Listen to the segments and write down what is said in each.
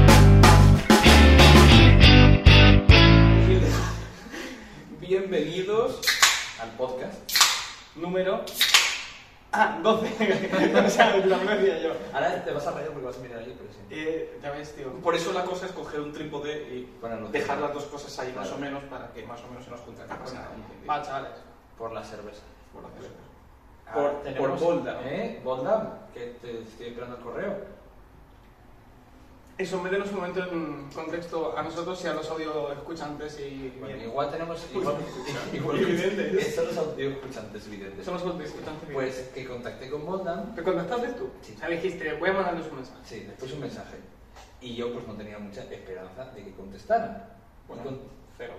bienvenidos al podcast número. Ah, 12. o sea, lo decía yo. Ahora te vas a rayar porque vas a mirar ahí, pero sí. Eh, ya ves, tío. Por eso la cosa es coger un trípode y Ponerlo dejar las dos cosas ahí, Claro. más o menos, para que más o menos se nos junte acá. pasa nada. Va, chavales. por la cerveza. Por la cerveza. Ah, Por- tenemos- por Bolda. ¿Eh? Bolda, que te estoy esperando el correo. Eso, métenos un momento en contexto a nosotros y a los audio escuchantes y... Bueno, bien. igual tenemos. Igual, igual Evidentes. Son los audios escuchantes videntes. Son los audio escuchantes. bien. Pues que contacté con Bolda. ¿Te contactaste tú? Sí. O sea, dijiste, voy a mandarles un mensaje. Sí, después un mensaje. Y yo pues no tenía mucha esperanza de que contestaran. Bueno, Y con- cero.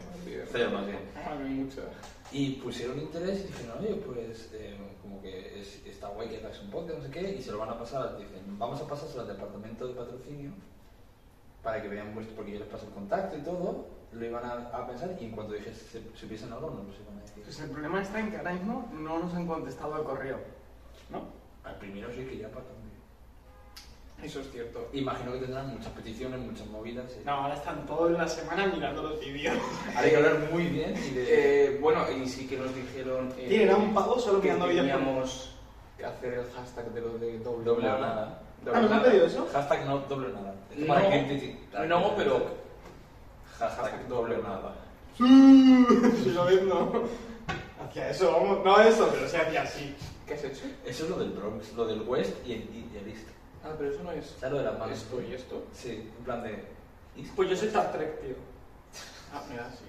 Cero, más bien. ¿Eh? Ah, bien, mucho. Y pusieron interés y dijeron, oye, pues eh, como que es- está guay que hagáis un podcast, no sé qué, y se lo van a pasar, dicen, vamos a pasárselo al departamento de patrocinio para que vean vuestro, porque yo les paso el contacto y todo, lo iban a, a pensar y en cuanto dije, se, supiesen algo, no nos iban a decir. Pues el problema está en que ahora mismo no nos han contestado al correo. ¿No? Al primero sí que ya para Eso es cierto. Imagino que tendrán muchas peticiones, muchas movidas. y- No, ahora están todos la semana mirando los vídeos. Hay que hablar muy bien y de... Eh, bueno, y sí que nos dijeron. eh, Tienen a un pavo solo que mirando vídeos. teníamos que hacer el hashtag de lo de doble, Doble nada. o nada. Doble Ah, ¿nos han nada. pedido eso? Hashtag no doble nada. No, Para que- no, pero- Hashtag doble nada. Si lo ves, no. Hacia eso, vamos. No eso, pero sí hacia así. ¿Qué has hecho? Eso es lo del Bronx, lo del West y el, y y el East. Ah, pero eso no es. ¿Sabes lo de las manos? Esto y esto. Sí, en plan de. East. Pues yo soy Star Trek, tío. Ah, mira, sí.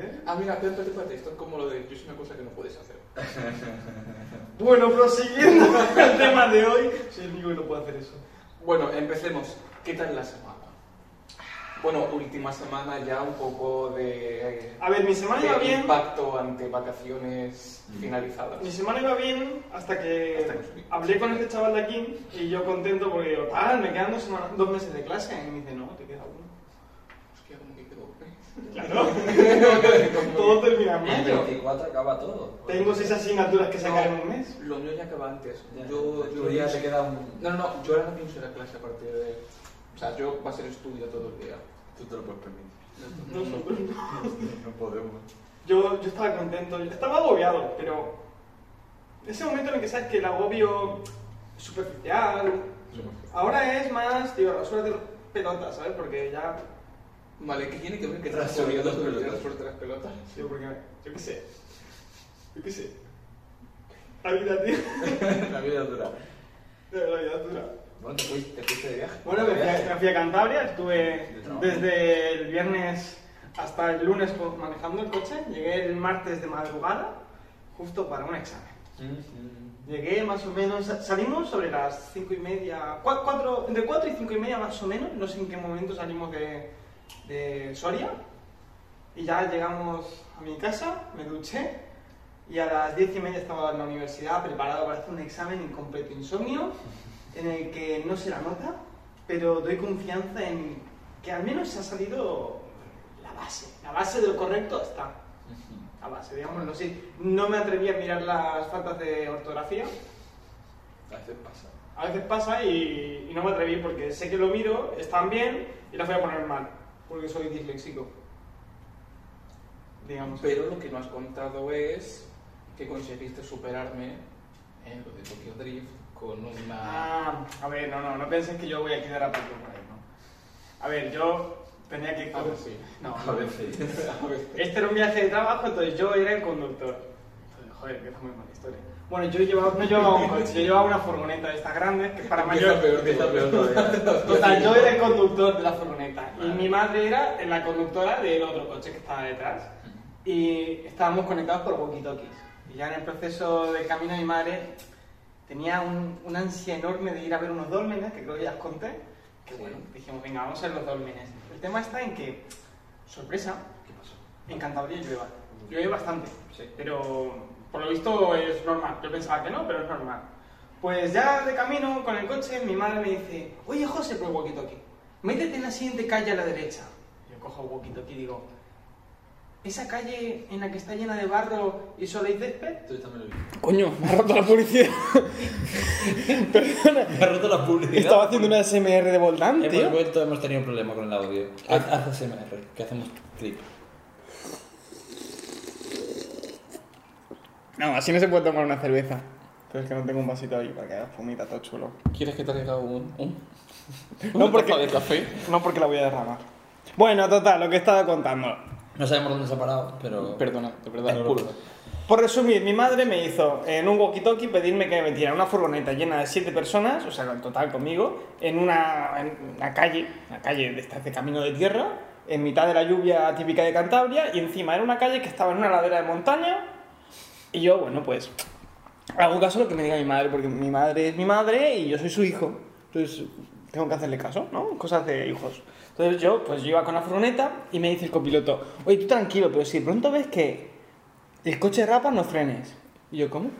¿Eh? Ah, mira, espérate, espérate. Esto es como lo de. Yo soy una cosa que no puedes hacer. Bueno, prosiguiendo con el tema de hoy, soy el único que no puede hacer eso. Bueno, empecemos. ¿Qué tal la semana? Bueno, última semana ya un poco de, A ver, mi semana de iba bien. impacto ante vacaciones finalizadas. Mi semana iba bien hasta que Hasta que subí. hablé con este chaval de aquí y yo contento porque digo, tal, me quedan dos, semanas- dos meses de clase. Y me dice, no, te queda uno. Hostia, como que quedó. ¿eh? Claro. Todo termina en El mayo. 24 acaba todo. Tengo seis asignaturas que sacar en un mes. Lo mío ya acaba antes. Ya, Yo, tú yo ya no te sé- queda un. No, no, no, yo ahora no pienso ir a clase a partir de. O sea, yo va a ser estudio todo el día. Tú te lo puedes permitir. No, no. Nosotros. No podemos. Yo, yo estaba contento, yo estaba agobiado, pero ese momento en el que sabes que el agobio superficial, ahora es más, tío, suerte pelotas, ¿sabes? Porque ya, Vale, ¿qué tiene que ver que Tras estás subiendo las pelotas. las fuertes las pelotas? tío, porque yo qué sé, yo qué sé. La vida, tío, La vida dura. la vida dura. Bueno, te fuiste, te fuiste de viaje. Bueno, de me fui, a, me fui a Cantabria, estuve De trabajo. desde el viernes hasta el lunes co- manejando el coche, llegué el martes de madrugada, justo para un examen. Mhm. Llegué más o menos, salimos sobre las cinco y media, cua- cuatro, entre 4 y 5 y media más o menos, no sé en qué momento salimos de, de Soria y ya llegamos a mi casa, me duché y a las diez y media estaba en la universidad preparado para hacer un examen en completo insomnio en el que no se la nota, pero doy confianza en que al menos se ha salido la base, la base de lo correcto está mm, a base, digámoslo así. No me atreví a mirar las faltas de ortografía. mm. A veces pasa. A veces pasa y, y no me atreví porque sé que lo miro, están bien y las voy a poner mal. Porque soy disléxico. Digamos. Pero lo que no has contado es que conseguiste superarme en lo de Tokyo Drift con una. Ah, a ver, no, no, no penséis que yo voy a quedar a punto por ahí, ¿no? A ver, yo tenía que... A ver, sí. No, A veces. A ver. Este era un viaje de trabajo, entonces yo era el conductor. Entonces, joder, que está muy mala historia. Bueno, yo llevaba, no llevaba un coche, yo llevaba una furgoneta de estas grandes, que es para Empieza mayor... peor, empieza peor todavía. Total, yo era el conductor de la furgoneta y mi madre era la conductora del otro coche que estaba detrás. Y estábamos conectados por walkie-talkies. Y ya en el proceso del camino mi madre tenía un- una ansia enorme de ir a ver unos dólmenes, que creo que ya os conté. Que Sí. bueno, dijimos, venga, vamos a ver los dólmenes. El tema está en que, sorpresa, ¿Qué pasó? en Cantabria llueva. Llueve bastante. Sí. Pero por lo visto es normal. Yo pensaba que no, pero es normal. Pues ya de camino con el coche, mi madre me dice: Oye, José, por el walkie-talkie, métete en la siguiente calle a la derecha. Yo cojo el walkie-talkie y digo: ¿Esa calle en la que está llena de barro y solo hay césped? Tú también lo viste. Coño, me ha roto la policía. Perdona, Me ha roto la publicidad. una SMR de Voldán, Hemos vuelto, hemos tenido un problema Eh. con el audio. Haz haz ASMR, que hacemos clip. No, así no se puede tomar una cerveza. Pero es que no tengo un vasito ahí para que haga fumita, todo chulo. ¿Quieres que te haga un, un, No una porque, taza de café? no porque la voy a derramar. Bueno, total, lo que estaba contando. No sabemos dónde se ha parado, pero. Perdona, de verdad. Es no lo- curva. Por resumir, mi madre me hizo en un walkie-talkie pedirme que me metiera en una furgoneta llena de siete personas, o sea, en total conmigo, en una, en una calle, una calle de estas de camino de tierra, en mitad de la lluvia típica de Cantabria, y encima era una calle que estaba en una ladera de montaña, y yo, bueno, pues, hago caso a lo que me diga mi madre, porque mi madre es mi madre y yo soy su hijo, entonces tengo que hacerle caso, ¿no? Cosas de hijos. Entonces yo, pues yo iba con la furgoneta y me dice el copiloto, oye, tú tranquilo, pero si de pronto ves que el coche rapa, no frenes. Y yo, ¿cómo?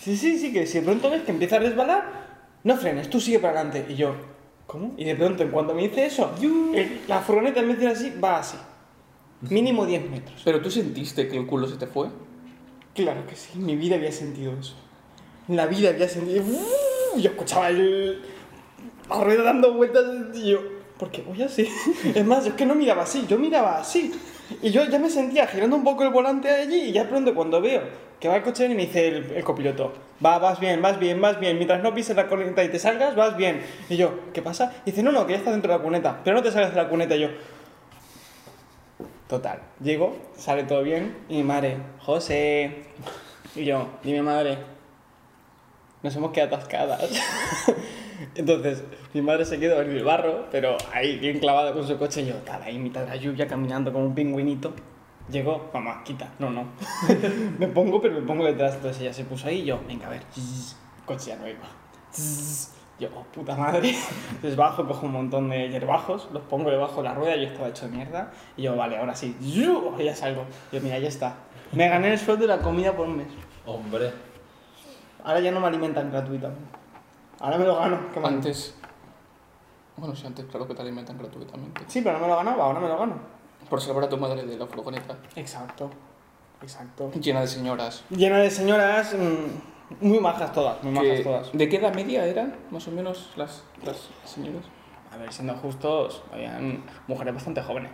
Sí, sí, sí, que si de pronto ves que empieza a resbalar, no frenes, tú sigue para adelante. Y yo, ¿cómo? Y de pronto, en cuanto me dice eso, el- la furgoneta en vez de ir así, va así. Mínimo 10 metros. Pero tú sentiste que el culo se te fue. Claro que sí, en mi vida había sentido eso. En la vida había sentido. ¡Uh! Yo escuchaba el. la rueda dando vueltas y yo. ¿Por qué voy así? Es más, yo es que no miraba así, yo miraba así. Y yo ya me sentía girando un poco el volante allí y ya pronto cuando veo que va el coche y me dice el, el copiloto, va, vas bien, vas bien, vas bien, mientras no pises la cuneta y te salgas, vas bien. Y yo, ¿qué pasa? Y dice, no, no, que ya estás dentro de la cuneta, pero no te salgas de la cuneta. Y yo, Total, llego, sale todo bien y mi madre, José. Y yo, dime madre, nos hemos quedado atascadas. Entonces, mi madre se quedó en el barro, pero ahí bien clavada con su coche. Y yo, tal, ahí en mitad de la lluvia, caminando como un pingüinito. Llegó, mamá, quita. No, no. me pongo, pero me pongo detrás. Entonces ella se puso ahí y yo, venga, a ver. Coche ya no iba. Yo, oh, puta madre. Entonces bajo, cojo un montón de hierbajos, los pongo debajo de la rueda, yo estaba hecho de mierda. Y yo, vale, ahora sí, ¡yu! ya salgo. Yo, mira, ya está. Me gané el sueldo y la comida por un mes. Hombre. Ahora ya no me alimentan gratuitamente. Ahora me lo gano. que me- Antes. Bueno, sí, antes, claro que te alimentan gratuitamente. Sí, pero no me lo ganaba, ahora me lo gano. Por salvar a tu madre de la furgoneta Exacto. Exacto. llena de señoras. Llena de señoras mm, muy majas todas, muy majas Que- todas. ¿De qué edad media eran, más o menos, las, las señoras? A ver, siendo justos, habían mujeres bastante jóvenes.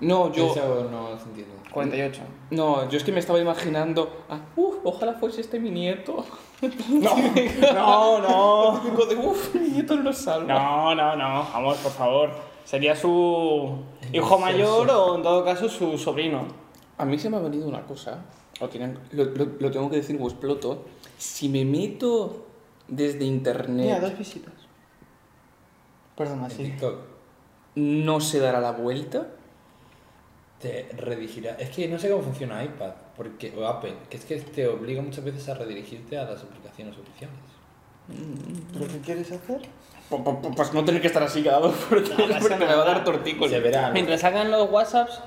No, yo. Eso no se entiende. 48. No, yo es que me estaba imaginando. Ah, uf, ojalá fuese este mi nieto. No, no, no. Digo de, uf, mi nieto no lo salva. No, no, no, vamos, por favor. Sería su hijo mayor o en todo caso su sobrino. A mí se me ha venido una cosa. Lo, tienen- lo, lo- lo tengo que decir o exploto. Si me meto desde internet. visitas. Perdón, En así. TikTok no se dará la vuelta. te redirigirá. Es que no sé cómo funciona iPad porque, o Apple, que es que te obliga muchas veces a redirigirte a las aplicaciones oficiales. ¿Lo que quieres hacer? Pu- pu- pu- Pues no tener que estar así cada dos por tres, pasa porque me nada. va a dar tortícolis. Se verá. Mientras hagan los WhatsApps.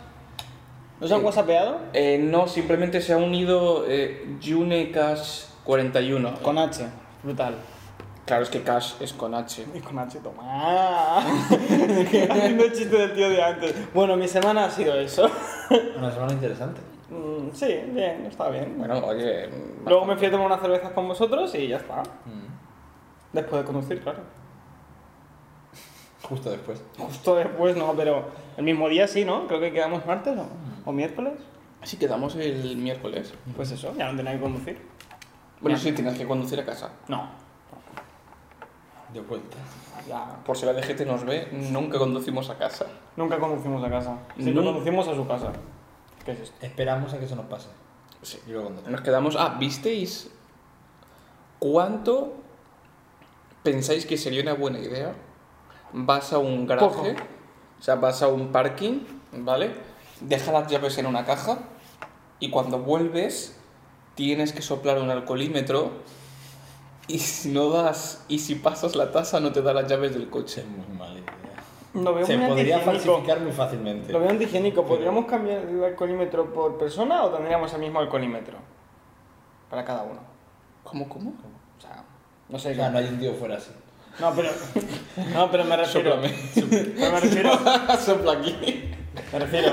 ¿No se han Sí. WhatsAppeado? Eh, no, simplemente se ha unido eh, June Cash 41. Con H. Brutal. Claro, es que Cash es con H. Y con H, toma. Haciendo el chiste del tío de antes. Bueno, mi semana ha sido eso. Una semana interesante. Mm, sí, bien, está bien. Bueno, oye. mm, Luego me fui a tomar unas cervezas con vosotros y ya está. Mm. Después de conducir, claro. Justo después. Justo después, no, pero el mismo día sí, ¿no? Creo que quedamos martes o, o miércoles. Así quedamos el miércoles. Pues eso, ya no tenía que conducir. Bueno, Ya. sí, tienes que conducir a casa. No, De vuelta. ya. Por si la DGT nos ve, nunca conducimos a casa. Nunca conducimos a casa. Siempre Nunca. conducimos a su casa. ¿Qué es esto? Esperamos a que eso nos pase. Sí. Y luego cuando- Nos quedamos. Ah, ¿visteis cuánto pensáis que sería una buena idea? Vas a un garaje, Poco. o sea, vas a un parking, ¿vale? Deja las llaves en una caja y cuando vuelves tienes que soplar un alcoholímetro y si no das y si pasas la tasa no te da las llaves del Es coche. muy mala idea. Lo veo Se muy podría antihigiénico. falsificar muy fácilmente. Lo veo antihigiénico. ¿Podríamos cambiar el alcoholímetro por persona o tendríamos el mismo alcoholímetro? Para cada uno. ¿Cómo, cómo? O sea, no sé. O sea, no hay un tío fuera así. No, pero. No, pero me refiero. Sóplame. Pero me refiero. Sopla aquí. Me refiero.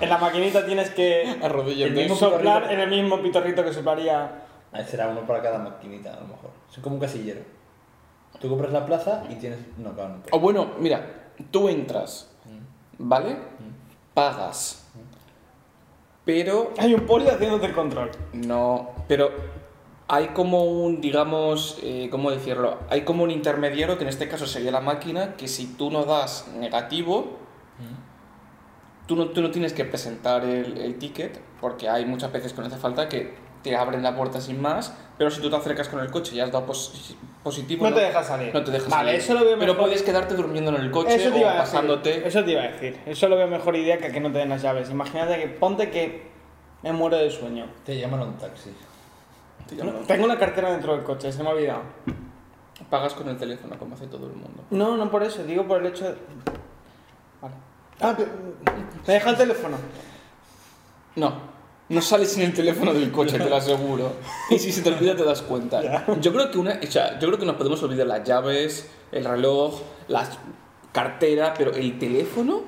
En la maquinita tienes que Arrodíllate. El mismo soplar pitorrito. en el mismo pitorrito que soplaría. Ahí será uno para cada maquinita, a lo mejor. Es como un casillero. Tú compras la plaza y tienes. No, claro, no. O bueno, Mm. mira, tú entras, ¿vale? Pagas. Pero Hay un poli haciéndote el control. No, pero hay como un, digamos, eh, ¿cómo decirlo? Hay como un intermediario, que en este caso sería la máquina, que si tú no das negativo, tú no, tú no tienes que presentar el, el ticket, porque hay muchas veces que no hace falta que te abren la puerta sin más, pero si tú te acercas con el coche y has dado pos- positivo... No te dejas salir. No te dejas Vale, salir. eso lo veo Pero mejor. puedes quedarte durmiendo en el coche Eso te o iba a pasándote... decir. Eso te iba a decir. Eso lo veo mejor idea que que no te den las llaves. Imagínate que ponte que me muero de sueño. Te llaman a un taxi. Te llaman. Tengo la cartera dentro del coche, se me ha olvidado. Pagas con el teléfono, como hace todo el mundo. No, no por eso, digo por el hecho de... Vale. Ah, pe- me deja el teléfono. No, no sales sin el teléfono del coche, te lo aseguro. Y si se te olvida te das cuenta. Yo creo que una, o sea, yo creo que nos podemos olvidar las llaves, el reloj, la cartera, pero el teléfono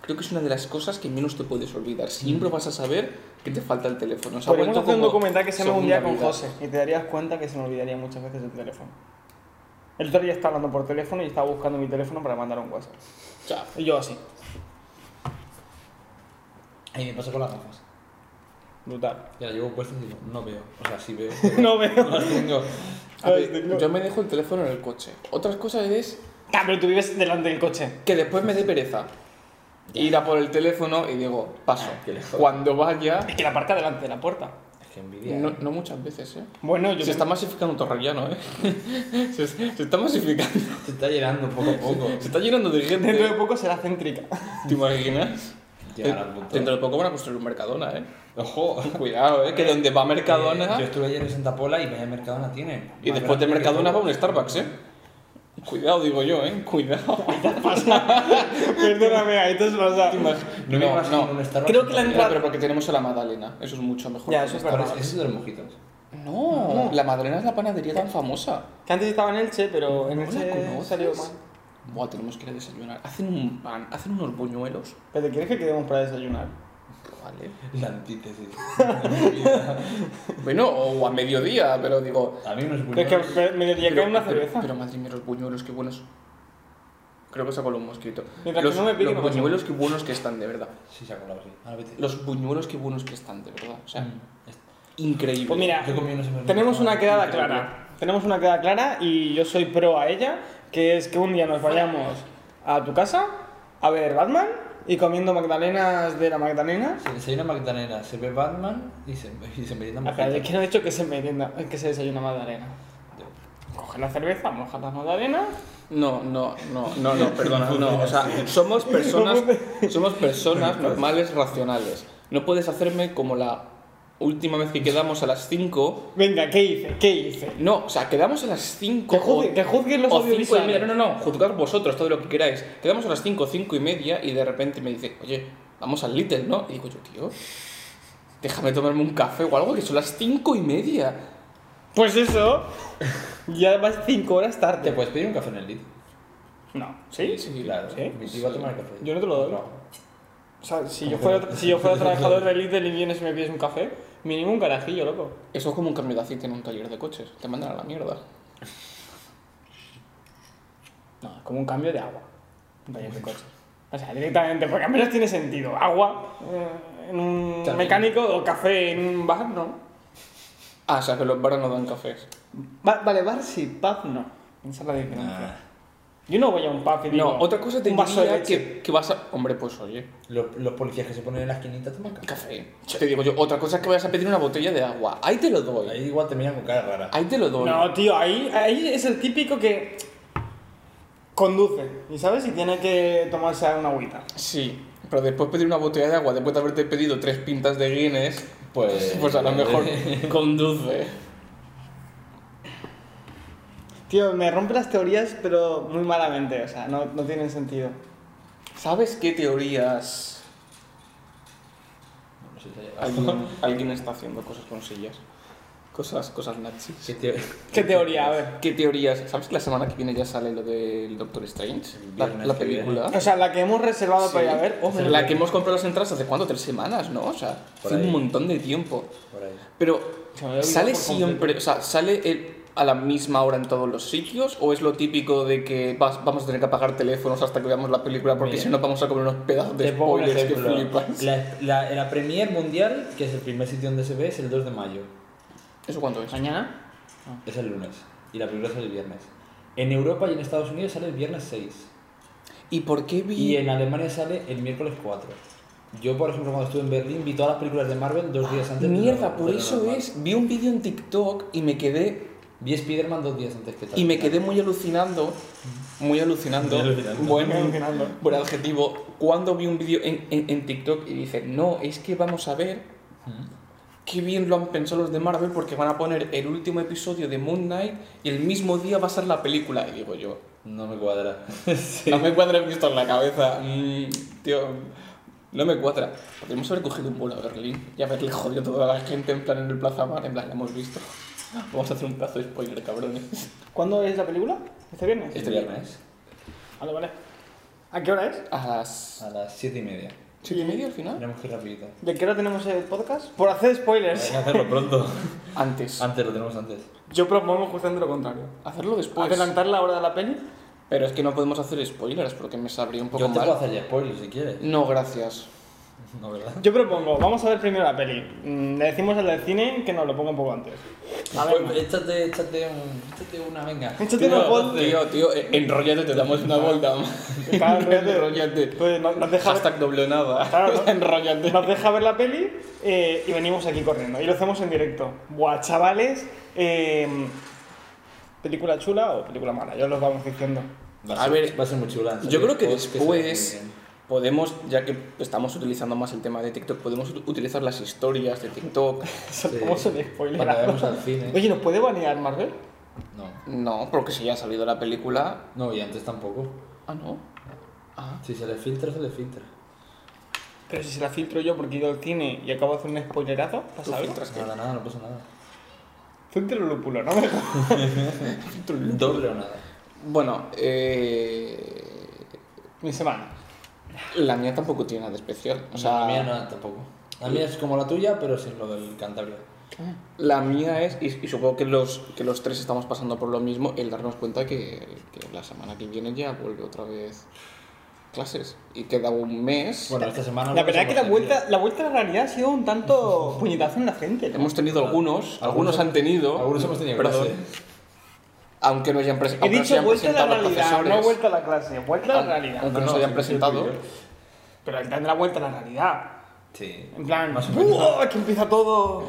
creo que es una de las cosas que menos te puedes olvidar. Siempre Mm. vas a saber que te falta el teléfono. O sea, Podríamos vuelto hacer un como documental que se llama Un segunda día con vida. José y te darías cuenta que se me olvidaría muchas veces el teléfono. El otro día estaba hablando por teléfono y estaba buscando mi teléfono para mandar un WhatsApp. O sea, Y yo así, Ahí me pasa con las gafas. brutal. Ya las llevo puestas y digo, no veo. O sea, sí veo. No veo. No las tengo. a ver, Ay, tengo- yo me dejo el teléfono en el coche. Otras cosas es Ah, pero tú vives delante del coche. que después me dé pereza. Ir a por el teléfono y digo, paso. Ah, qué lejos. Cuando vaya, Es que la parte delante de la puerta. Es que envidia. no, ¿eh? no muchas veces, ¿eh? Bueno, yo... Se está masificando Torrellano, ¿eh? Se, se está masificando. Te está llenando poco a poco. Se está llenando de Dentro de gente. poco será céntrica. ¿Te imaginas? Llegar al punto. Dentro de poco van a construir un Mercadona, ¿eh? Ojo. Cuidado, ¿eh? Que donde va Mercadona... Eh, yo estuve ayer en Santa Pola y vaya Mercadona tiene. Y Más después grande que de Mercadona va todo. un Starbucks, ¿eh? Cuidado, digo yo, ¿eh? Cuidado. Perdóname, ahí te has pasado. No me imagino un Starbucks Creo que la en entrada... Pero porque tenemos a la Magdalena. Eso es mucho mejor. Ya, eso es Ahora, verdad. ¿Es eso de los mojitos? No, la Magdalena es la panadería tan famosa. Que antes estaba en Elche, pero en ¿No la Elche conoces? salió mal. Buah, tenemos que ir a desayunar. Hacen un pan, hacen unos buñuelos. ¿Pero te quieres que quedemos para desayunar? Vale. La antítesis. de mi vida. Bueno, o a mediodía, pero digo, a mí unos Es que buñuelos. me- me llegué Pero- a una pero- cerveza. Pero, madre mía, los buñuelos, qué buenos. Creo que saco lo mosquito. Mientras los que no me pique, los no pasa buñuelos, qué buenos que están, de verdad. Sí, se ha colado, sí. Ahora vete. Los buñuelos, qué buenos que están, de verdad. O sea, Mm. increíble. Pues mira, Yo comí unos buñuelos. tenemos una quedada Increíble. clara. Tenemos una quedada clara y yo soy pro a ella, que es que un día nos vayamos a tu casa a ver Batman y comiendo magdalenas de la magdalena. Se desayuna Magdalena, se ve Batman y se, y se merienda Ah, pero mojitos. es que no he dicho que se merienda, que se desayuna magdalena. Coges la cerveza, mojas la magdalena. No, no, no, no, no, perdona, no. O sea, somos personas, somos personas normales, racionales. No puedes hacerme como la última vez que quedamos a las 5. Venga, ¿qué hice? ¿Qué hice? No, o sea, quedamos a las 5. Que juzgue- que juzguen los o cinco y audiovisuales. media. No, no, no, juzgar vosotros todo lo que queráis. Quedamos a las 5, 5 y media y de repente me dice, oye, vamos al Little, ¿no? Y digo yo, tío, déjame tomarme un café o algo, que son las 5 y media. Pues eso, ya vas 5 horas ¿Te tarde. puedes pedir un café en el Lidl? No, ¿sí? sí, Claro. ¿Sí? Mi tío va a tomar café. Yo no te lo doy. No. O sea, si yo fuera, si yo fuera trabajador de Lidl y vienes y me pides un café, mínimo un carajillo, loco. Eso es como un cambio de aceite en un taller de coches, te mandan a la mierda. No, es como un cambio de agua. Un taller de coche. O sea, directamente, porque al menos tiene sentido. Agua eh, en un También. mecánico o café en un bar, no. Ah, o sea, que los bares no dan cafés. Ba- vale, bar sí, pub no. Esa es la diferencia. Ah, Yo no voy a un pub y digo, Ah. No, otra cosa te un vaso de diría leche. que, que vas a... Hombre, pues oye, Los, los policías que se ponen en la esquinita toman café. café. Te digo yo, otra cosa es que vayas a pedir una botella de agua. Ahí te lo doy. Ahí igual te miran con cara rara. Ahí te lo doy. No, tío, ahí, ahí es el típico que conduce, ¿y sabes? Y tiene que tomarse una agüita. Sí, pero después pedir una botella de agua, después de haberte pedido tres pintas de Guinness, Pues- pues a lo mejor conduce. Tío, me rompe las teorías, pero muy malamente, o sea, no, no tienen sentido. ¿Sabes qué teorías? No sé si hay- Alguien, alguien está haciendo cosas con sillas. Cosas, cosas nazis. ¿Qué tío? ¿Qué teoría? A ver. ¿Qué teorías? ¿Sabes que la semana que viene ya sale lo del Doctor Strange? El La, viernes la que película. O sea, la que hemos reservado Sí. para ir a ver. oh, ojo, la que hemos comprado las entradas hace cuánto, tres semanas, ¿no? O sea, Por hace ahí. un montón de tiempo. Por ahí. Pero Se me había olvidado sale por siempre, o sea, sale el... a la misma hora en todos los sitios? ¿O es lo típico de que vas- vamos a tener que apagar teléfonos hasta que veamos la película porque Mira. si no vamos a comer unos pedazos de Te pongo un spoilers que ejemplo. flipas? La, la, la Premier Mundial, que es el primer sitio donde se ve, es el 2 de mayo. ¿Eso cuánto es? Mañana. Es el lunes. Y la película sale el viernes. En Europa y en Estados Unidos sale el viernes 6. ¿Y por qué vi...? Y en Alemania sale el miércoles 4. Yo, por ejemplo, cuando estuve en Berlín, vi todas las películas de Marvel dos días antes. de lo- Ah, Mierda, de por lo eso normal. es. Vi un vídeo en TikTok y me quedé Vi Spider-Man dos días antes que tal. y me quedé muy alucinando, muy alucinando. Muy alucinando. Buen, Muy alucinando. buen adjetivo. Cuando vi un vídeo en, en- en TikTok y dicen, "No, es que vamos a ver qué bien lo han pensado los de Marvel porque van a poner el último episodio de Moon Knight y el mismo día va a ser la película." Y digo yo, No me cuadra. no me cuadra esto en la cabeza. Mm, tío, no me cuadra. Podríamos haber cogido un vuelo a Berlín y haberle jodido a toda la gente en plan en el Plaza Mar, en plan, la hemos visto. Vamos a hacer un pedazo de spoiler, cabrones. ¿Cuándo es la película? ¿Este viernes? Este viernes. Vale, vale. ¿A qué hora es? A las A las 7 y media. siete y media al final. Tenemos que ir rapidito. ¿De qué hora tenemos el podcast? Por hacer Hay spoilers. que hacerlo pronto. Antes. Antes, lo tenemos antes. Yo propongo justamente lo contrario. Hacerlo después. Adelantar la hora de la peli. Pero es que no podemos hacer spoilers porque me sabría un poco Yo te mal. puedo hacer ya spoilers si quieres. No, gracias. No, ¿verdad? Yo propongo, vamos a ver primero la peli. Mm, Le decimos al del cine que nos lo ponga un poco antes. A ver. Pues, échate, échate, un, échate una, venga. Échate una tío, ponte. tío, tío, eh, enróllate, te damos una vuelta. Claro, enróllate. enróllate. Pues no- nos deja, Hashtag doble nada. Claro, no- enróllate. nos deja ver la peli eh, y venimos aquí corriendo. Y lo hacemos en directo. Buah, chavales. eh, ¿Película chula o película mala? Ya os los vamos diciendo. Va A ser- ver, va a ser muy chula. en Yo serio. creo que Pues se ve muy después bien. podemos, ya que estamos utilizando más el tema de TikTok, podemos ut- utilizar las historias de TikTok. Eso Sí. ¿Cómo se le spoilea? Cuando vayamos al cine. Oye, ¿nos puede banear Marvel? No. No, porque si ya ha salido la película. No, y antes tampoco. Ah, no. Ah. Si se le filtra, se le filtra. Pero si se la filtro yo porque he ido al cine y acabo de hacer un spoilerazo, Tú ¿pasa algo? filtras que- Nada, nada, no pasa nada. Filtro lúpulo, no me Doble o nada. Bueno, eh. Mi semana. La mía tampoco tiene nada de especial. O sea, la mía no, tampoco. La mía es como la tuya, pero sin lo del Cantabria. Ah, la mía es, y, y supongo que los, que los tres estamos pasando por lo mismo, el darnos cuenta que, que la semana que viene ya vuelve otra vez clases. Y queda un mes. Bueno, esta semana. La no sé verdad que la por qué, vuelta, la vuelta a la realidad ha sido un tanto puñetazo en la frente. ¿no? Hemos tenido algunos, algunos, han hemos- tenido. Algunos hemos tenido perdón, clase. Aunque no hayan, pres- He aunque no se dicho hayan vuelta a la presentado los realidad, profesores. no vuelta a la clase, vuelta a la realidad. aunque No, no, no, se hayan sí, presentado. sí, Pero él tendrá vuelta a la realidad. Sí. En plan, ¡uh! Más o menos. ¡buah! que empieza todo.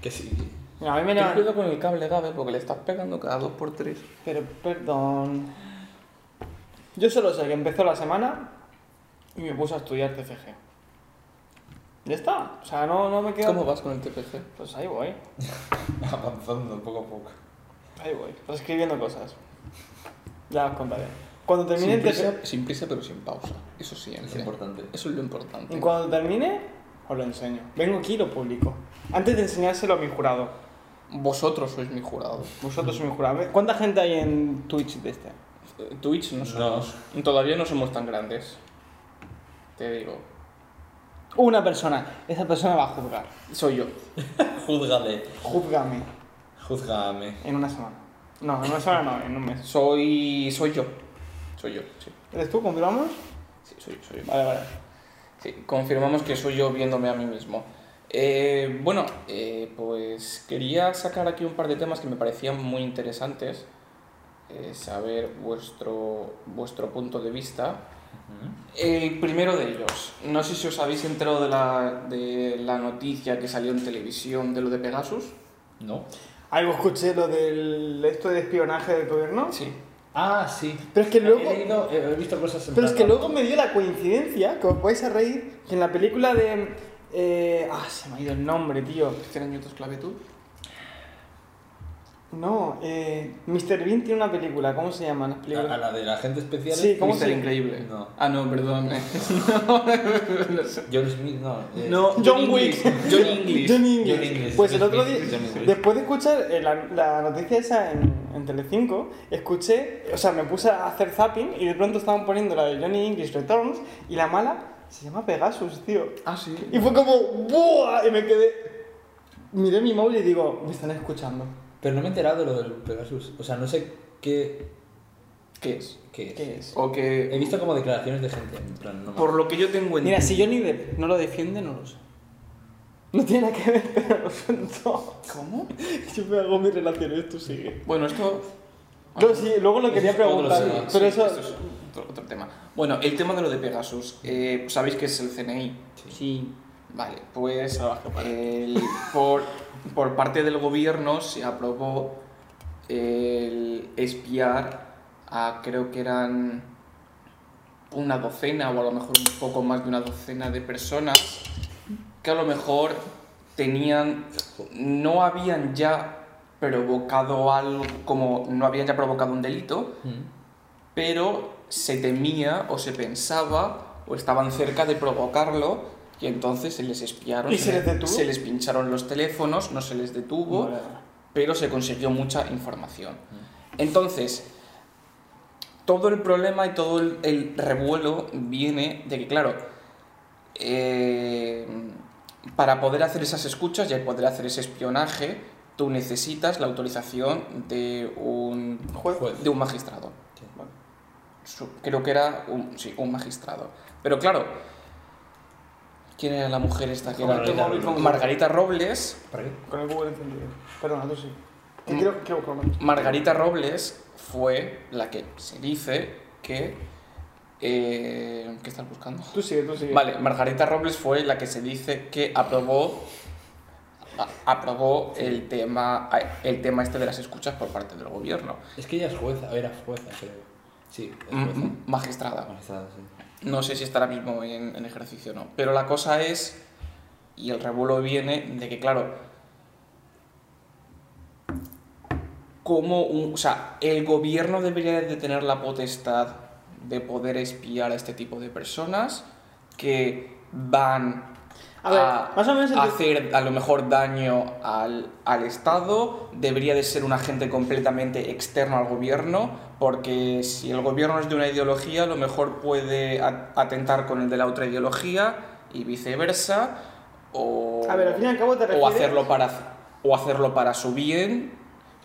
Que sí. Mira, a mí me Ten la- cuidado con el cable, Gabe, porque le estás pegando cada dos por tres. Pero perdón. Yo solo sé que empezó la semana y me puse a estudiar TFG. Ya está. O sea, no, no me queda. ¿Cómo vas con el TPC? Pues ahí voy. Avanzando poco a poco. Ahí voy. Pues escribiendo cosas. Ya os contaré. Cuando termine Sin el TFG. prisa, sin prisa, pero sin pausa. Eso siempre. Es importante. Eso es lo importante. Y cuando termine, os lo enseño. Vengo aquí y lo publico. Antes de enseñárselo a mi jurado. Vosotros sois mi jurado. Vosotros sois mi jurado. ¿Cuánta gente hay en Twitch de este? Eh, Twitch no somos. Todavía no somos tan grandes. Te digo. Una persona. Esa persona va a juzgar. Soy yo. Júzgale. Júzgame Júzgame. en una semana. No, en una semana no, en un mes. Soy. Soy yo. Soy yo, sí. ¿Eres tú? ¿Confirmamos? Sí, soy, soy yo. Vale, vale. Sí, confirmamos que soy yo viéndome a mí mismo. Eh, bueno, eh, pues quería sacar aquí un par de temas que me parecían muy interesantes. eh, saber vuestro, vuestro punto de vista. ¿Mm? El primero de ellos, no sé si os habéis enterado de la, de la noticia que salió en televisión de lo de Pegasus. No. Algo escuché lo del esto de espionaje del gobierno. Sí. Ah, sí. Pero es que luego- He, leído- he- he visto cosas en Pero es plan- que luego me dio la coincidencia, que os vais a reír, que en la película de. eh, ah, se me ha ido el nombre, tío. ¿Tienen minutos esclavitud? No, eh, Mr. Bean tiene una película, ¿cómo se llama? Las A, a películas. la de la gente especial. Sí, ¿cómo Mister se- Increíble. No. Ah, no, perdón. John Smith, no. eh, John Wick. John English. John English. John English. Pues el John otro día, Smith, John English. después de escuchar eh, la, la noticia esa en, en Telecinco, escuché, o sea, me puse a hacer zapping y de pronto estaban poniendo la de Johnny English Returns y la mala se llama Pegasus, tío. Ah, sí. Y fue como, ¡buah! Y me quedé. Miré mi móvil y digo, me están escuchando. Pero no me he enterado de lo del Pegasus. O sea, no sé qué, ¿Qué es? qué es. ¿Qué es? O He que, visto como declaraciones de gente. En plan, no me- por lo que yo tengo en Mira, si Johnny Depp no lo defiende, no lo sé. No tiene nada que ver, pero lo siento. ¿Cómo? Yo me hago mis relaciones, tú sigue. Bueno, esto... Ah, Yo sí, luego lo Eso quería es otro preguntar, tema, sí, pero eso... esto es otro, otro tema. Bueno, el tema de lo de Pegasus. eh, ¿Sabéis qué es el CNI? Sí. Vale, pues el- por, por parte del gobierno se aprobó el espiar a creo que eran una docena o a lo mejor un poco más de una docena de personas que a lo mejor tenían, no habían ya provocado algo, como no habían ya provocado un delito, Mm. pero se temía o se pensaba o estaban cerca de provocarlo y entonces se les espiaron. ¿Y se les detuvo? se les pincharon los teléfonos, no se les detuvo, pero se consiguió mucha información. Mm. Entonces, todo el problema y todo el, el revuelo viene de que, claro, eh, para poder hacer esas escuchas y poder hacer ese espionaje, tú necesitas la autorización de un Juez. de un magistrado. Sí. Bueno, su- creo que era un, sí, un magistrado. Pero claro, ¿quién era la mujer esta que era? Margarita Margarita, Robles. ¿Para qué? Con el Google encendido. Perdona, tú sí. ¿Qué creo que Margarita Robles fue la que se dice que... eh, ¿Qué estás buscando? Tú sigue, tú sigue. Vale, Margarita Robles fue la que se dice que aprobó a- aprobó el tema el tema este de las escuchas por parte del gobierno. Es que ella es jueza, o era jueza, creo. Sí, es jueza. Mm, M- Magistrada. Magistrada, sí. No sé si estará mismo en, en ejercicio o no. Pero la cosa es, y el revuelo viene de que, claro, como un, o sea, el gobierno debería de tener la potestad de poder espiar a este tipo de personas que van A ver, más o menos a enti- hacer a lo mejor daño al, al Estado, debería de ser un agente completamente externo al gobierno, porque si el gobierno es de una ideología, a lo mejor puede a- atentar con el de la otra ideología y viceversa, o, A ver, al fin y al cabo te o, refieres- hacerlo, para, o hacerlo para su bien.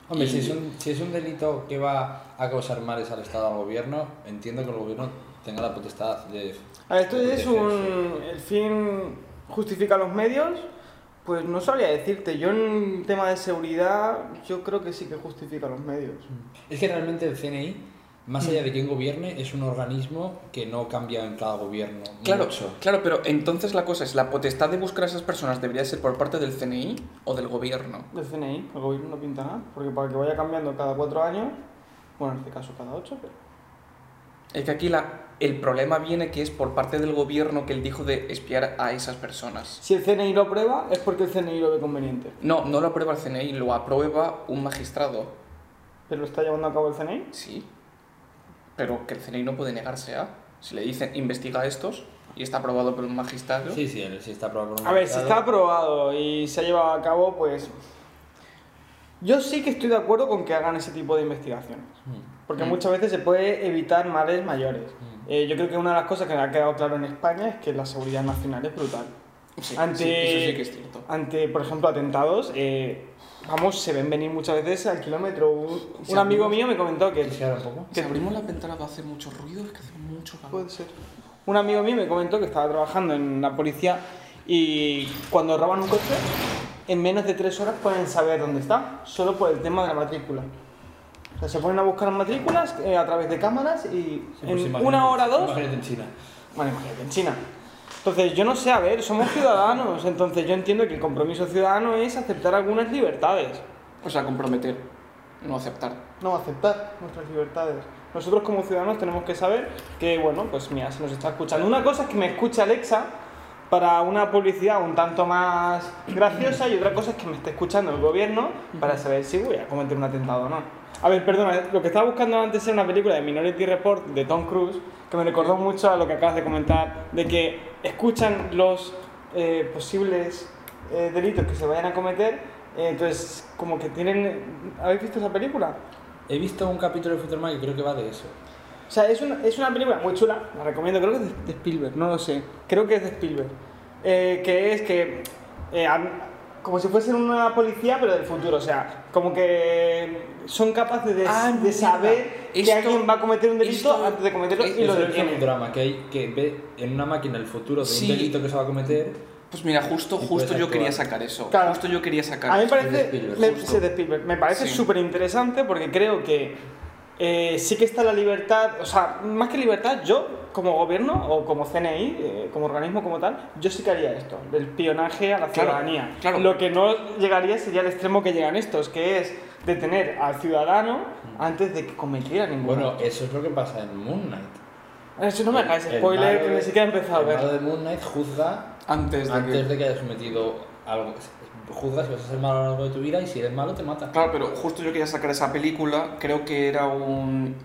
Hombre, y- si, es un, si es un delito que va a causar males al Estado, al gobierno, entiendo que el gobierno tenga la potestad de... A ver, esto de es protegerse. un... El fin justifica los medios. Pues no sabría decirte. Yo en tema de seguridad, yo creo que sí que justifica los medios. Es que realmente el CNI, más Mm. allá de quién gobierne, es un organismo que no cambia en cada gobierno. Claro, mucho. claro, pero entonces la cosa es, ¿la potestad de buscar a esas personas debería ser por parte del CNI o del gobierno? Del CNI, el gobierno no pinta nada. Porque para que vaya cambiando cada cuatro años, bueno, en este caso cada ocho, pero... Es que aquí la, el problema viene que es por parte del gobierno que él dijo de espiar a esas personas. Si el CNI lo aprueba, es porque el CNI lo ve conveniente. No, no lo aprueba el CNI, lo aprueba un magistrado. ¿Pero lo está llevando a cabo el CNI? Sí. Pero que el CNI no puede negarse a. Si le dicen investiga a estos y está aprobado por un magistrado. Sí, sí, el- si está aprobado por un A ver, si está magistrado, aprobado y se ha llevado a cabo, pues... Yo sí que estoy de acuerdo con que hagan ese tipo de investigaciones. Mm. Porque Mm. muchas veces se puede evitar males mayores. Eh, yo creo que una de las cosas que me ha quedado claro en España es que la seguridad nacional es brutal. Sí, Ante- sí, eso sí que es cierto. Ante, por ejemplo, atentados, eh, vamos, se ven venir muchas veces al kilómetro. Un, un amigo mío me comentó que... ¿Quieres girar un poco? Si abrimos la ventana va a hacer mucho ruido, es que hace mucho calor. Puede ser. Un amigo mío me comentó que estaba trabajando en la policía y cuando roban un coche, en menos de tres horas pueden saber dónde está, solo por el tema de la matrícula. O sea, se ponen a buscar matrículas eh, a través de cámaras y Sí, pues en imagínate- una hora dos. Imagínate en China. Bueno, imagínate, en China. Entonces, yo no sé, a ver, somos ciudadanos, entonces yo entiendo que el compromiso ciudadano es aceptar algunas libertades. O sea, comprometer, no aceptar. No, aceptar nuestras libertades. Nosotros como ciudadanos tenemos que saber que, bueno, pues mira, se nos está escuchando. Una cosa es que me escuche Alexa para una publicidad un tanto más graciosa y otra cosa es que me esté escuchando el gobierno para saber si voy a cometer un atentado o no. A ver, perdona, eh, lo que estaba buscando antes era una película de Minority Report de Tom Cruise que me recordó mucho a lo que acabas de comentar, de que escuchan los eh, posibles eh, delitos que se vayan a cometer, eh, entonces como que tienen... ¿Habéis visto esa película? He visto un capítulo de Futurama que creo que va de eso. O sea, es una, es una película muy chula, la recomiendo, creo que es de, de Spielberg, no lo sé, creo que es de Spielberg. Eh, que es que eh, a- como si fuesen una policía, pero del futuro. O sea, como que son capaces de, Ah, de mira. saber que Esto- alguien va a cometer un delito esto- antes de cometerlo es- y lo Eso es un detienen. drama que hay que ve en una máquina el futuro de Sí. un delito que se va a cometer. Pues mira, justo, Y justo puedes yo quería actuar. sacar eso. Claro. Justo yo quería sacar A mí me eso. Es de parece, Spielberg, me, justo. sí, de Spielberg. Me parece Sí. súper interesante porque creo que eh, sí que está la libertad, o sea, más que libertad, yo como gobierno o como CNI, eh, como organismo como tal, yo sí que haría esto, del espionaje a la Claro, ciudadanía. claro. Lo que no llegaría sería el extremo que llegan estos, que es detener al ciudadano antes de que cometiera ningún Mm. Bueno, acto. eso es lo que pasa en Moon Knight. Eso no me hagáis El spoiler, malo que ni de- siquiera he empezado a el malo ver. de Moon Knight juzga Antes de que... antes de que hayas cometido algo. Juzga si vas a ser malo a lo largo de tu vida y si eres malo te mata. Claro, pero justo yo quería sacar esa película, creo que era un...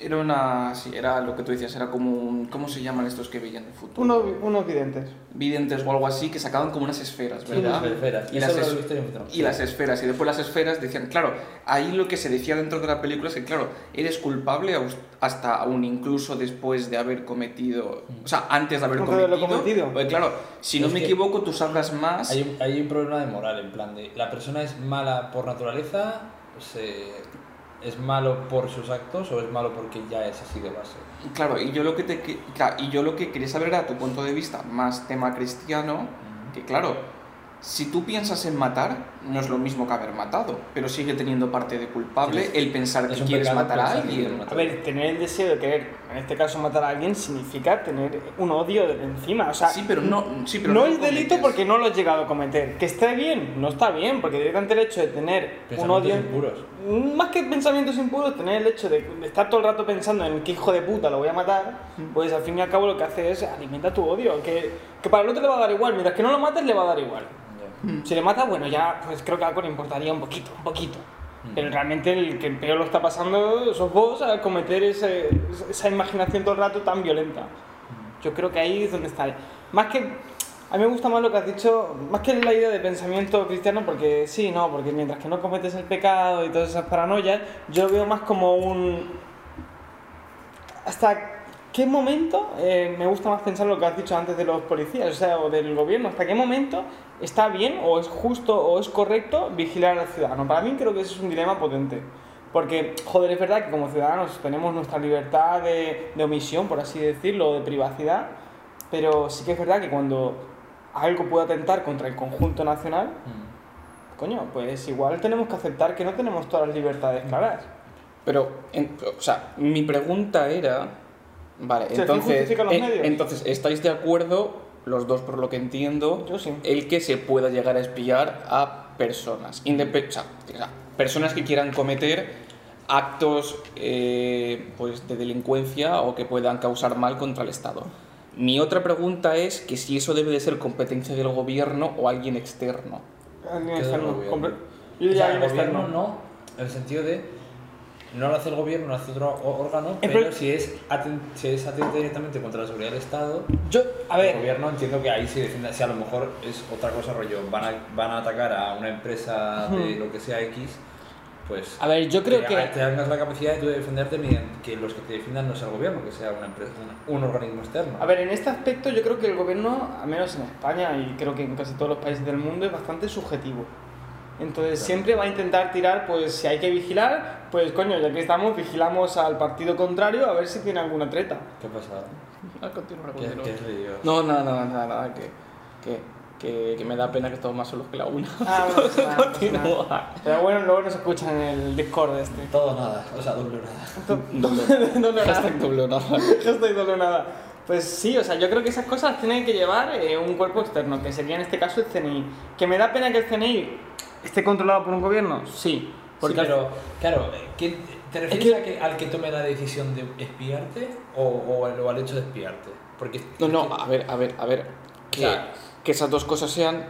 Era una... Sí, era lo que tú decías, era como un... ¿Cómo se llaman estos que veían el futuro? Unos, unos videntes. Videntes o algo así, que sacaban como unas esferas, Sí, ¿verdad? las esferas. Y Eso las, lo he es- visto en otro. y las esferas. Y después las esferas decían... Claro, ahí lo que se decía dentro de la película es que, claro, eres culpable aus- hasta aún incluso después de haber cometido... O sea, antes de haber Antes de cometido... haberlo cometido. Porque, claro, si no Es me que- equivoco, tú sabrás más... Hay un, hay un problema de moral, en plan de la persona es mala por naturaleza, se, es malo por sus actos o es malo porque ya es así de base. Claro, y yo lo que te que- claro, y yo lo que quería saber era tu punto de vista más tema cristiano, que claro, si tú piensas en matar, no es lo mismo que haber matado, pero sigue teniendo parte de culpable Tienes- el pensar es que un quieres pecado matar a pensar que quieres alguien. matar. A ver, tener el deseo de querer, en este caso matar a alguien, significa tener un odio encima. O sea, Sí, pero no, sí, pero no lo es delito cometes. porque no lo has llegado a cometer. Que esté bien, no está bien, porque directamente el hecho de tener un Pensamientos odio. impuros. Más que pensamientos impuros, tener el hecho de estar todo el rato pensando en qué hijo de puta lo voy a matar, pues al fin y al cabo lo que hace es alimenta tu odio. Que, que para el otro le va a dar igual, mientras que no lo mates le va a dar igual. Si le mata, bueno, ya pues creo que a Alcon importaría un poquito, un poquito. Pero realmente el que peor lo está pasando sos vos al cometer ese- esa imaginación todo el rato tan violenta. Yo creo que ahí es donde está. Más que. A mí me gusta más lo que has dicho, más que la idea de pensamiento cristiano, porque sí, no, porque mientras que no cometes el pecado y todas esas paranoias, yo lo veo más como un. ¿Hasta qué momento? eh, me gusta más pensar lo que has dicho antes de los policías, o sea, o del gobierno. ¿Hasta qué momento está bien o es justo o es correcto vigilar al ciudadano? Para mí creo que ese es un dilema potente. Porque, joder, es verdad que como ciudadanos tenemos nuestra libertad de, de omisión, por así decirlo, o de privacidad, pero sí que es verdad que cuando algo puede atentar contra el conjunto nacional, Hmm. coño, pues igual tenemos que aceptar que no tenemos todas las libertades claras. Pero, en- o sea, mi pregunta era. Vale, Sí, al fin entonces. eh, justifica los medios. entonces, ¿estáis de acuerdo, los dos por lo que entiendo, Yo sí. Eh, el que se pueda llegar a espiar a personas? indepe- o sea, o sea, personas que quieran cometer actos eh, pues, de delincuencia o que puedan causar mal contra el Estado. Mi otra pregunta es que si eso debe de ser competencia del gobierno o alguien externo. Alguien Queda externo, gobierno. compre- O Yo diría sea, alguien el externo. gobierno no, en el sentido de no lo hace el gobierno, lo hace otro o- órgano, El pero pro- si es, aten- si es atenta directamente contra la seguridad del Estado, Yo, a el ver, gobierno entiendo que ahí se defienda, si a lo mejor es otra cosa rollo, van a, van a atacar a una empresa de lo que sea X, pues... A ver, yo creo te- que- Te tengas la capacidad de tú defenderte mediante que los que te defiendan no sea el gobierno, que sea una empresa, un, un organismo externo. a ver, en este aspecto yo creo que el gobierno, al menos en España y creo que en casi todos los países del mundo, es bastante subjetivo. Entonces siempre va a intentar tirar, pues si hay que vigilar, pues coño, ya que estamos, vigilamos al partido contrario a ver si tiene alguna treta. ¿Qué ha pasado? ¿Qué, ¿Qué- qué has leído? pues, No, nada, nada, nada, nada, que, que, que, que me da pena que estamos más solos que la una. Ah, bueno, pues nada, pues nada. Continúa. Pero bueno, luego nos escuchan en el Discord este. Todo nada, o sea, doble nada. no, no, nada. Hashtag doble honor. Yo estoy doble nada. Pues sí, o sea, yo creo que esas cosas tienen que llevar eh, un cuerpo externo, que sería en este caso el CNI. ¿Que me da pena que el CNI esté controlado por un gobierno? Sí. Sí, Porque al- pero, claro, ¿qué- ¿te Es refieres que- a que, al que tome la decisión de espiarte o, o al, o al hecho de espiarte? Porque No, no, a ver, a ver, a ver. Que, Claro. que esas dos cosas sean,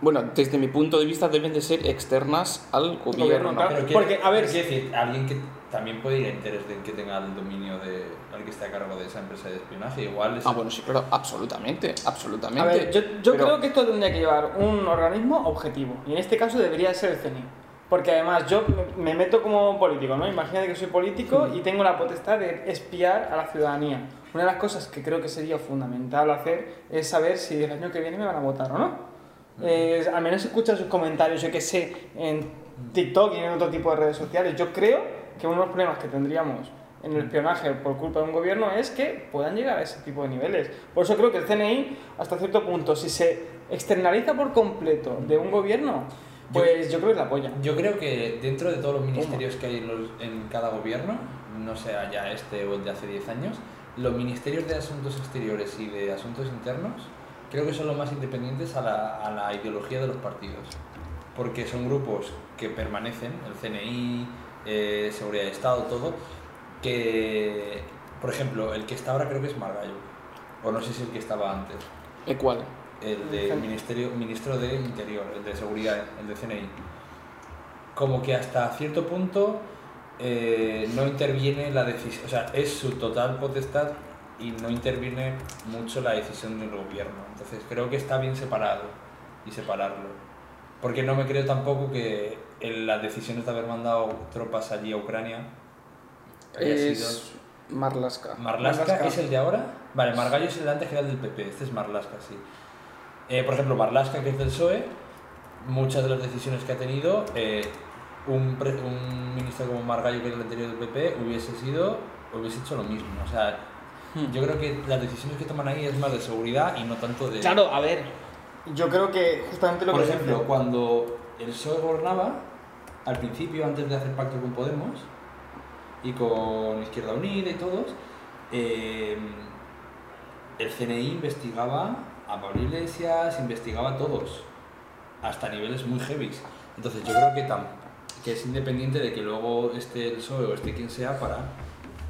bueno, desde mi punto de vista deben de ser externas al gobierno. Gobierno, claro. pero que- ah, porque, a ver, es decir, alguien que también puede ir a interés de que tenga el dominio de al que esté a cargo de esa empresa de espionaje, igual es Ah, bueno, sí, claro, absolutamente, absolutamente. a ver, yo, yo Pero- creo que esto tendría que llevar un organismo objetivo, y en este caso debería ser el CNI. Porque además yo me- me meto como político, ¿no? Imagínate que soy político y tengo la potestad de espiar a la ciudadanía. Una de las cosas que creo que sería fundamental hacer es saber si el año que viene me van a votar o no. Eh, al menos escucha sus comentarios, yo que sé, en TikTok y en otro tipo de redes sociales. Yo creo que uno de los problemas que tendríamos en el espionaje por culpa de un gobierno es que puedan llegar a ese tipo de niveles. Por eso creo que el CNI, hasta cierto punto, si se externaliza por completo de un gobierno, pues yo, creo que es la polla. Yo creo que dentro de todos los ministerios que hay en, los- en cada gobierno, no sea ya este o el de hace 10 años, los ministerios de Asuntos Exteriores y de Asuntos Internos creo que son los más independientes a la, a la ideología de los partidos. Porque son grupos que permanecen, el CNI, eh, Seguridad de Estado, todo, que, por ejemplo, el que está ahora creo que es Margallo, o no sé si el que estaba antes, ¿El ¿eh, cuál? el del ministerio, ministro de Interior, el de Seguridad, el de CNI. Como que hasta cierto punto eh, no interviene la decisión, o sea, es su total potestad y no interviene mucho la decisión del gobierno. Entonces creo que está bien separado y separarlo. Porque no me creo tampoco que el- las decisiones de haber mandado tropas allí a Ucrania haya sido... Es Marlaska. Marlaska, Marlaska. es el de ahora. Vale, Margallo es el delante general del PP. Este es Marlaska, sí. Eh, por ejemplo, Marlaska, que es del PSOE, E, muchas de las decisiones que ha tenido, eh, un, pre- un ministro como Margallo, que era el anterior del PP, hubiese sido, hubiese hecho lo mismo. O sea, Hmm. yo creo que las decisiones que toman ahí es más de seguridad y no tanto de. Claro, a ver, yo creo que justamente lo Por que ejemplo, cuando el PSOE gobernaba, al principio, antes de hacer pacto con Podemos y con Izquierda Unida y todos, eh, el CNI investigaba a Pablo Iglesias, investigaba a todos, hasta niveles muy heavy. Entonces yo creo que, tam- que es independiente de que luego esté el PSOE o esté quien sea para,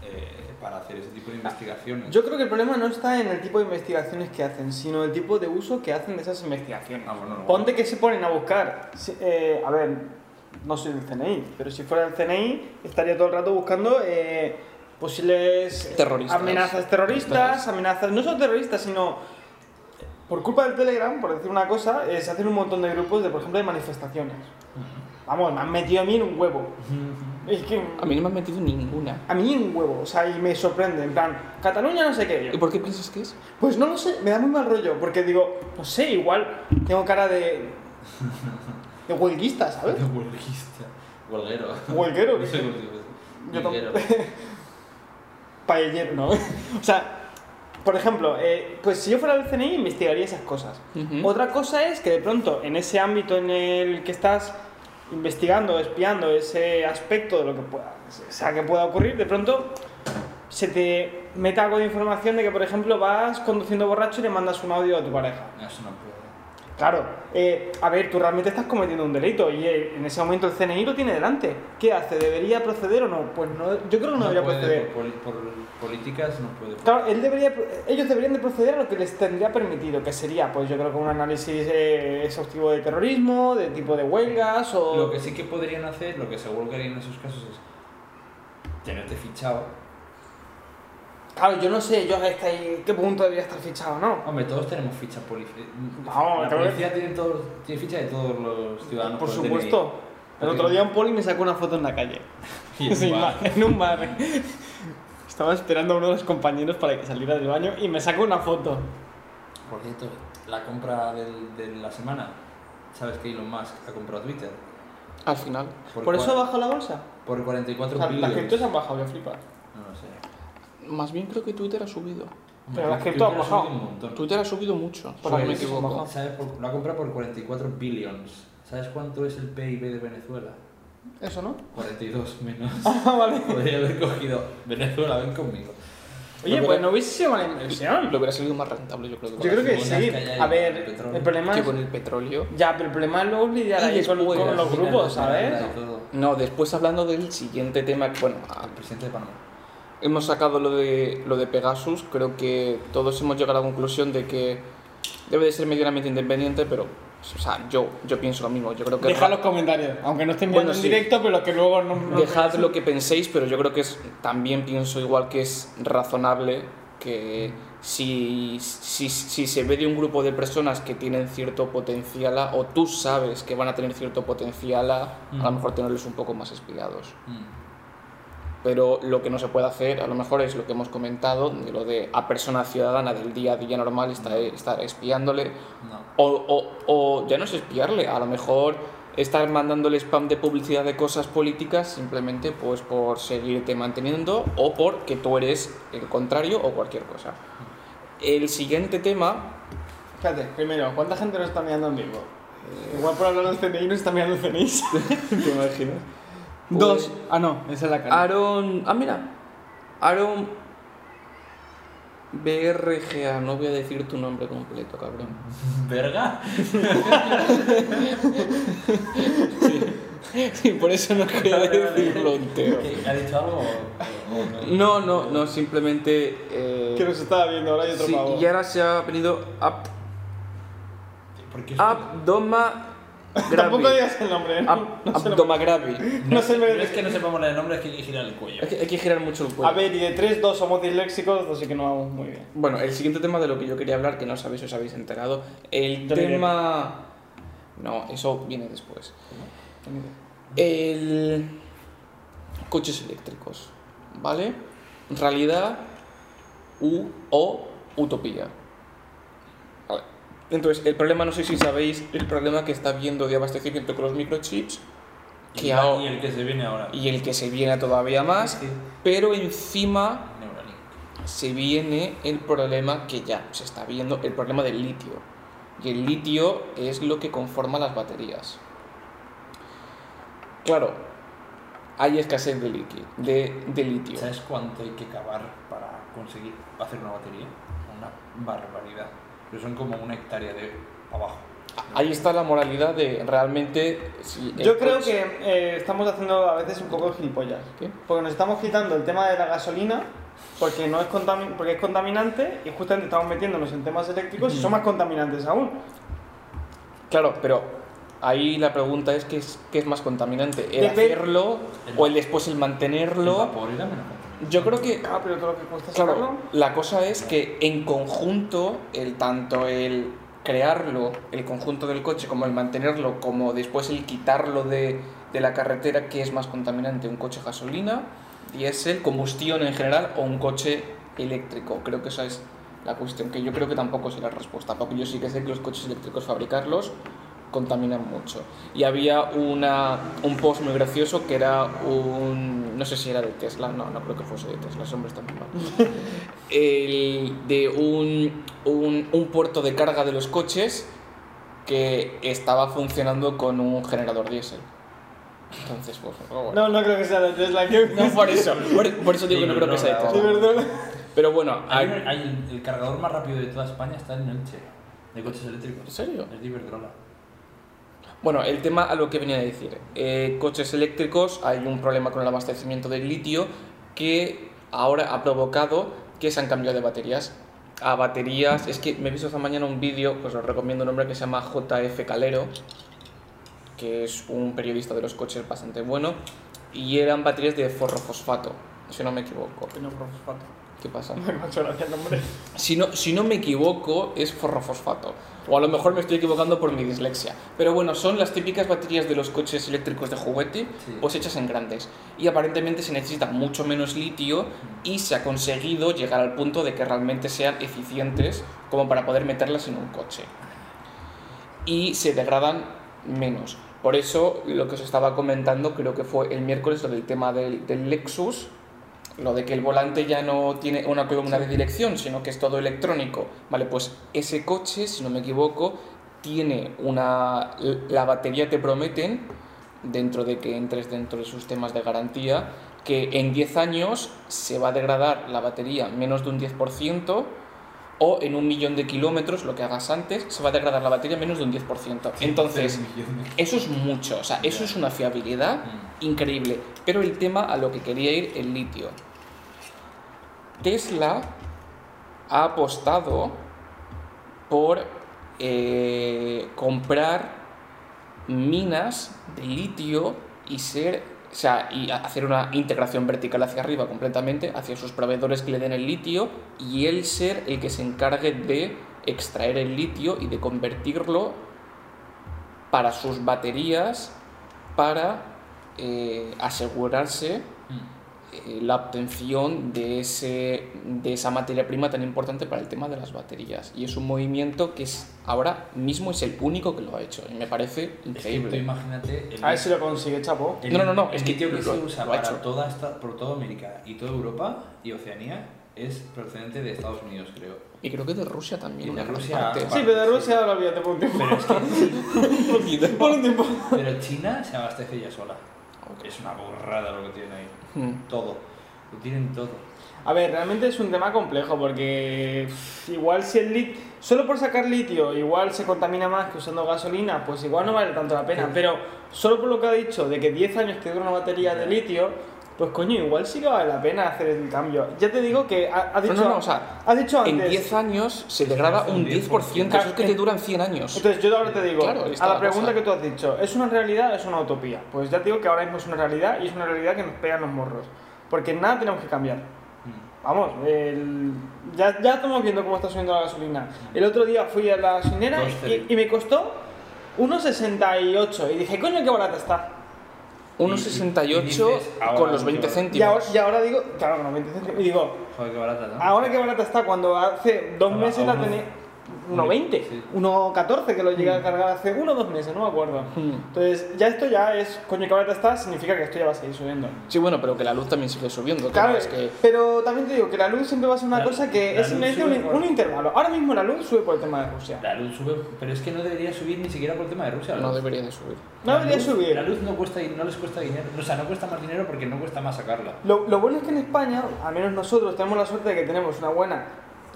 eh, para hacer ese tipo de investigaciones. Yo creo que el problema no está en el tipo de investigaciones que hacen, sino el tipo de uso que hacen de esas investigaciones. Ah, bueno, no. Ponte que se ponen a buscar. si- eh, a ver, no soy del CNI, pero si fuera del CNI estaría todo el rato buscando eh, posibles eh, Terroristas. amenazas terroristas, amenazas no solo terroristas, sino eh, por culpa del Telegram, por decir una cosa, eh, se hacen un montón de grupos de, por ejemplo, de manifestaciones. Vamos, me han metido a mí en un huevo. Es que A mí no me han metido ninguna. a mí en un huevo, o sea, y me sorprende, en plan, Cataluña no sé qué. yo. ¿Y por qué piensas que es? Pues no lo sé, me da muy mal rollo, porque digo, no sé, igual tengo cara de. de huelguista, ¿sabes? Huelguista. Huelguero. Huelguero. No sé cómo se dice. Yo tam- Huelguero. Paellero, ¿no? o sea, por ejemplo, eh, pues si yo fuera del CNI investigaría esas cosas. Ujú. Otra cosa es que de pronto en ese ámbito en el que estás investigando, espiando ese aspecto de lo que pueda, sea que pueda ocurrir, de pronto se te meta algo de información de que, por ejemplo, vas conduciendo borracho y le mandas un audio a tu pareja. Es una prueba. Claro, eh, a ver, tú realmente estás cometiendo un delito y eh, en ese momento el CNI lo tiene delante. ¿Qué hace? ¿Debería proceder o no? Pues no, yo creo que no, No debería puede, proceder. por, poli- por políticas no puede. Claro, él debería, ellos deberían de proceder a lo que les tendría permitido, que sería, pues yo creo que un análisis eh, exhaustivo de terrorismo, de tipo de huelgas o... Lo que sí que podrían hacer, lo que seguro que harían en esos casos es tenerte fichado. Claro, yo no sé yo hasta ahí qué punto debería estar fichado, ¿no. Hombre, todos tenemos ficha policía. Vamos, la Ah, te voy a- policía tiene, todos, tiene ficha de todos los ciudadanos. Por el DNI. supuesto. El otro día un poli me sacó una foto en la calle. Y es Sí, igual. ma- en un bar. Estaba esperando a uno de los compañeros para que saliera del baño y me sacó una foto. Por cierto, la compra del- de la semana. Sabes que Elon Musk ha comprado Twitter. Al final. Por, ¿Por cua- eso bajó la bolsa? Por 44 O sea, las billones. criptos han bajado, yo flipa. No lo sé. Más bien creo que Twitter ha subido. Pero Hombre, las criptos han Twitter ha subido bajado. un montón. Twitter ha subido mucho, Por si no la me crisis, equivoco. baja. ¿Sabes por- Lo ha comprado por 44 billions. ¿Sabes cuánto es el PIB de Venezuela? ¿Eso no? 42 menos. Ah, vale. Podría haber cogido Venezuela, ven conmigo. Oye, Lo pues hubiera- no hubiese sido mala inversión. Lo hubiera salido más rentable, yo creo que. Yo creo que las sí. monedas que hay A ahí, ver, el petróleo. el problema que es... con el petróleo. Ya, pero el problema es luego lidiar Y ahí con, después, con al los Las grupos, minas de ¿sabes? Venezuela y todo. No, después hablando del siguiente tema, bueno, Al presidente de Panamá. hemos sacado lo de, lo de Pegasus, creo que todos hemos llegado a la conclusión de que debe de ser medianamente independiente, pero, o sea, yo, yo pienso lo mismo, yo creo que... Deja los comentarios, aunque no estén Bueno, viendo en sí. directo, pero los que luego no... no- Dejad lo que penséis, pero yo creo que es, también pienso igual que es razonable que si, si, si se ve de un grupo de personas que tienen cierto potencial a- o tú sabes que van a tener cierto potencial a, a lo Mm. mejor tenerlos un poco más espiados. Mm. Pero lo que no se puede hacer, a lo mejor, es lo que hemos comentado, de lo de a persona ciudadana del día a día normal estar, estar espiándole. No. O, o- o ya no es espiarle, a lo mejor estar mandándole spam de publicidad de cosas políticas simplemente pues por seguirte manteniendo o porque tú eres el contrario o cualquier cosa. El siguiente tema, Espérate, primero, ¿cuánta gente nos está mirando en vivo? Igual por hablar del CNI nos está mirando el CNI. ¿te imaginas? Dos. Ah, no, esa es la cara. Aaron. Ah, mira. Aaron. BRGA. No voy a decir tu nombre completo, cabrón. ¿Verga? Sí, por eso no quería decirlo entero. ¿Qué? ¿Ha dicho algo? o- o no? No, no, no, simplemente. eh, Que nos estaba viendo, ahora hay otro sí, pavo. y ahora se ha venido ab- ¿Por qué es- Ah, Abdoma. Tampoco Gravi. digas el nombre, ¿eh? Ab- Abdoma Gravi. No se es me... que no sepamos leer nombres, es que hay que girar el cuello. Hay que, hay que girar mucho el A cuerpo. ver, y de tres, dos somos disléxicos, así que no vamos muy bien. Bueno, el siguiente tema de lo que yo quería hablar, que no sabéis si os habéis enterado. El Johnny Depp. tema. No, eso viene después. El. Coches eléctricos. ¿Vale? Realidad. U o utopía. Vale. Entonces, el problema, no sé si sabéis, el problema que está habiendo de abastecimiento con los microchips. Y, Que ahora- y el que se viene ahora. y el que se viene todavía más. Pero encima Neuralink. se viene el problema que ya se está viendo, el problema del litio. Y el litio es lo que conforma las baterías. Claro, hay escasez de, liqui- de, de litio. ¿Sabes cuánto hay que cavar para conseguir hacer una batería? Una barbaridad. Pero son como una hectárea de abajo. Ahí está la moralidad de realmente... si el Yo creo coche- que eh, estamos haciendo a veces un poco de gilipollas. ¿Qué? Porque nos estamos quitando el tema de la gasolina porque, no es contami- porque es contaminante y justamente estamos metiéndonos en temas eléctricos y son más contaminantes aún. Claro, pero ahí la pregunta es qué es, qué es más contaminante, el Depe- hacerlo o el después el El mantenerlo. vapor era menos contaminante. Yo creo que Ah, pero todo lo que cuesta Claro, sacarlo. la cosa es que en conjunto, el tanto el crearlo, el conjunto del coche, como el mantenerlo, como después el quitarlo de, de la carretera, que es más contaminante, un coche gasolina, diésel, combustión en general o un coche eléctrico. Creo que esa es la cuestión, que yo creo que tampoco es la respuesta, porque yo sí que sé que los coches eléctricos fabricarlos contaminan mucho. Y había una, un post muy gracioso que era un... no sé si era de Tesla, no, no creo que fuese de Tesla, ese hombre está muy mal el, de un, un, un puerto de carga de los coches que estaba funcionando con un generador diésel. Entonces, pues, oh, No, bueno. no creo que sea de Tesla. creo que No, por eso, por, por eso digo que no creo que sea de Tesla. Pero bueno, Hay, hay- hay el, el cargador más rápido de toda España está en Elche, de coches eléctricos. ¿En serio? Es de Iberdrola. Bueno, el tema a lo que venía a decir. Eh, coches eléctricos, hay un problema con el abastecimiento del litio que ahora ha provocado que se han cambiado de baterías a baterías. Es que me he visto esta mañana un vídeo, pues os recomiendo un hombre que se llama JF Calero, que es un periodista de los coches bastante bueno, y eran baterías de forrofosfato, si no me equivoco. ¿Qué pasa? Muchas gracias, hombre. Si no, si no me equivoco, es forrofosfato. O a lo mejor me estoy equivocando por mi dislexia. Pero bueno, son las típicas baterías de los coches eléctricos de juguete, Sí. pues hechas en grandes. Y aparentemente se necesita mucho menos litio y se ha conseguido llegar al punto de que realmente sean eficientes como para poder meterlas en un coche. Y se degradan menos. Por eso, lo que os estaba comentando, creo que fue el miércoles, lo del tema del, del Lexus, lo de que el volante ya no tiene una columna de dirección, sino que es todo electrónico. Vale, pues ese coche, si no me equivoco, tiene una... La batería te prometen, dentro de que entres dentro de sus temas de garantía, que en 10 años se va a degradar la batería menos de un 10%, o en un millón de kilómetros, lo que hagas antes, se va a degradar la batería menos de un 10%. Entonces, eso es mucho, o sea, eso es una fiabilidad Mm, increíble. Pero el tema a lo que quería ir, el litio. Tesla ha apostado por eh, comprar minas de litio y ser o sea, y a- hacer una integración vertical hacia arriba completamente, hacia sus proveedores que le den el litio y él ser el que se encargue de extraer el litio y de convertirlo para mm. sus baterías para eh, asegurarse eh, la obtención de, ese, de esa materia prima tan importante para el tema de las baterías. Y es un movimiento que es, ahora mismo es el único que lo ha hecho. Y me parece Es que tú increíble. Ah, imagínate el, A ver si lo consigue, chapo. el- No, no, no, el es que litio que lo- se usa lo ha para hecho. toda esta, por toda América y toda Europa y Oceanía es procedente de Estados Unidos, creo. Y creo que de Rusia también. Y de una gran Rusia, parte. Sí, pero de Rusia ahora olvídate por un tiempo. Pero es que Un poquito. Por un tiempo. pero China se abastece ya sola. Ok. Es una borrada lo que tienen ahí. Hmm. Todo. Lo tienen todo. A ver, realmente es un tema complejo porque pff, igual si el litio, solo por sacar litio, igual se contamina más que usando gasolina, pues igual no vale tanto la pena. Pero solo por lo que ha dicho, de que 10 años te dura una batería de litio, pues coño, igual sí que vale la pena hacer el cambio. Ya te digo que ha, ha dicho, no, no, o sea, ha dicho En antes. 10 años se degrada hace un un 10%. 10%. Eso es que te duran 100 años. Entonces yo ahora te digo, Claro, ahí está a la la pregunta cosa. que tú has dicho, ¿es una realidad o es una utopía? Pues ya te digo que ahora mismo es una realidad y es una realidad que nos pega en los morros. Porque nada tenemos que cambiar. Mm. Vamos, el- ya, ya estamos viendo cómo está subiendo la gasolina. El otro día fui a la gasolinera Dos y, cero. y me costó 1,68 y dije, coño, qué barata está. Y 1,68 dices, ahora con los mucho. 20 Y ahora, céntimos. y ahora digo, claro, con los 20 céntimos, y digo, Joder, qué barata, ¿no? ahora Ah, qué barata está cuando hace dos Ahora, meses la ahora- tenía 1,20, Sí. Mm. 1,14 que lo llegué a cargar hace uno o dos meses, no me acuerdo. Entonces, ya esto ya es, coño, qué barata está, significa que esto ya va a seguir subiendo. Sí, bueno, pero que la luz también sigue subiendo. Claro, Claro, es que. pero también te digo que la luz siempre va a ser una La- cosa la que es luz simplemente sube un, por- un intervalo. Ahora mismo la luz sube por el tema de Rusia. La luz sube, pero es que no debería subir ni siquiera por el tema de Rusia. la No luz. debería de subir. No La debería luz- subir. La luz no, cuesta, no les cuesta dinero. O sea, no cuesta más dinero porque no cuesta más sacarla. Lo, lo bueno es que en España, al menos nosotros, tenemos la suerte de que tenemos una buena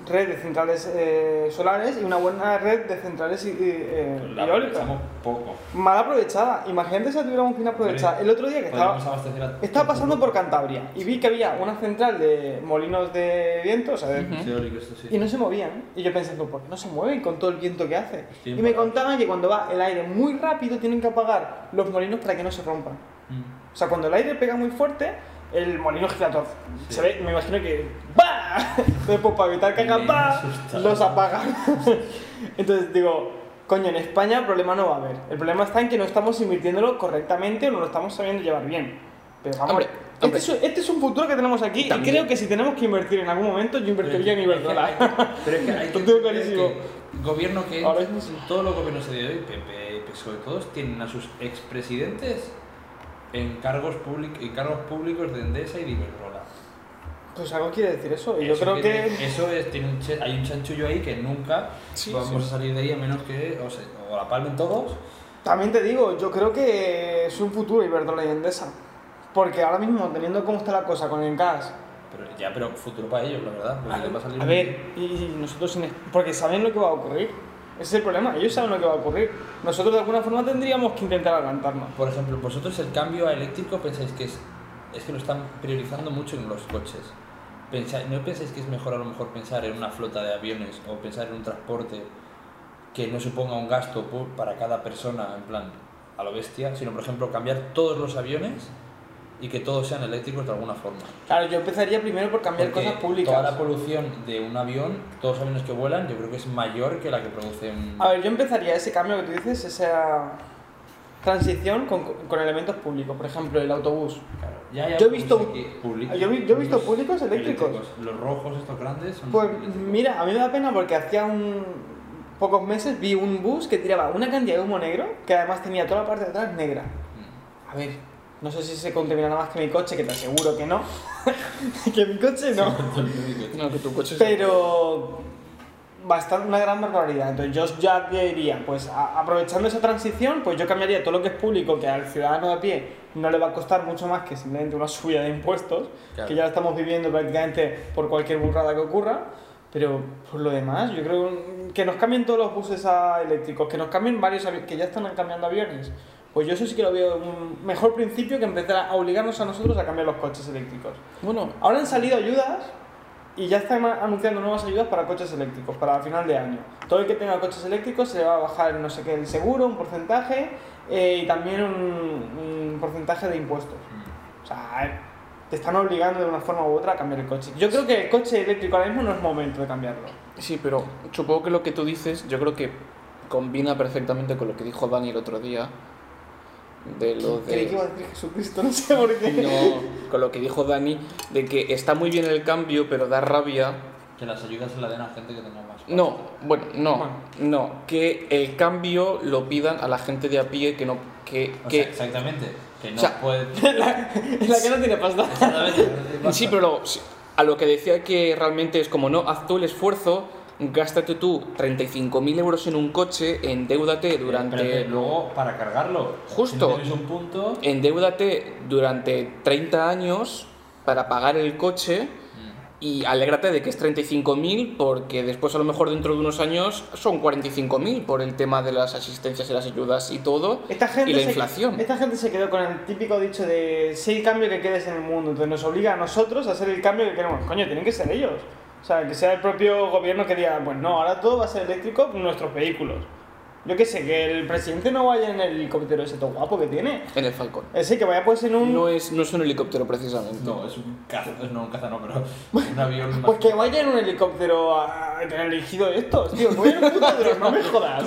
red de centrales eh, solares y una buena red de centrales i- i- eh, La eólicas. aprovechamos poco. Mal aprovechada. Imagínate si la tuviéramos bien aprovechada. El otro día que estaba... Podríamos abastecer a- Estaba pasando por Cantabria y vi que había una central de molinos de viento, o sea, de- Ujú. Sí, eólico, esto sí. y no se movían. Y yo pensando, ¿por qué no se mueven con todo el viento que hace? Estoy Y me embarado. contaban que cuando va el aire muy rápido tienen que apagar los molinos para que no se rompan. Mm. O sea, cuando el aire pega muy fuerte, el molino gira todo. Sí. Se ve, me imagino que ¡Bah! Entonces, pues, para evitar que haga Me ¡Bah! asusta. los apagan. Entonces digo, coño, en España el problema no va a haber. El problema está en que no estamos invirtiéndolo correctamente o no lo estamos sabiendo llevar bien. Pero vamos, Hombre, este, hombre. Es, un- este es un futuro que tenemos aquí y, También. creo que si tenemos que invertir en algún momento, yo invertiría en Iberdrola. Pero es que hay Lo tengo entender clarísimo. que Gobierno que. Ahora mismo sí. Todos los gobiernos de hoy, PP y PSOE, todos tienen a sus expresidentes en cargos, públic- en cargos públicos de Endesa y de Iberdrola. Pues algo quiere decir eso. Y yo Eso creo que... tiene- Eso es, tiene un che- hay un chanchullo ahí que nunca Sí, vamos a salir de ahí a menos que o, se- o la palmen todos. También te digo, yo creo que es un futuro Iberdrola y Endesa. Porque ahora mismo, teniendo cómo está la cosa con el gas, Pero, ya, pero futuro para ellos, la verdad. Porque les va a salir a un- ver, y, y nosotros sin- porque saben lo que va a ocurrir. Ese es el problema, ellos saben lo que va a ocurrir. Nosotros de alguna forma tendríamos que intentar adelantarnos. Por ejemplo, vosotros el cambio a eléctrico pensáis que es, es que lo están priorizando mucho en los coches. Pensa- ¿No pensáis que es mejor a lo mejor pensar en una flota de aviones o pensar en un transporte que no suponga un gasto por- para cada persona, en plan, a lo bestia? Sino, por ejemplo, cambiar todos los aviones y que todos sean eléctricos de alguna forma. Claro, yo empezaría primero por cambiar Porque cosas públicas. Toda la polución de un avión, todos los aviones que vuelan, yo creo que es mayor que la que produce un... A ver, yo empezaría ese cambio que tú dices, esa transición con, con elementos públicos. Por ejemplo, el autobús. Claro, ya pues, hay Yo he visto- autobuses que public- yo vi- yo he visto autobuses públicos eléctricos. Los rojos estos grandes son Pues eléctricos. mira, a mí me da pena porque hacía un pocos meses vi un bus que tiraba una cantidad de humo negro que además tenía toda la parte de atrás negra. Mm. A ver, no sé si se contaminará más que mi coche, que te aseguro que no. que mi coche no. No, que tu coche es- Pero bastante una gran barbaridad. Entonces yo ya diría, pues a- aprovechando esa transición, pues yo cambiaría todo lo que es público, que al ciudadano de a pie no le va a costar mucho más que simplemente una subida de impuestos, Claro. que ya la estamos viviendo prácticamente por cualquier burrada que ocurra. Pero por lo demás, yo creo que nos cambien todos los buses a eléctricos, que nos cambien varios avi- que ya están cambiando aviones. Pues yo eso sí que lo veo un mejor principio que empezar a obligarnos a nosotros a cambiar los coches eléctricos. Bueno, Ahora han salido ayudas y ya están ma- anunciando nuevas ayudas para coches eléctricos para final de año. Todo el que tenga coches eléctricos se le va a bajar no sé qué el seguro, un porcentaje eh, y también un, un porcentaje de impuestos. O sea, eh, te están obligando de una forma u otra a cambiar el coche. Yo creo que el coche eléctrico ahora mismo no es momento de cambiarlo. Sí, pero supongo que lo que tú dices, yo creo que combina perfectamente con lo que dijo Dani el otro día, de lo de... Creí que iba a decir Jesucristo, no sé por qué. No, con lo que dijo Dani, de que está muy bien el cambio, pero da rabia. Que las ayudas se las den a gente que tenga más. No, bueno, no, no, que el cambio lo pidan a la gente de a pie que no, que, O que- sea, exactamente. Que no O sea, puede. La que no tiene pasta. Exactamente. Sí, pero luego, sí, a lo que decía que realmente es como, no, haz tú el esfuerzo, gástate tú 35.000 euros en un coche, Eh, endeúdate durante... Pero que luego para cargarlo. Justo. Si tienes un punto. endeúdate durante 30 años para pagar el coche y alégrate de que es 35.000 porque después a lo mejor dentro de unos años son 45.000 por el tema de las asistencias y las ayudas y todo Esta gente y la se- inflación. esta gente se quedó con el típico dicho de si hay cambio que quedes en el mundo, entonces nos obliga a nosotros a hacer el cambio que queremos. Coño, tienen que ser ellos. O sea, que sea el propio gobierno que diga, pues no, ahora todo va a ser eléctrico nuestros vehículos. Yo qué sé, que el presidente no vaya en el helicóptero ese todo guapo que tiene. En el Falcon. Ese que vaya pues en un... No es, no es un helicóptero precisamente. No, es un caza. No, un caza no, pero. Un avión. Pues que vaya en un helicóptero a... que han elegido estos, tío. Que vaya en un puto dron, no me jodas.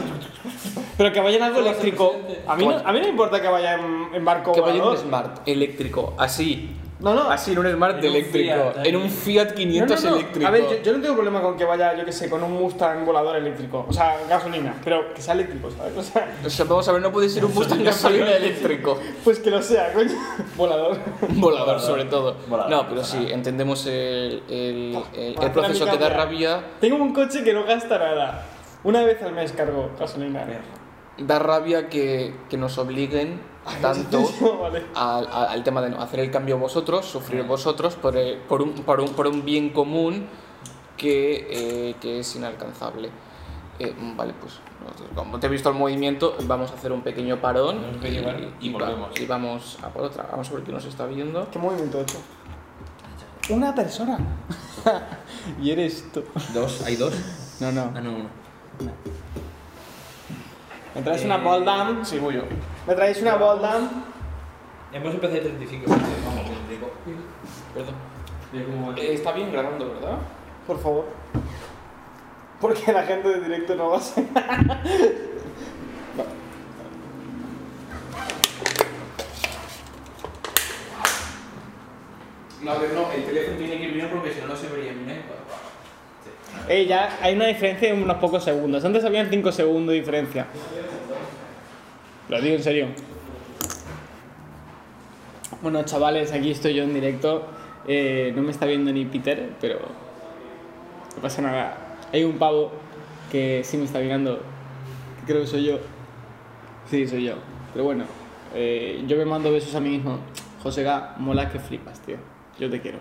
Pero que vaya en algo Como el eléctrico. presidente. A mí, no, a mí no importa que vaya en, en barco que vaya en un volador. Smart eléctrico, así. No, no, Así en un Smart En un eléctrico. Fiat, en un Fiat 500 No, no, no. eléctrico. A ver, yo, yo no tengo problema con que vaya, yo que sé, con un Mustang volador eléctrico. O sea, gasolina, pero que sea eléctrico, ¿sabes? O sea, O sea, vamos a ver, no puede ser un Mustang gasolina eléctrico. pues que lo sea, coño. Volador. Volador, sobre todo. Volador, no, pero para sí, entendemos el, el- el- el Para proceso que da cambiar. rabia. Tengo un coche que no gasta nada. Una vez al mes cargo gasolina. Da rabia que, que nos obliguen tanto Vale. al, al- al tema de no hacer el cambio vosotros, sufrir vosotros por, eh, por, un, por, un, por un bien común que, eh, que es inalcanzable. Eh, vale, pues no, como te he visto el movimiento, vamos a hacer un pequeño parón Un pequeño parón y va- volvemos. y vamos a por otra. Vamos a ver qué nos está viendo. ¿Qué movimiento he hecho? Una persona. y eres tú. Dos, hay dos. No, no. Ah, no, uno. ¿Me traes Eh, una ball down? Sí, voy yo. ¿Me traes una ball down? Hemos empezado el 35. Vamos, digo. Perdón. Mira cómo va. Eh, está bien grabando, ¿verdad? Por favor. Porque la gente de directo no va a ser. No, pero no, el teléfono tiene que ir bien porque si no, no se vería en mi Ey, ya hay una diferencia en unos pocos segundos. Antes habían 5 segundos de diferencia. Lo digo en serio. Bueno, chavales, aquí estoy yo en directo. Eh, no me está viendo ni Peter, pero no pasa nada. Hay un pavo que sí me está mirando. que Creo que soy yo. Sí, soy yo. Pero bueno, eh, yo me mando besos a mí mismo. José Ga, mola que flipas, tío. Yo te quiero.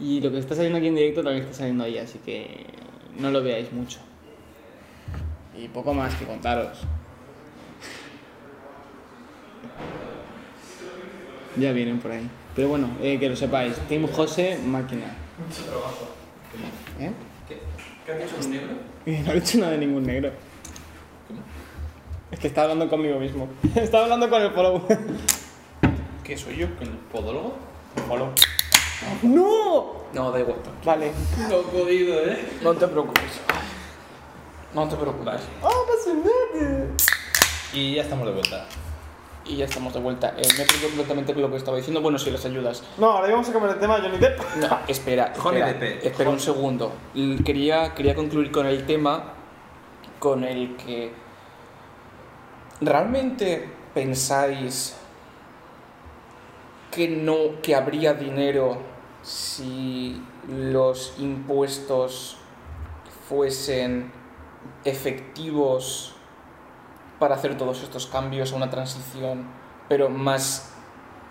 Y lo que está saliendo aquí en directo también está saliendo ahí, así que no lo veáis mucho. Y poco más que contaros. Ya vienen por ahí. Pero bueno, eh, que lo sepáis. Team José, máquina. ¿Eh? ¿Qué has hecho un negro? Eh, No he dicho nada de ningún negro. Es que está hablando conmigo mismo. Está hablando con el follow. ¿Qué soy yo? ¿El podólogo? ¡No! No, da igual. Vale. No he podido, eh. No te preocupes. No te preocupes. ¡Oh, pasa nada! Y ya estamos de vuelta. Y ya estamos de vuelta. Eh, me he perdido completamente con lo que estaba diciendo. Bueno, sí, las ayudas. No, ahora íbamos a cambiar el tema de Johnny Depp. No, espera, Johnny espera, Depp. espera un segundo. L- Quería, quería concluir con el tema con el que realmente pensáis que no que habría dinero si los impuestos fuesen efectivos para hacer todos estos cambios a una transición, pero más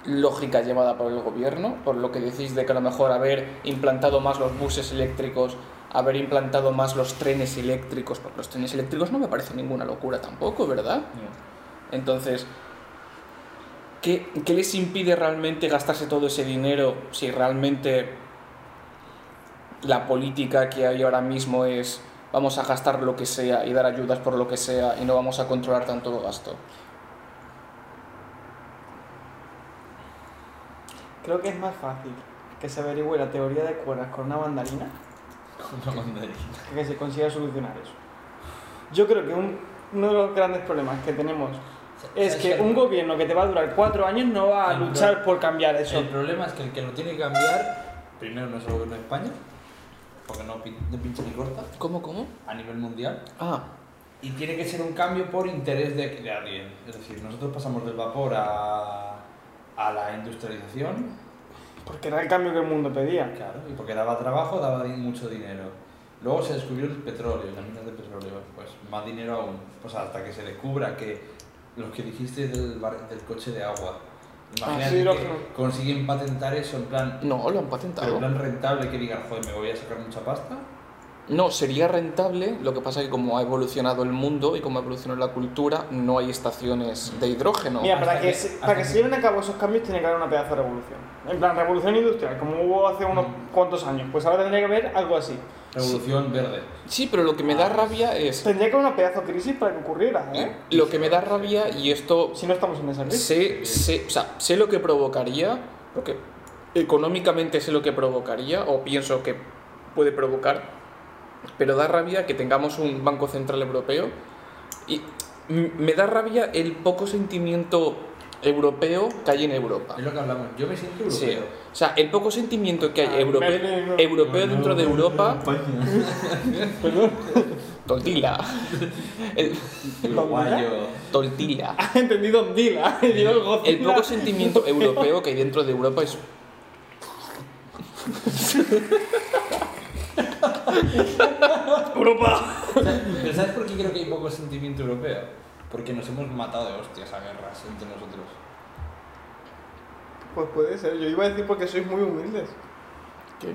lógica llevada por el gobierno, por lo que decís de que a lo mejor haber implantado más los buses eléctricos, haber implantado más los trenes eléctricos, porque los trenes eléctricos no me parece ninguna locura tampoco, ¿verdad? Entonces, ¿qué, qué les impide realmente gastarse todo ese dinero si realmente la política que hay ahora mismo es vamos a gastar lo que sea y dar ayudas por lo que sea y no vamos a controlar tanto gasto? Creo que es más fácil que se averigüe la teoría de cuerdas con una mandarina Una mandarina. que que se consiga solucionar eso. Yo creo que un- uno de los grandes problemas que tenemos es que un gobierno que te va a durar cuatro años no va a El pro- luchar por cambiar eso. El problema es que el que lo tiene que cambiar, primero no es el gobierno de España, porque no, pin- no pincha ni corta, ¿Cómo, cómo? a nivel mundial, Ah, y tiene que ser un cambio por interés de, de alguien. Es decir, nosotros pasamos del vapor a, a la industrialización, Porque era el cambio que el mundo pedía. Claro, y porque daba trabajo, daba di- mucho dinero. Luego se descubrió el petróleo, las minas de petróleo, pues más dinero aún. Pues hasta que se descubra que los que dijiste del, bar- del coche de agua, imagínate sí, lo que creo. consiguen patentar eso en plan, no, lo han pero en patentado. plan rentable que digan, joder, me voy a sacar mucha pasta. No, sería rentable, lo que pasa es que como ha evolucionado el mundo y como ha evolucionado la cultura, no hay estaciones de hidrógeno. Mira, para hasta que, que- se- hasta para que que- se lleven a cabo esos cambios tiene que haber una pedazo de revolución. En plan, revolución industrial, como hubo hace unos cuantos años. Pues ahora tendría que haber algo así. Revolución verde. Sí, pero lo que me da rabia es... Tendría que haber una pedazo de crisis para que ocurriera, ¿eh? Lo que me da rabia, y esto Si no estamos en esa crisis. sé, sé, o sea, sé lo que provocaría, lo que económicamente sé lo que provocaría, o pienso que puede provocar, pero da rabia que tengamos un Banco Central Europeo y m- me da rabia el poco sentimiento europeo que hay en Europa. Es lo que hablamos. Yo me siento Sí, europeo. O sea, el poco sentimiento que Ah, hay europeo, Berlín, europeo dentro de Europa, tortilla, el, Uruguayo. tortilla. Has entendido ¿eh? Dila. Digo, el Godzilla. El poco sentimiento europeo que hay dentro de Europa es. Pero ¿sabes por qué creo que hay poco sentimiento europeo? Porque nos hemos matado de hostias a guerras entre nosotros. Pues puede ser. Yo iba a decir porque sois muy humildes.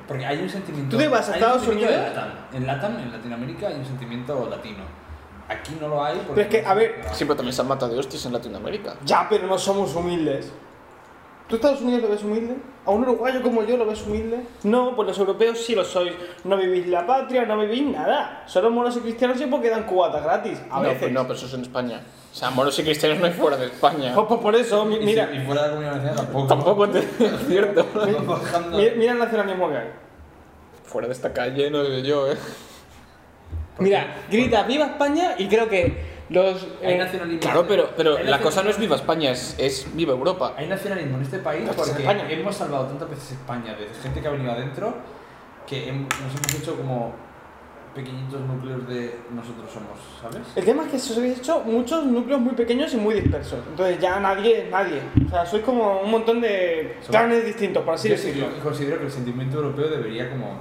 Porque hay un sentimiento. ¿Tú te vas a hay un Estados sentimiento Unidos? En Latam. En Latam, en Latinoamérica, hay un sentimiento latino. Aquí no lo hay. Pero es que, a ver, Siempre también se han matado de hostias en Latinoamérica. Ya, pero no somos humildes. ¿Tú Estados Unidos lo ves humilde? ¿A un uruguayo como yo lo ves humilde? No, pues los europeos sí lo sois. No vivís la patria, no vivís nada. Solo moros y cristianos siempre quedan cubatas gratis. A no, veces. pues no, pero eso es en España. O sea, moros y cristianos no hay fuera de España. Pues- pues por eso, mi- Y, mira, si- y fuera de la Unión Europea tampoco. Tampoco te- es cierto. Vamos bajando. mi- mira el nacionalismo que hay. Fuera de esta calle, no sé yo, eh. Mira, grita ¡Viva España! y creo que los... Hay eh, nacionalismo. Claro, pero, pero Hay la cosa no es nacionalismo- viva España, es, es viva Europa. Hay nacionalismo en este país Gracias a porque España. hemos salvado tantas veces España, de gente que ha venido adentro, que hem- nos hemos hecho como pequeñitos núcleos de nosotros somos, ¿sabes? El tema es que se os habéis hecho muchos núcleos muy pequeños y muy dispersos. Entonces ya nadie es nadie. O sea, sois como un montón de Somos- clanes distintos, por así Yo decirlo. considero que el sentimiento europeo debería como...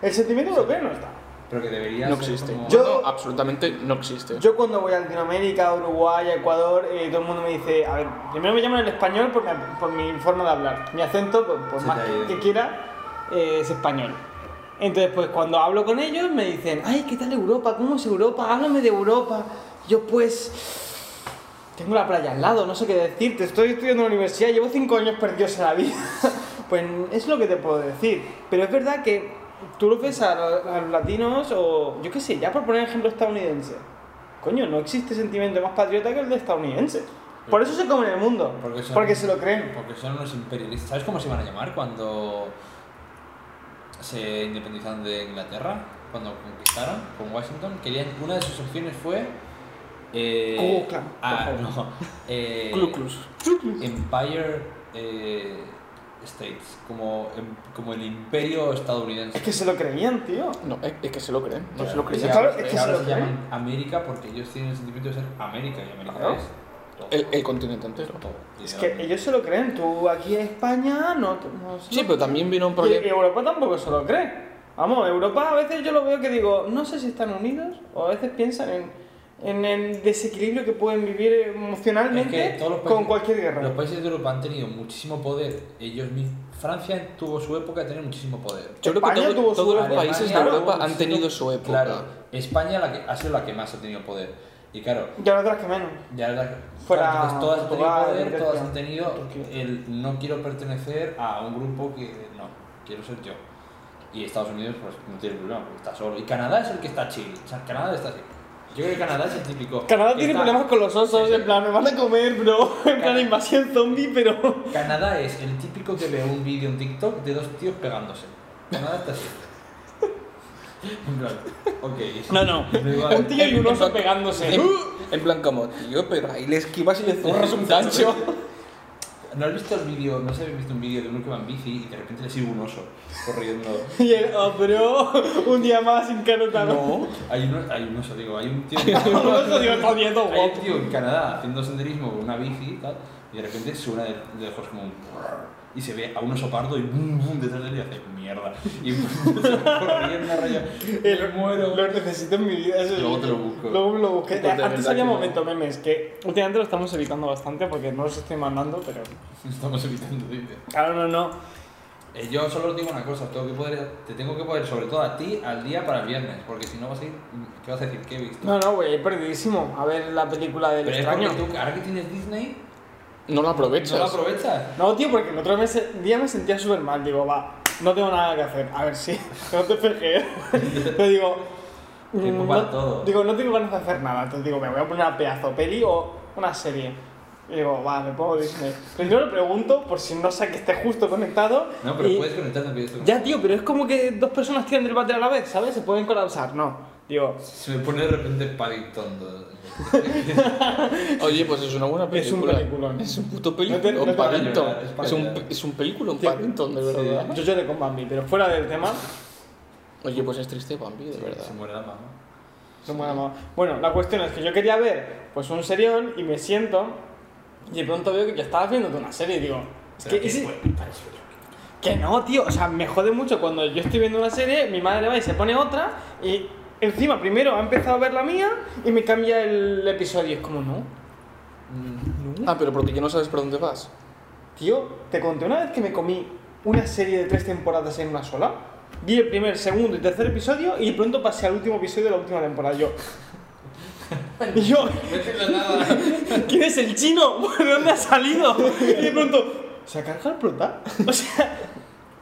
El sentimiento europeo no está. Pero que debería No ser existe. como- Yo- No, absolutamente no existe. Yo cuando voy a Latinoamérica, Uruguay, Ecuador, eh, todo el mundo me dice, a ver, primero me llaman el español por mi, por mi forma de hablar. Mi acento, por, por Se más te ha que, ido. que quiera, eh, es español. Entonces, pues cuando hablo con ellos me dicen, ay, ¿qué tal Europa? ¿Cómo es Europa? Háblame de Europa. Yo pues... Tengo la playa al lado, no sé qué decirte. Estoy estudiando en la universidad, llevo cinco años perdidos en la vida. pues es lo que te puedo decir. Pero es verdad que tú lo ves a, lo- a los latinos o, yo qué sé, ya por poner ejemplo estadounidense. Coño, no existe sentimiento más patriota que el de estadounidense. Por eso se comen el mundo. Porque son- Porque se lo creen. Porque son unos imperialistas. ¿Sabes cómo se van a llamar cuando se independizaron de Inglaterra? Cuando conquistaron con Washington. Querían, una de sus opciones fue. Eh, Ku Klux Klan, Oh, por ah, favor. no. eh, Cluclus. Empire eh, States. Como, em- como el imperio estadounidense. Es que se lo creían, tío. No, es, es que se lo creen. No se lo Claro, creen. creían. Claro, es que que se ahora lo se llaman América porque ellos tienen el sentimiento de ser América y América Claro. es todo. El, el continente entero. Todo. Es que ellos se lo creen. Tú aquí en España no, no se lo Sí, pero también vino un Y proyecto. Europa tampoco se lo cree. Vamos, Europa a veces yo lo veo que digo, no sé si están unidos o a veces piensan en, en el desequilibrio que pueden vivir emocionalmente Es que todos los con países- cualquier guerra. Los países de Europa han tenido muchísimo poder. Ellos mismos. Francia tuvo su época de tener muchísimo poder. Yo creo que España todo- tuvo su- todos los Alemania países de claro, Europa han muchísimo- tenido su época. Claro, España la que, ha sido la que más ha tenido poder. Y claro, Y ahora otras que menos. ya la verdad Fuera todas han tenido Portugal, poder, todas Grecia, han tenido Turquía. el no quiero pertenecer a un grupo que no, quiero ser yo. Y Estados Unidos, pues no tiene problema, porque está solo. Y Canadá es el que está chill. O sea, Canadá está así. Yo creo que Canadá es el típico. Canadá que tiene está- problemas con los osos, Sí, sí. en plan, me van a comer, bro. En plan, Claro. invasión zombie, pero. Canadá es el típico que ve un vídeo en TikTok de dos tíos pegándose. Canadá está así. En plan, ok. No, no. Me vale. Un tío y un En oso plan- pegándose. En, En plan, como, tío, pero ahí le esquivas y le zurras un gancho. ¿No has visto el vídeo? No sé si habéis visto un vídeo de uno que va en bici y de repente le sigue un oso corriendo. Y el otro, un día más sin carota. No. Hay un, hay un oso, digo, hay un tío que- Un oso, tío, está viendo, Hay guapo. un tío en Canadá haciendo senderismo con una bici y tal, y de repente suena de, de lejos como un prrr, y se ve a un oso pardo y bum bum detrás de él y hace mierda. Y se corría en una raya. El- Me muero. Lo necesito en mi vida. Eso Luego sí. te lo busco. Luego lo busqué. Puta, de Antes verdad había que no. momento memes que últimamente lo estamos evitando bastante porque no los estoy mandando, pero. Estamos evitando vídeos. Claro, no, no. Eh, yo solo os digo una cosa, os tengo que poder, te tengo que poner sobre todo a ti al día para el viernes, porque si no vas a ir, ¿qué vas a decir? ¿Qué he visto? No, no, güey, perdidísimo. A ver la película del Pero es porque extraño. tú, ahora que tienes Disney, No lo no aprovechas. lo aprovechas. No, tío, porque el otro mes- día me sentía súper mal. Digo, va, no tengo nada que hacer. A ver si, no te fejeo. Pero digo, Tiempo mm, para no- todo. digo, no tengo ganas de hacer nada. Entonces digo, me voy a poner una pedazo peli o una serie. Y digo, va, me pongo Disney. Primero le pregunto por si no sé que esté justo conectado. No, pero y- puedes conectarte a esto. Ya, tío, pero es como que dos personas tiran del váter a la vez, ¿sabes? Se pueden colapsar, no. Digo, Se me pone de repente Paddington. todo. Oye, pues es una buena Es un película. peliculón. Es un puto te- película. no te van a Paddington. llorar, es para Es un, llorar. es un película, un Tío, Paddington, de sí. verdad. yo lloré con Bambi, pero fuera del tema. Oye, pues es triste Bambi, de verdad. Se muere la mamá. No me llamaba. Bueno, la cuestión es que yo quería ver pues un serión y me siento y de pronto veo que ya estabas viendo una serie y digo, es que, Pero que ese- fue- que no, tío, o sea, me jode mucho cuando yo estoy viendo una serie, mi madre va y se pone otra y encima primero ha empezado a ver la mía y me cambia el episodio. Es como, no, Mm, Ah, pero porque ya no sabes por dónde vas. tío, te conté una vez que me comí una serie de tres temporadas en una sola. Vi el primer, segundo y tercer episodio y de pronto pasé al último episodio de la última temporada. Yo... Y yo, No entiendo nada. ¿Quién es el chino? ¿Por dónde ha salido? Y de pronto, ¿se ha cargado el prota? O sea,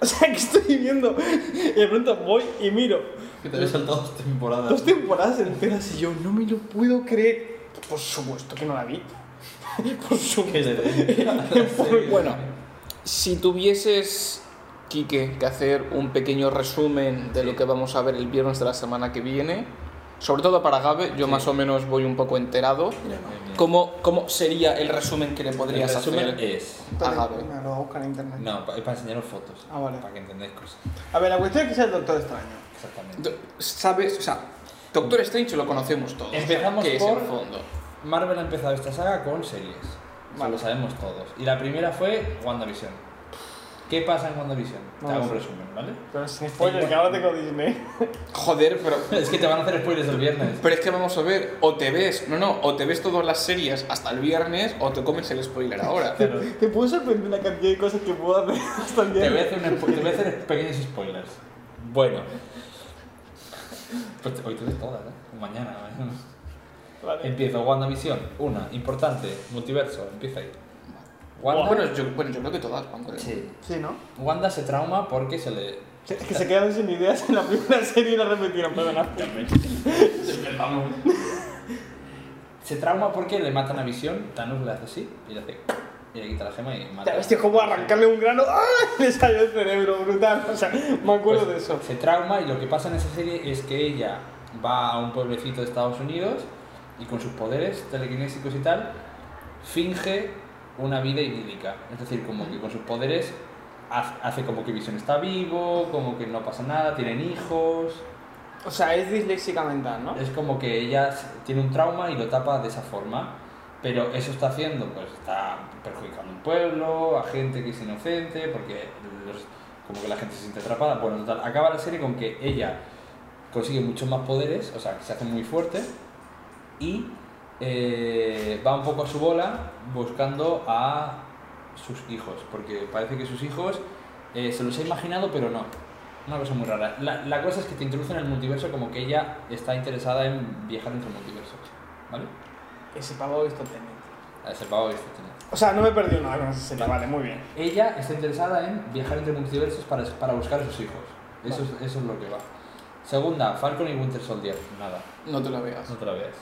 o sea, ¿qué estoy viendo? Y de pronto voy y miro Que te habías saltado dos temporadas. dos temporadas enteras y yo no me lo puedo creer. Por supuesto que no la vi. Por supuesto. Bueno, si tuvieses, Quique, que hacer un pequeño resumen de lo que vamos a ver el viernes de la semana que viene, sobre todo para Gabe, yo más o menos voy un poco enterado, ¿cómo, cómo sería el resumen que le podrías hacer es. a Gabe? Me lo voy a buscar en internet. No, pa- es para enseñaros fotos. Ah, vale. Para que entendáis cosas. A ver, la cuestión es que sea el Doctor Extraño. Exactamente. Do- ¿Sabes? O sea, Doctor Strange lo conocemos todos. Empezamos que por- es el fondo. Marvel ha empezado esta saga con series. O sea, Vale. lo sabemos todos. Y la primera fue WandaVision. ¿Qué pasa en WandaVision? No te hago lo un sé. resumen, ¿vale? Pero sin spoiler, que ahora tengo Disney. Joder, pero... Es que te van a hacer spoilers el viernes. Pero es que vamos a ver, o te ves, no, no, o te ves todas las series hasta el viernes, o te comes el spoiler ahora. Claro. Te puedo sorprender la cantidad de cosas que puedo hacer hasta el día Te de voy, a hoy. hacer un spo- te voy a hacer pequeños spoilers. Bueno. Pues hoy te ves todas, ¿eh? Mañana, mañana. Vale. Empiezo WandaVision. Una, importante, multiverso, empieza ahí. Wanda, Bueno, yo, bueno, yo creo que todas van con el- Sí. Sí, ¿no? Wanda se trauma porque se le. Es que se quedaron sin ideas en la primera serie y la repitieron, perdona. Se trauma porque le matan a Visión. Thanos le hace así y le hace. Y le quita la gema y mata. Ya ves, tío, cómo arrancarle un grano. ¡Ah! Le salió el cerebro, brutal. O sea, me acuerdo Pues, de eso. Se trauma y lo que pasa en esa serie es que ella va a un pueblecito de Estados Unidos y con sus poderes telekinésicos y tal, finge una vida idílica. Es decir, como que con sus poderes haz- hace como que Visión está vivo, como que no pasa nada, tienen hijos. O sea, es disléxica mental, ¿no? Es como que ella s- tiene un trauma y lo tapa de esa forma. Pero eso está haciendo, pues está perjudicando a un pueblo, a gente que es inocente, porque los- como que la gente se siente atrapada. Bueno, total, acaba la serie con que ella consigue muchos más poderes, o sea, que se hace muy fuerte y eh, va un poco a su bola buscando a sus hijos, porque parece que sus hijos eh, se los ha imaginado, pero no. Una cosa muy rara. La, la cosa es que te introducen al multiverso como que ella está interesada en viajar entre multiversos, ¿vale? Ese pavo visto Tenet. A ese pavo este tiene. O sea, no me perdí nada con esa serie. Vale, muy bien. Ella está interesada en viajar entre multiversos para, para buscar a sus hijos. Eso, es, eso es lo que va. Segunda, Falcon y Winter Soldier. Nada, No te la veas. no te la veas.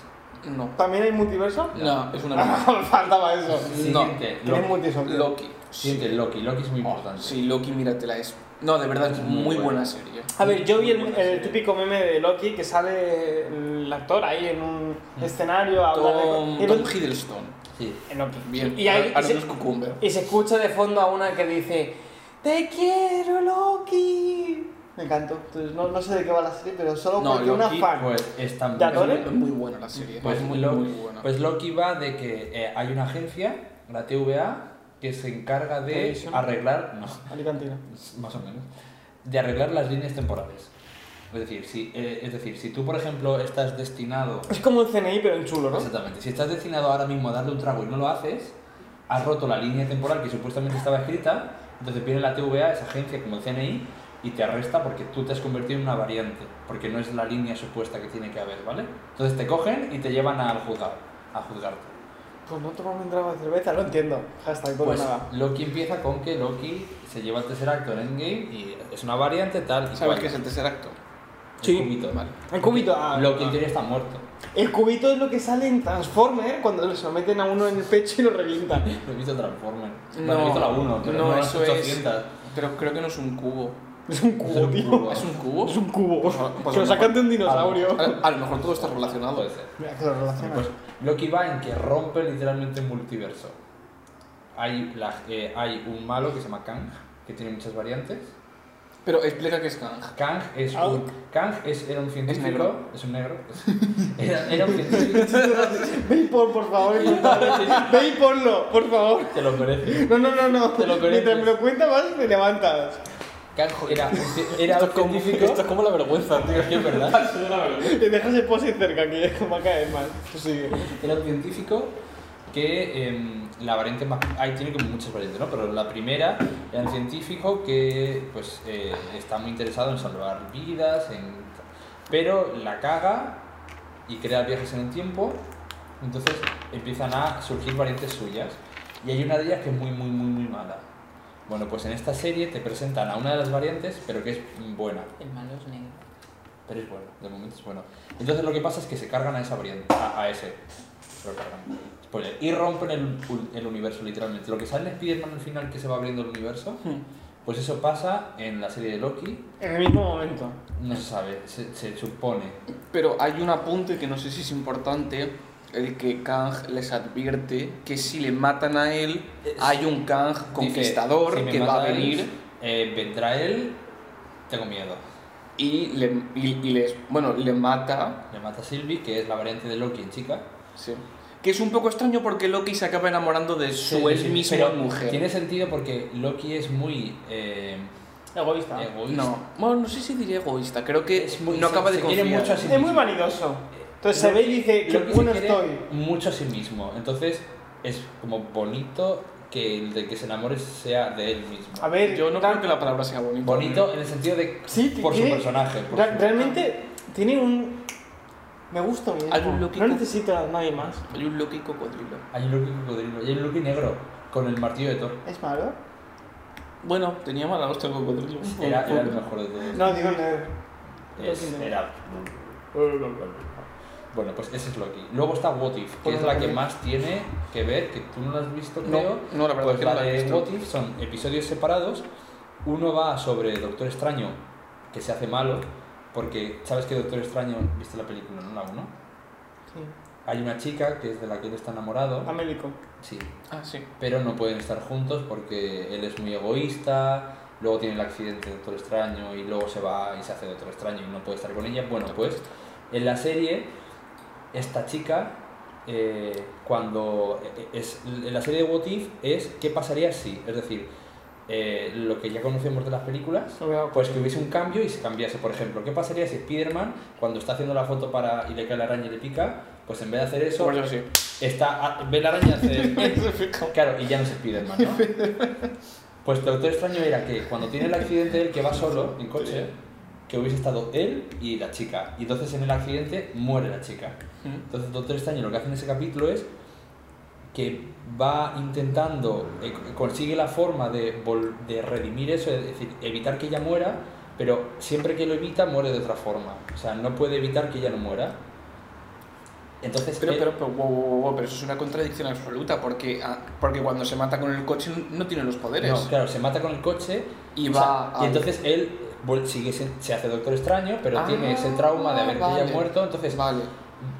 No. ¿También hay multiverso? No, es una Ah. mierda. Faltaba eso. No. Siguiente, Tiene Loki. multiverso. Loki. Siguiente, Loki. Loki es muy Oh, importante. sí, Loki, míratela, es No, de verdad, es muy, Muy buena. buena. serie. A ver, yo vi el, Muy buena el serie. típico meme de Loki que sale el actor ahí en un escenario a hablar de co- Tom, y Tom luego- Hiddleston. Sí. en Loki. Bien. Y, ahí- y Arnold se, Cucumber. y se escucha de fondo a una que dice ¡Te quiero, Loki! Me encantó. Entonces, no, no sé de qué va la serie, pero solo No, porque una Loki, fan. Pues es tan ¿De es actores? muy- Es muy buena la serie. Pues, es muy, lo- muy buena. pues Loki va de que eh, hay una agencia, la TVA, que se encarga de Televisión. arreglar, no, Alicantina. más o menos, de arreglar las líneas temporales. Es decir, si, eh, es decir, si tú, por ejemplo, estás destinado... Es como el CNI, pero en chulo, ¿no? Exactamente, si estás destinado ahora mismo a darle un trago y no lo haces, has roto la línea temporal que supuestamente estaba escrita, entonces viene la TVA, esa agencia como el CNI, y te arresta porque tú te has convertido en una variante, porque no es la línea supuesta que tiene que haber, ¿vale? Entonces te cogen y te llevan al juzgado, a juzgarte. Pues no tomamos un trago de cerveza, lo entiendo. Hashtag todo Pues nada. Loki empieza con que Loki se lleva el tercer acto en Endgame y es una variante tal y ¿Sabes cual. qué es el tercer acto? El Sí. cubito. Vale. El cubito. ah, Loki en teoría está muerto. El cubito es lo que sale en Transformer cuando se lo meten a uno en el pecho y lo revientan. Lo he visto Transformer. Bueno, he visto la 1, pero no, no, las eso es. 800. Pero creo que no es un cubo. Es un cubo, un tío. cubo. ¿Es un cubo? Es un cubo. Pues a- pues que a lo lo sacan mejor- de un dinosaurio. A, a lo mejor todo está relacionado. Puede ser. Mira, que lo relaciona. Pues Loki va en que rompe literalmente el multiverso. Hay, la- eh, hay un malo que se llama Kang, que tiene muchas variantes. Pero explica qué es Kang. Kang es Ah, un, Kang es, era un científico. negro. Es un negro. Era, era un científico. Ve y pon, por favor. Ve y ponlo, por favor. Te lo merece. No, no, no, no. Te lo Mientras mereces. me lo cuentas más, te levantas. Kang era, un ci- era un como, científico. esto es como la vergüenza, tío. Es que es verdad. Te dejas el pose cerca, que va a caer mal. Tú sigue. Era un científico que em, la variante más... Ahí tiene como muchas variantes, ¿no? Pero la primera era un científico que pues eh, está muy interesado en salvar vidas, en... pero la caga y crea viajes en el tiempo. Entonces empiezan a surgir variantes suyas. Y hay una de ellas que es muy, muy, muy, muy mala. Bueno, pues en esta serie te presentan a una de las variantes, pero que es buena. El malo es negro. Pero es bueno, de momento es bueno. Entonces lo que pasa es que se cargan a esa variante, a, a ese. Se lo cargan. Spoiler. Y rompen el, ul- el universo, literalmente. Lo que sale en Spider-Man al final que se va abriendo el universo, Hmm. pues eso pasa en la serie de Loki. En el mismo momento. No se sabe, se, se supone. Pero hay un apunte que no sé si es importante, el que Kang les advierte que si le matan a él, hay un Kang conquistador Dice, si me que va a matáis, venir eh, vendrá él, tengo miedo. y, le, y- y les, bueno, le mata. Le mata a Sylvie, que es la variante de Loki en chica. Sí. Que es un poco extraño porque Loki se acaba enamorando de su Sí, él sí, mismo pero mujer. Tiene sentido porque Loki es muy eh, Egoísta. egoísta. No, bueno, no sé si diría egoísta, creo que Es muy- no se- acaba de se quiere confiar. mucho a sí Es muy mismo. vanidoso. Eh, Entonces se ve y dice, qué Loki se bueno quiere estoy. Mucho a sí mismo. Entonces es como bonito que el de que se enamore sea de él mismo. A ver, Yo no tan- creo que la palabra sea bonita. bonito en el sentido de Sí, ti- por su tiene- personaje. por Re- su- realmente tiene un. Me gusta un Hay un Loki No con- necesito a nadie más. Hay un Loki cocodrilo. Hay un Loki cocodrilo y hay un Loki negro con el martillo de Thor. ¿Es malo? Bueno, tenía mala hostia el cocodrilo. Era, era el mejor de todos. No, digo negro. Es- Loki negro. era- Bueno, pues ese es Loki. Luego está What If, que Pues es no la lo que vi. más tiene que ver, que tú no lo has visto, No, creo. no, la verdad pues es que no la he de visto. What If son episodios separados. Uno va sobre Doctor Extraño, que se hace malo, porque sabes que Doctor Extraño, viste la película, ¿no? La 1. Sí. Hay una chica que es de la que él está enamorado. Amélico. Sí. Ah, sí. Pero no pueden estar juntos porque él es muy egoísta. Luego tiene el accidente de Doctor Extraño y luego se va y se hace Doctor Extraño y no puede estar con ella. Bueno, pues en la serie, esta chica, eh, cuando. eh, Es, en la serie de What If es qué pasaría si. Es decir, eh, lo que ya conocemos de las películas, Lo veo. pues que hubiese un cambio y se cambiase. Por ejemplo, ¿qué pasaría si Spider-Man, cuando está haciendo la foto para y le cae la araña y le pica, pues en vez de hacer eso, Pues yo sí. Está, ah, ve la araña hace... claro, y ya no es Spiderman, ¿no? Pues lo otro extraño era que cuando tiene el accidente él que va solo en coche, que hubiese estado él y la chica. Y entonces en el accidente muere la chica. Entonces Doctor Extraño lo que hace en ese capítulo es que va intentando, eh, consigue la forma de, vol- de redimir eso, es decir, evitar que ella muera, pero siempre que lo evita muere de otra forma. O sea, no puede evitar que ella no muera. Entonces, Pero, eh, pero, pero, wow, wow, wow, pero eso es una contradicción absoluta, porque, ah, porque cuando se mata con el coche no tiene los poderes. no, claro, se mata con el coche Y o va sea, al- y entonces él vuel- sigue, se, se hace Doctor Extraño, pero Ah, tiene ese trauma de haber vale. ya muerto, entonces Vale.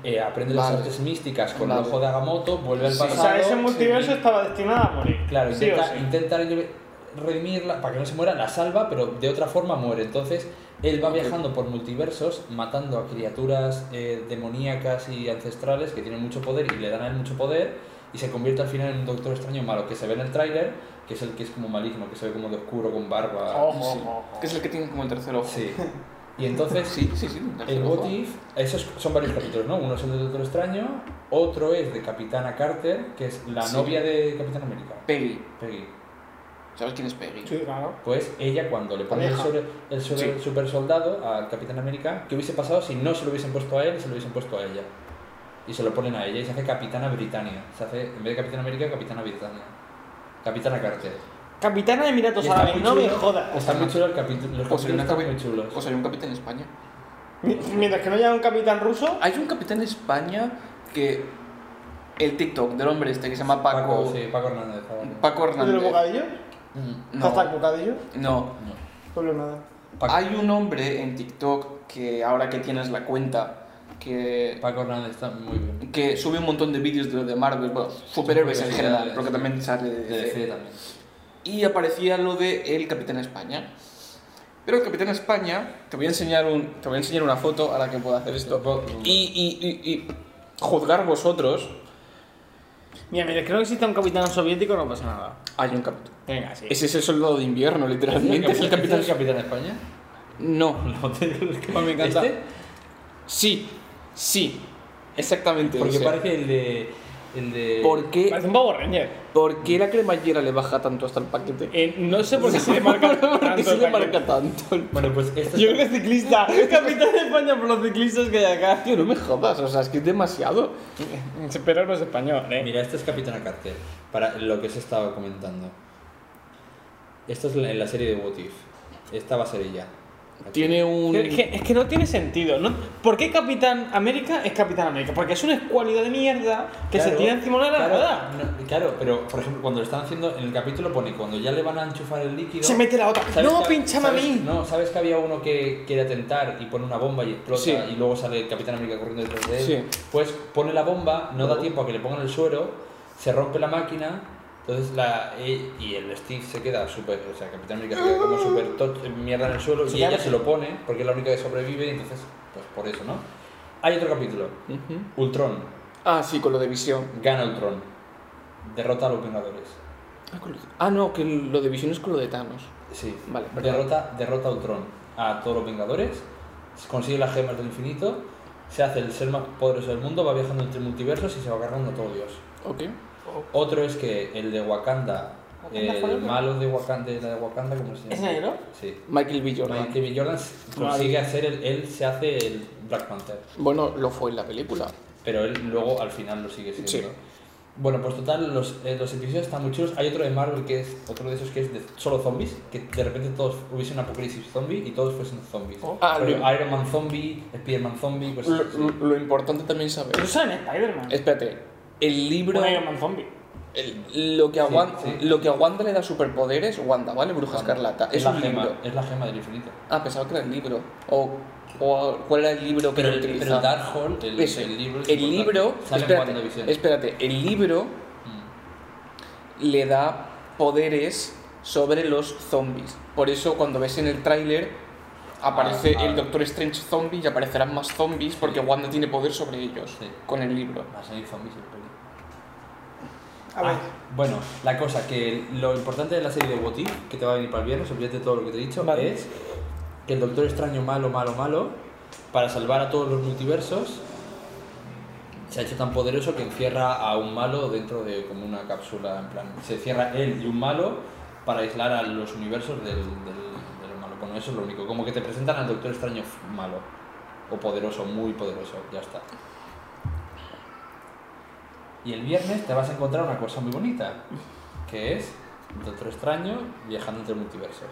eh, aprende Vale. las artes místicas con Vale. el ojo de Agamotto, vuelve al Sí. O pasado. sea, ese sí. multiverso estaba destinado a morir. Claro, sí intenta, o sí. intenta re- redimirla para que no se muera, la salva, pero de otra forma muere. Entonces, él va Ok. viajando por multiversos, matando a criaturas eh, demoníacas y ancestrales que tienen mucho poder y le dan a él mucho poder, y se convierte al final en un Doctor Extraño malo que se ve en el tráiler, que es el que es como maligno, que se ve como de oscuro, con barba. Ojo, Sí. ojo, ojo. Que es el que tiene como el tercer ojo. Sí. Y entonces, Sí, sí, sí. el tercer ojo. What If, esos son varios capítulos, ¿no? Uno es el de Doctor Extraño, otro es de Capitana Carter, que es la Sí. novia de Capitán América. Peggy. Peggy. ¿Sabes quién es Peggy? Sí, claro. Pues ella cuando le pone el, Pareja. sobre, el sobre- Sí. super soldado al Capitán América, ¿qué hubiese pasado si no se lo hubiesen puesto a él, se lo hubiesen puesto a ella? Y se lo ponen a ella y se hace Capitana Britannia. Se hace, en vez de Capitán América, Capitana Britannia. Capitana Carter. Capitana de Emiratos Y está Árabes, muy no me chulo. jodas. Está muy chulo el capítulo. Los O sería, capítulos una están capi- muy chulos. o sería un capitán en España. Mi- Mientras que no haya un capitán ruso, Hay un capitán en España que. El TikTok del hombre este que se llama Paco. Paco, sí, Paco Hernández. ahora. Paco ¿el de los Hernández. bocadillos? Mm, Ah, No, ¿Hasta el bocadillo? no. no. Pues nada. Paco, Hay un hombre en TikTok que ahora que tienes la cuenta que, Paco Hernández está muy bien. que sube un montón de vídeos de, de Marvel, bueno, superhéroes en general, porque también sale de De DC también. y aparecía lo de el Capitán España. Pero el Capitán España, te voy a enseñar, un, te voy a enseñar una foto a la que pueda hacer esto. Y, y, y, y juzgar vosotros. Mira, mientras que no exista un capitán soviético, no pasa nada. Hay un capitán. Venga, sí. Ese es el soldado de invierno, literalmente. Eh. Es el capitán. ¿Es el Capitán España? No, No, me encanta. ¿Este? sí, sí, exactamente. Porque o sea, parece el de. El de. ¿por qué, Parece un Power Ranger. por qué la cremallera le baja tanto hasta el paquete? Eh, no sé por qué se le marca tanto. ¿Por qué se el le paquete. marca tanto? el- Bueno, pues este Yo creo que es ciclista. Capitán de España por los ciclistas que hay acá. Tío, no me jodas, o sea, es que es demasiado. Mm, Pero no es español, eh. Mira, este es Capitana Carter, para lo que se estaba comentando. Esto es la- en la serie de What If. Esta va a ser ella. Aquí. Tiene un. Es que, es que no tiene sentido. ¿no? ¿Por qué Capitán América es Capitán América? Porque es una escualidad de mierda que se Claro, tira encima de la claro, rueda. no, claro, pero por ejemplo, cuando lo están haciendo, en el capítulo pone cuando ya le van a enchufar el líquido. Se mete la otra. ¿sabes No, que- pinchame a sabes- mí. No, sabes que había uno que quiere atentar y pone una bomba y explota Sí. y luego sale el Capitán América corriendo detrás de él. Sí. Pues pone la bomba, no da tiempo a que le pongan el suero, se rompe la máquina, entonces la y y el Steve se queda súper, o sea, Capitán América se queda como súper tot- eh, mierda en el suelo y ella se lo pone porque es la única que sobrevive y entonces pues por eso, ¿no? Hay otro capítulo, Ujú. Ultron, Ah, sí, con lo de visión. gana Ultron, derrota a los Vengadores. Ah, con lo de- ah, no, que lo de visión es con lo de Thanos. Sí, Vale, perdón. derrota, derrota a Ultron a todos los Vengadores, consigue las gemas del infinito, se hace el ser más poderoso del mundo, va viajando entre multiversos y se va agarrando a todo Dios. Ok. Otro es que el de Wakanda, ¿Wakanda fue el otro? malo de Wakanda, de la de Wakanda ¿cómo se llama? ¿Es negro? Sí. Michael B. Jordan. Michael B. Jordan consigue hacer, el, él se hace el Black Panther, Bueno, lo fue en la película. pero él luego al final lo sigue siendo. Sí. Bueno, pues total, los, eh, los episodios están muy chulos. Hay otro de Marvel que es otro de esos que es de solo zombies, que de repente todos hubiese un apocalipsis zombie y todos fuesen zombies. Ah, Pero lo- Iron Man zombie, Spider-Man zombie, pues... Lo, lo- lo importante también saber. Pero eso en Spider-Man. Espérate, el libro. Un Iron Man zombie. el- lo, que a Wan- Sí, sí. lo que a Wanda le da superpoderes, Wanda, ¿vale? Bruja Escarlata. Es la un gema, libro. es la gema del infinito. Ah, pensaba que era el libro. O, o cuál era el libro que Pero lo el, pero utiliza. el Darkhold, el, Eso, el libro... es el importante. libro Sale en WandaVision. espérate, espérate, el libro Mm. le da poderes sobre los zombies. Por eso cuando ves en el tráiler aparece Ah, ah. el Doctor Strange zombie y aparecerán más zombies porque Wanda tiene poder sobre ellos Sí. con el libro. Va a salir zombies el peli. A ver, Ah, bueno, la cosa que lo importante de la serie de What If, que te va a venir para el viernes, olvídate de todo lo que te he dicho, Vale. es que el Doctor Extraño malo, malo, malo, para salvar a todos los multiversos, se ha hecho tan poderoso que encierra a un malo dentro de como una cápsula, en plan, se cierra él y un malo para aislar a los universos del, del- del malo. Bueno, eso es lo único, como que te presentan al Doctor Extraño f- malo, o poderoso, muy poderoso, ya está. Y el viernes te vas a encontrar una cosa muy bonita, que es Doctor Extraño viajando entre multiversos.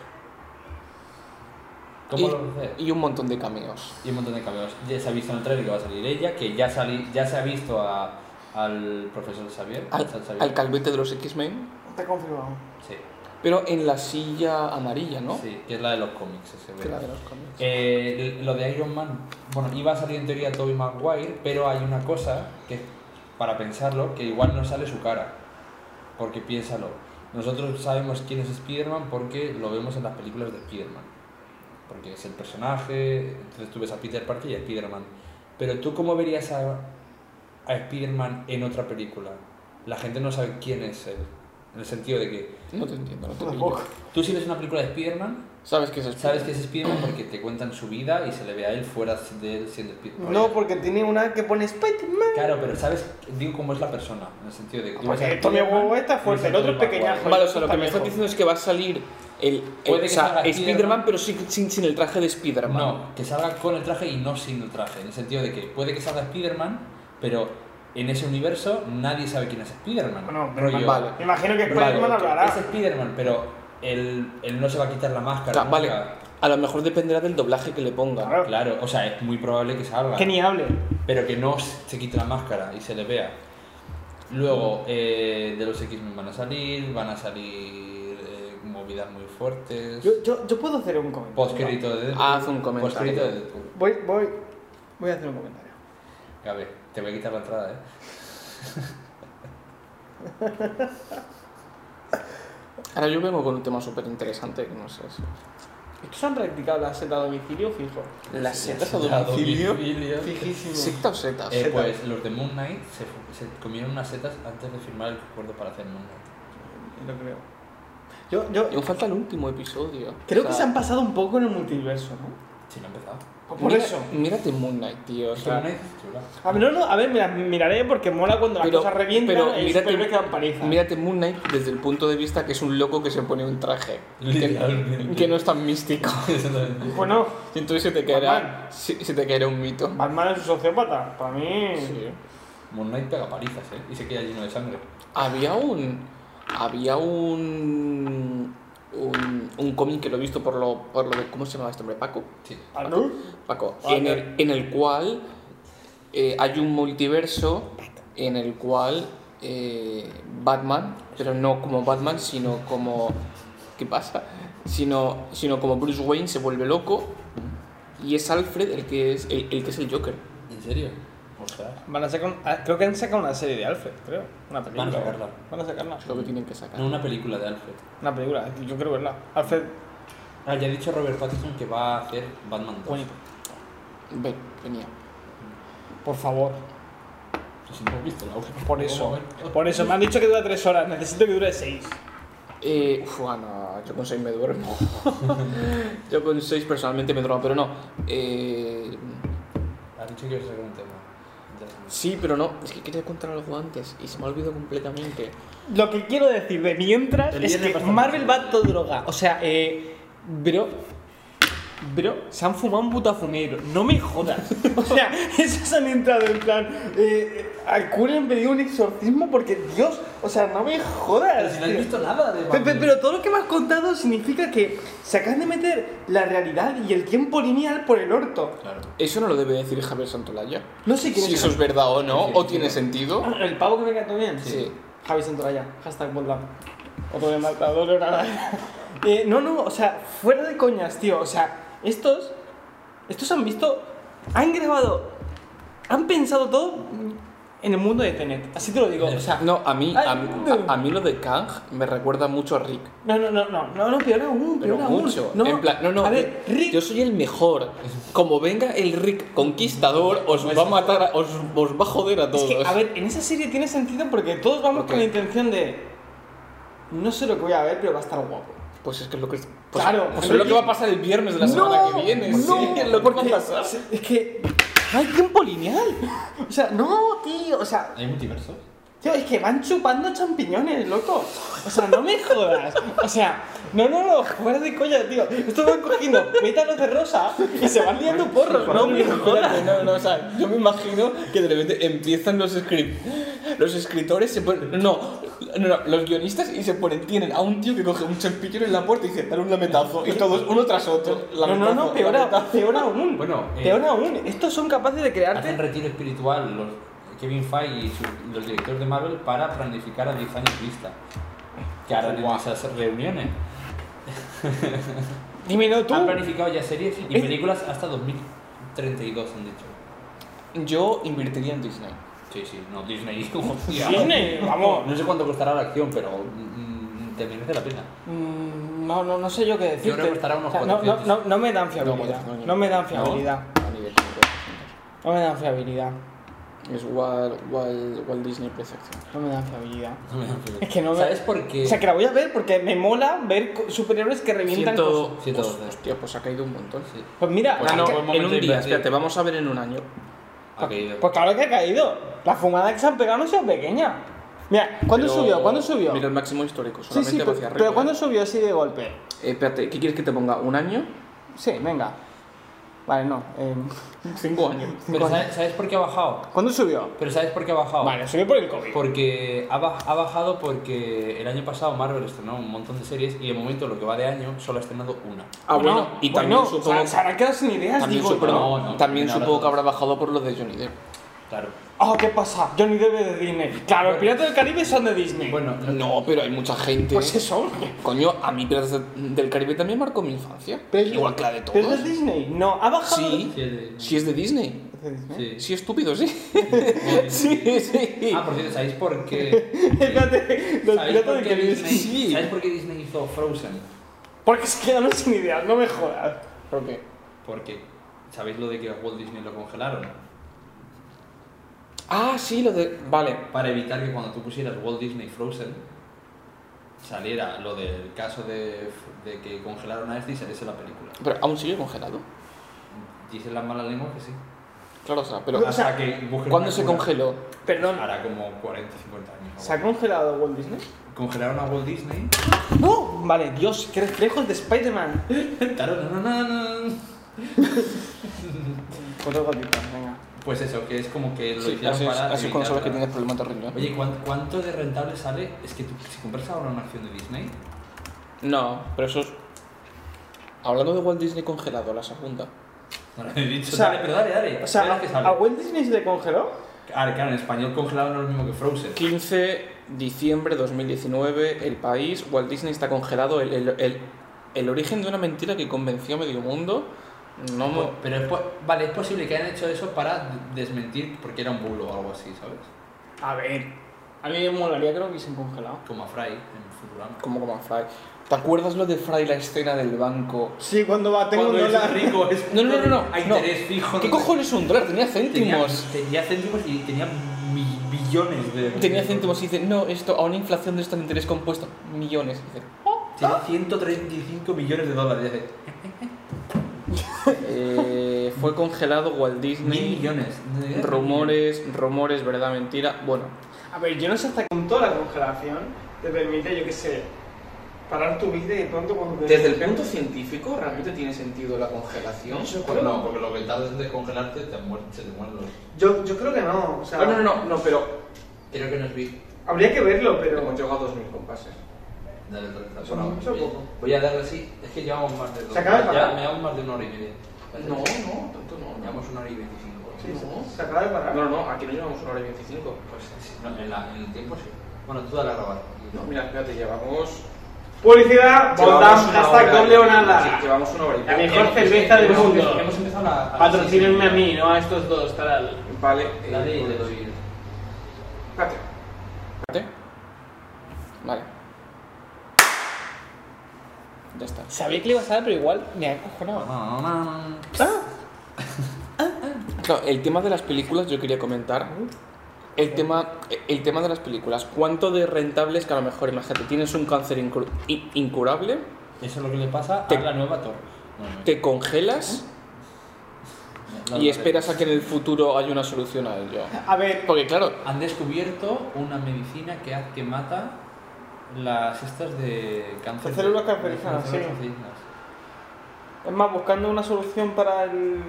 ¿Cómo y, lo hace? y un montón de cameos. Y un montón de cameos. Ya se ha visto en el trailer que va a salir ella, que ya, sali- ya se ha visto a- al profesor Xavier. Al, Profesor Xavier. al calvete de los X-Men, Está confirmado. Sí, pero en la silla amarilla, ¿no? sí, que es la de los cómics. ese, Que la ¿verdad? de los cómics. Eh, lo de Iron Man, bueno, iba a salir en teoría Tobey Maguire, pero hay una cosa que, para pensarlo, que igual no sale su cara. Porque piénsalo, nosotros sabemos quién es Spider-Man porque lo vemos en las películas de Spider-Man. Porque es el personaje, entonces tú ves a Peter Parker y a Spider-Man. Pero tú, ¿cómo verías a, a Spider-Man en otra película? La gente no sabe quién es él. En el sentido de que No te entiendo, no te Tampoco. entiendo. tú si ves una película de Spider-Man, Sabes que es el Sabes que es Spiderman porque te cuentan su vida y se le ve a él fuera de él siendo Spiderman. No, porque tiene una que pone Spider-Man. Claro, pero sabes, digo cómo es la persona, en el sentido de que tú Porque ves a Tommy Spiderman Huevo está y fuerte, ves a el otro es Tobey Maguire. pequeñajo. Vale, o sea, lo que Está me estás mejor. diciendo es que va a salir el, el Puede o que sea, salga Spider-Man, Spider-Man. pero sin, sin, sin el traje de Spider-Man. No, que salga con el traje y no sin el traje, en el sentido de que puede que salga Spiderman, pero en ese universo nadie sabe quién es Spiderman. No, pero Rollo, vale. Me imagino que vale, Spider-Man que hablará. Es Spiderman, pero él, él no se va a quitar la O Ah, máscara. sea, vale, nunca. a lo mejor dependerá del doblaje que le pongan. Claro. Claro, o sea, es muy probable que salga. Que ni hable. pero que no se quite la máscara y se le vea. Luego, eh, de los X-Men van a salir, van a salir eh, movidas muy fuertes. Yo, yo, yo puedo hacer un comentario. Postcrédito de Deadpool. Haz un Ah, comentario. Postcrédito de Deadpool. Voy, voy, voy a hacer un comentario. Gabe, te voy a quitar la entrada, ¿eh? Ahora yo vengo con un tema súper interesante que no sé si... ¿Estos han practicado la seta a domicilio fijo? ¿Las setas a La domicilio? domicilio. Fijísimo. ¿Secta o setas? Eh, Setas. pues los de Moon Knight se, fu- se comieron unas setas antes de firmar el acuerdo para hacer Moon Knight. Lo creo. Yo, yo Y aún falta el último episodio. creo O que sea, se han pasado un poco en el multiverso, ¿no? Si no ha empezado. Pues por mira- eso. Mírate Moon Knight, tío. o Es que sea, Moon Knight es chula. A ver, no, no, a ver, mira, miraré porque mola cuando las Pero- cosas revientan pero y mírate- superhéroes que dan paliza. mírate Moon Knight desde el punto de vista que es un loco que se pone un traje. Que, Literalmente. que no es tan místico. Exactamente. Pues no, Y entonces se te caerá, se, se te caerá un mito. Batman es un sociópata, para mí... Sí. Moon Knight pega palizas, ¿eh? Y se queda lleno de sangre. Había un. Había un. Un, un cómic que lo he visto por lo, por lo de. ¿Cómo se llamaba este hombre? Paco. Sí. ¿Ah, no? Paco. Ah, en, el, en el cual eh, hay un multiverso en el cual eh, Batman, pero no como Batman, sino como. ¿Qué pasa? Sino, sino como Bruce Wayne se vuelve loco y es Alfred el que es el, el que es el Joker. ¿En serio? Ostras. Van a sacar un- ah, creo que han sacado una serie de Alfred, creo. Una película. Van a sacarla. Van a sacarla. Es lo que tienen que sacar. No, una película de Alfred. Una película, yo creo verla. Alfred, Ah, ya ha dicho Robert Pattinson que va a hacer Batman 2. Bueno. Ven, venía. por favor. Pues no hemos visto la última. Por eso. Por eso. Me han dicho que dura tres horas. Necesito que dure seis. Eh, uf, Ana, yo con 6 me duermo. yo con 6 personalmente me duermo, pero no. Eh, Ha dicho que iba a sacar un tema. Interesante. sí, pero no. Es que quería contar algo antes y se me ha olvidado completamente. Lo que quiero decir de mientras El es viernes que pasado. Marvel va todo droga. O sea, eh, bro. Bro, se han fumado un butafumeiro. No me jodas. O sea, esos han entrado en plan. Eh, al cura le han pedido un exorcismo porque Dios. O sea, no me jodas. Pero si no has tío. visto nada de Pe- pe- Batman. Pero, todo lo que me has contado significa que se acaban de meter la realidad y el tiempo lineal por el orto. Claro. Eso no lo debe decir Javier Santolaya. No sé quién Si es. eso es verdad o no, Sí, o sí, tiene sí. sentido. Ah, El pavo que me cantó bien. Sí. Javi Santoraya, hashtag Boldam. Ah, Otro de matador, o nada. Eh, no, no, o sea, fuera de coñas, tío. O sea, estos. Estos han visto. Han grabado. Han pensado todo en el mundo de Tenet. Así te lo digo. O sea, No, a mí, a, Ay, mí- no. a- a mí lo de Kang me recuerda mucho a Rick. no, no, no, no, no, no, peor aún, peor Pero aún. mucho. No, en plan, no, no. eh, A ver, Rick. Yo soy el mejor. Como venga el Rick conquistador, os va a matar, a- os, os va a joder a Es todos. que, a ver, en esa serie tiene sentido porque todos vamos ¿Por qué? con la intención de. No sé lo que voy a ver, pero va a estar guapo. Pues es que es lo que. pues- Claro, pues es lo que Rick- va a pasar el viernes de la semana que viene. No, sí, es lo que va a porque pasar. se- Es que hay tiempo lineal. O sea, no, tío. O sea, ¿Hay multiversos? tío, es que van chupando champiñones, loco. O sea, no me jodas. O sea, no, no, no, fuera de coña, tío. Esto van cogiendo pétalos de rosa y se van liando porros. No me jodas. Espérate, no, no, o sea, yo me imagino que de repente empiezan los scripts. los escritores se ponen. No, no, no, los guionistas y se ponen. Tienen a un tío que coge un chempillero en la puerta y dice, dale un lametazo. Y todos, uno tras otro. No, no, no, lametazo, peor, a- lametazo. peor aún. Bueno, eh, peor aún. Estos son capaces de Hacen crearte. retiro espiritual los Kevin Feige y su- los directores de Marvel para planificar a 10 años vista. Que harán en Guau. esas reuniones. Dímelo tú. Han planificado ya series y Es- películas hasta 2032, han dicho. Yo invertiría en Disney. Sí, sí, no, Disney. hostia. Disney, vamos. No sé cuánto costará la acción, pero mm, te merece la pena. Mm, No, no, no sé yo qué decirte. creo que estará unos O sea, no, no, 400. no, no me dan fiabilidad. No, No me dan fiabilidad. A nivel de- No me dan fiabilidad. Es Walt, Walt, Walt Disney pues, Perception. No me dan fiabilidad. Es que no me... ¿Sabes por qué? O sea, que la voy a ver porque me mola ver co- superhéroes que revientan cosas. 112. Hostia, pues ha caído un montón. Sí. Pues mira, Pues ha no, ca- en momento un día, invertir. espérate, vamos a ver en un año. Ha caído. pues claro que ha caído. La fumada que se han pegado no sea pequeña. Mira, ¿cuándo Pero- subió? ¿Cuándo subió? Mira el máximo histórico, sí, solamente sí, va pero, hacia arriba. pero ¿cuándo subió así de golpe? Eh, espérate, ¿qué quieres que te ponga? ¿Un año? Sí, venga. Vale, no. em, Cinco años. Pero ¿sabes, sabes por qué ha bajado? ¿Cuándo subió? Pero ¿sabes por qué ha bajado? Vale, subió por el COVID. Porque ha, ba- ha bajado porque el año pasado Marvel estrenó un montón de series y de momento lo que va de año solo ha estrenado una. Ah, bueno, y también bueno, supongo, se- se habrá quedado sin ideas, también digo supongo- No, yo. no, también no, supongo no. que habrá bajado por lo de Johnny Depp. Claro. Oh, ¿qué pasa? Johnny Depp es de Disney. Claro, los Bueno. Piratas del Caribe son de Disney. Bueno, lo- No, pero hay mucha gente. pues eso. Coño, a mí Piratas del Caribe también marcó mi infancia. Igual que la de ¿Pero es todos. de Disney? No, ha bajado. Sí, Sí, es de- sí es de Disney. ¿Es de Disney? sí. Eh, Sí, estúpido, sí. Sí, sí. Ah, por cierto, ¿sabéis por qué? Espérate, los ¿Sabéis Piratas por del qué, Caribe. Disney, ¿Sabéis por qué Disney hizo Frozen? Porque se quedaron sin ideas, no me jodas. ¿Por qué? Porque, ¿sabéis lo de que a Walt Disney lo congelaron? Ah, sí, lo de. Vale. Para evitar que cuando tú pusieras Walt Disney Frozen saliera lo del caso de, de que congelaron a este y saliese la película. Pero aún sigue congelado. Dicen las malas lenguas que sí. Claro, o sea, pero. Hasta que busquen ¿Cuándo una se cura. congeló? Perdón. Hará como 40, 50 años. ¿Se ha congelado Walt Disney? Congelaron a Walt Disney. ¡No! Vale, Dios, qué reflejos de Spider-Man. Tararararán. Otro gotito, venga. Pues eso, que es como que lo Sí, hicieron así es, para. así es cuando sabes que evitar tienes problemas de riñón. la- Oye, ¿cuán- ¿cuánto de rentable sale? Es que tú, si compras ahora una acción de Disney, No, pero eso es. Hablando de Walt Disney congelado, la segunda. no lo he dicho. O sea, dale, pero dale, dale. O sea, dale que ¿a, sale. a Walt Disney se le congeló? Ah, claro, en español congelado no es lo mismo que Frozen. 15 diciembre 2019, El País, Walt Disney está congelado. El, el, el- el origen de una mentira que convenció a medio mundo. No mo- Pero es, po- vale, es posible que hayan hecho eso para desmentir porque era un bulo o algo así, ¿sabes? A ver. A mí me molaría que lo hubiesen congelado. Como a Fry en Futurama. Como como a Fry. ¿Te acuerdas lo de Fry, la escena del banco? Sí, cuando va, tengo un Cuando es dólar. rico, es No, no, no, no. a no. interés fijo. ¿Qué no sé cojones un dólar? Tenía Tenía, céntimos. tenía céntimos y tenía mi- billones de. Tenía céntimos y dice, no, esto a una inflación de esto de interés compuesto, millones. Y dice, Tenía 135 millones de dólares. ya sé. eh, fue congelado Walt Disney. Mil millones. Rumores, rumores, verdad, mentira. Bueno, A ver, yo no sé hasta qué Con toda la congelación te permite, yo qué sé, parar tu vida y de pronto cuando te Desde el punto científico, ¿realmente tiene sentido la congelación? Yo Pues creo- no. porque lo que tardas de congelarte te muer- se te mueren los. Yo, yo creo que no, o sea, No, no, no, no, pero Creo que no es big. habría que verlo, pero hemos pero... llegado a 2000 compases. Dale, dale, dale, Son por ahora. mucho o poco. Voy a darle así. Es que llevamos más de dos. Se acaba de ya, pagar. llevamos más de una hora y media. No, no, tanto no. no. Llevamos una hora y veinticinco. Sí, No. se, se acaba de parar. No, no, aquí no llevamos una hora y 25. Pues sí, no, en, la- en el tiempo sí. Bueno, tú dale a grabar. No, mira, espérate, llevamos. Publicidad, llevamos botán, una hashtag hora- con Leonardo. Sí, llevamos una hora y La poco. mejor Hemos- cerveza del hemos- mundo. Hemos empezado a. a- Patrocínenme sí, a mí, no a estos dos, tal. sí. Vale, eh, Dale y pues, le doy. Espérate. espérate. Vale. Ya está. Sabía que le iba a dar, pero igual me ha cojonado. Claro, el tema de las películas yo quería comentar. El tema, el tema de las películas. ¿Cuánto de rentables que a lo mejor, imagínate, tienes un cáncer incur- in- incurable, Eso es lo que le pasa Te- a la nueva torre. No, no, te congelas no, y no, esperas a que en el futuro haya una solución a ello? A ver, Porque claro, Han descubierto una medicina que, ha- que mata las estas de cáncer. Las células de- cancerígenas, las células sí. cancerígenas. es más, buscando una solución para el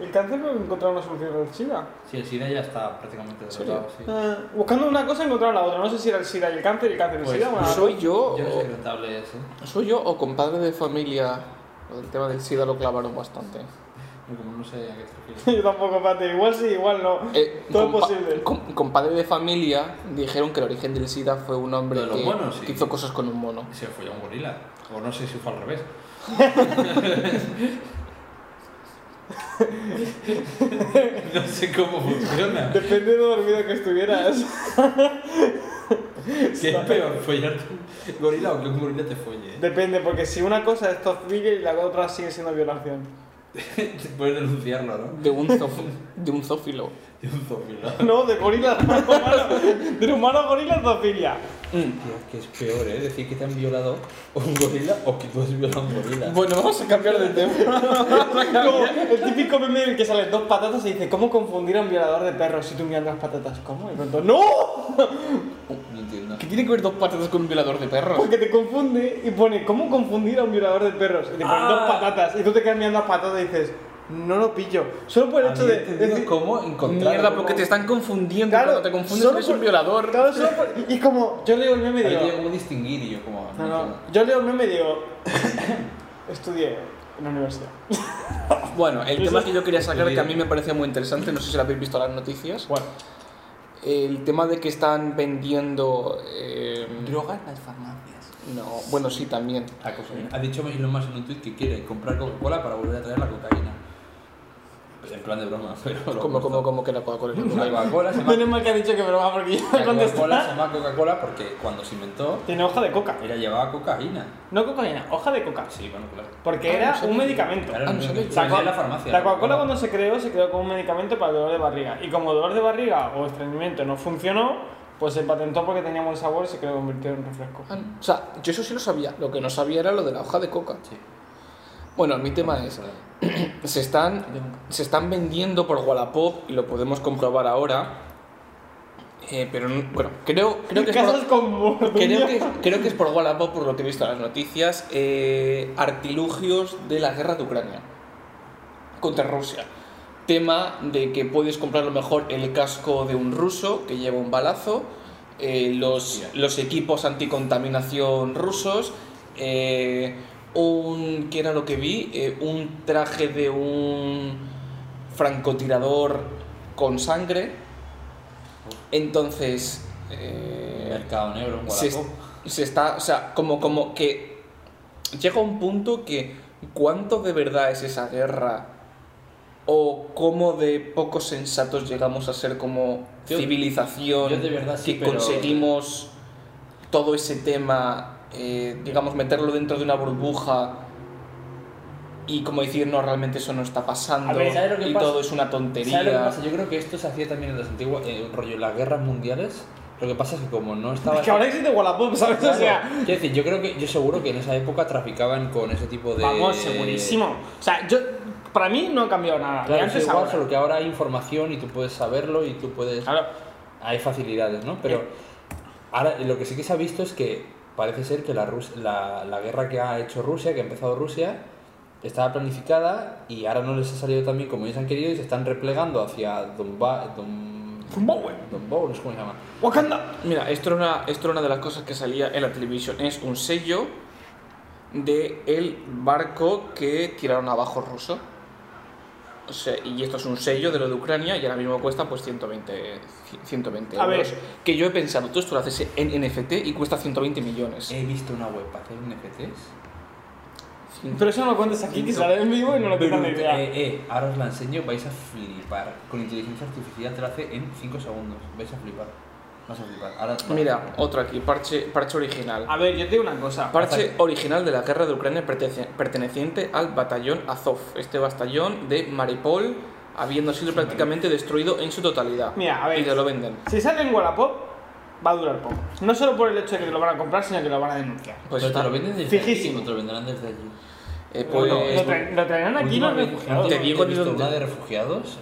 El cáncer no encontrar una solución al SIDA. Sí, el SIDA ya está prácticamente derrotado. Sí. Ah, buscando una cosa encontraron la otra. No sé si era el SIDA y el cáncer, el cáncer y el Pues, SIDA. bueno, ¿Soy yo, Yo no o, soy rentable eso. ¿Soy yo o compadre de familia? O El tema del SIDA lo clavaron bastante. Yo como no sé a qué te refieres. Yo tampoco, Pate. Igual sí, igual no. Eh, Todo es compa- posible. com- compadre de familia dijeron que el origen del SIDA fue un hombre De los que, monos, sí. que hizo cosas con un mono. Se fue a un gorila. O no sé si fue al revés. no sé cómo funciona. Depende de lo dormido que estuvieras. ¿Qué es peor, follarte un gorila o que un gorila te folle? Depende, porque si una cosa es tofilla y la otra sigue siendo violación. Te puedes denunciarlo, ¿no? De un, zof- de un zófilo. De un zombilo. No, de gorila a humano. De humano a gorila, zoofilia. Hostia, que es peor, ¿eh? Decir que te han violado a un gorila o que tú has violado a un gorila. Bueno, vamos a cambiar de tema. Como el típico meme en el que salen dos patatas y dice, ¿cómo confundir a un violador de perros si tú miras las patatas? ¿Cómo? Y pronto, ¡No! No entiendo. ¿Qué tiene que ver dos patatas con un violador de perros? Porque te confunde y pone, ¿cómo confundir a un violador de perros? Y te ponen Ah. dos patatas y tú te quedas mirando las patatas y dices, no lo pillo. Solo por el hecho de... este decir- cómo encontrar. Mierda, porque te están confundiendo. Cuando te confundes, solo eres por- un violador. Claro, solo por- Y como, yo leo el meme y Habría digo... como distinguir y yo como. No, no, yo leo el meme y digo... Estudié en la universidad. Bueno, el tema que yo quería sacar, Sí. que a mí me parecía muy interesante, no sé si lo habéis visto en las noticias, Bueno, el tema de que están vendiendo... ¿Drogas en las farmacias? No, bueno, sí, también. La cocaína. Ha dicho Elon Musk en un tweet que quiere comprar Coca-Cola para volver a traer la cocaína. Pues en plan de broma, pero. lo Como, justo. como, como que la Coca-Cola. es La cocaína. Coca-Cola se llama. menos mal que ha dicho que broma porque yo la contesté. Coca-Cola se llama Coca-Cola porque cuando se inventó Tiene hoja de coca. era llevaba cocaína. No cocaína, hoja de coca. Sí, bueno, claro. Porque Ah, era no sé. un medicamento. Claro, Ah, no no sé sabía. qué- La, vendía Coca- en la farmacia. la Coca-Cola cuando se creó se creó como un medicamento para el dolor de barriga. Y como dolor de barriga o estreñimiento no funcionó, pues se patentó porque tenía buen sabor y se creó convirtió en refresco. Ah, no. O sea, yo eso sí lo sabía. Lo que no sabía era lo de la hoja de coca. Sí. Bueno, mi tema es... se están, se están vendiendo por Wallapop, y lo podemos comprobar ahora, eh, pero no- bueno, creo, creo que es por- Casas con morduña. Creo que, creo que es por Wallapop, por lo que he visto en las noticias, eh, artilugios de la guerra de Ucrania contra Rusia. Tema de que puedes comprar a lo mejor el casco de un ruso que lleva un balazo, eh, los, los equipos anticontaminación rusos, eh, un, ¿qué era lo que vi? Eh, un traje de un francotirador con sangre. Entonces... eh, Mercado negro, en se, Wallapop. se está, o sea, como, como que llega un punto que cuánto de verdad es esa guerra o cómo de pocos sensatos llegamos a ser como Yo- civilización yo de verdad sí, que pero- conseguimos todo ese tema, eh, digamos, meterlo dentro de una burbuja y como decir, no, realmente eso no está pasando A ver, ¿sabes lo que y pasa? todo es una ¿Sabes lo que tontería. pasa? Yo creo que esto se hacía también en las antiguas, eh, rollo, en las guerras mundiales. Lo que pasa es que como no estaba... Es que ahora existe Wallapop, ¿sabes? Claro, O sea, quiero decir, yo creo que, yo seguro que en esa época traficaban con ese tipo de... vamos, segurísimo. O sea, yo, para mí no ha cambiado nada. Claro, de es Ah, antes a igual, ahora. Ah. solo que ahora hay información y tú puedes saberlo y tú puedes... Claro, Hay facilidades, ¿no? Eh. Pero ahora lo que sí que se ha visto es que parece ser que la, Rus- la, la guerra que ha hecho Rusia, que ha empezado Rusia, estaba planificada y ahora no les ha salido tan bien como ellos han querido y se están replegando hacia Donbass... Don... Zimbabue. Donbass, no sé cómo se llama. Wakanda. Mira, esto era, una, esto era una de las cosas que salía en la televisión. Es un sello de el barco que tiraron abajo ruso. O sea, y esto es un sello de lo de Ucrania y ahora mismo cuesta pues 120, 120 A ver. euros. Que yo he pensado, tú esto lo haces en NFT y cuesta 120 millones. Eh, He visto una web para hacer NFTs. Cien- Pero eso no lo cuentes aquí, que sale en vivo y no lo tengo ni Brut, idea. eh, eh, ahora os la enseño, vais a flipar. Con inteligencia artificial te la hace en 5 segundos. Vais a flipar. Vas a flipar. Ahora, Mira, otro aquí, parche, parche original. A ver, yo te digo una cosa. Parche original de la guerra de Ucrania pertece- perteneciente al batallón Azov, este batallón de Maripol, habiendo sido prácticamente destruido en su totalidad. Mira, a ver. Y te lo venden. Si sale en Wallapop, va a durar poco. No solo por el hecho de que lo van a comprar, sino que lo van a denunciar. Pues Pero está. te lo venden desde aquí, Fijísimo. o te lo venderán desde allí. Eh, Lo, pues- lo tra- lo traerán aquí los Últimamente- refugiados. Te digo he visto de dónde. una de refugiados.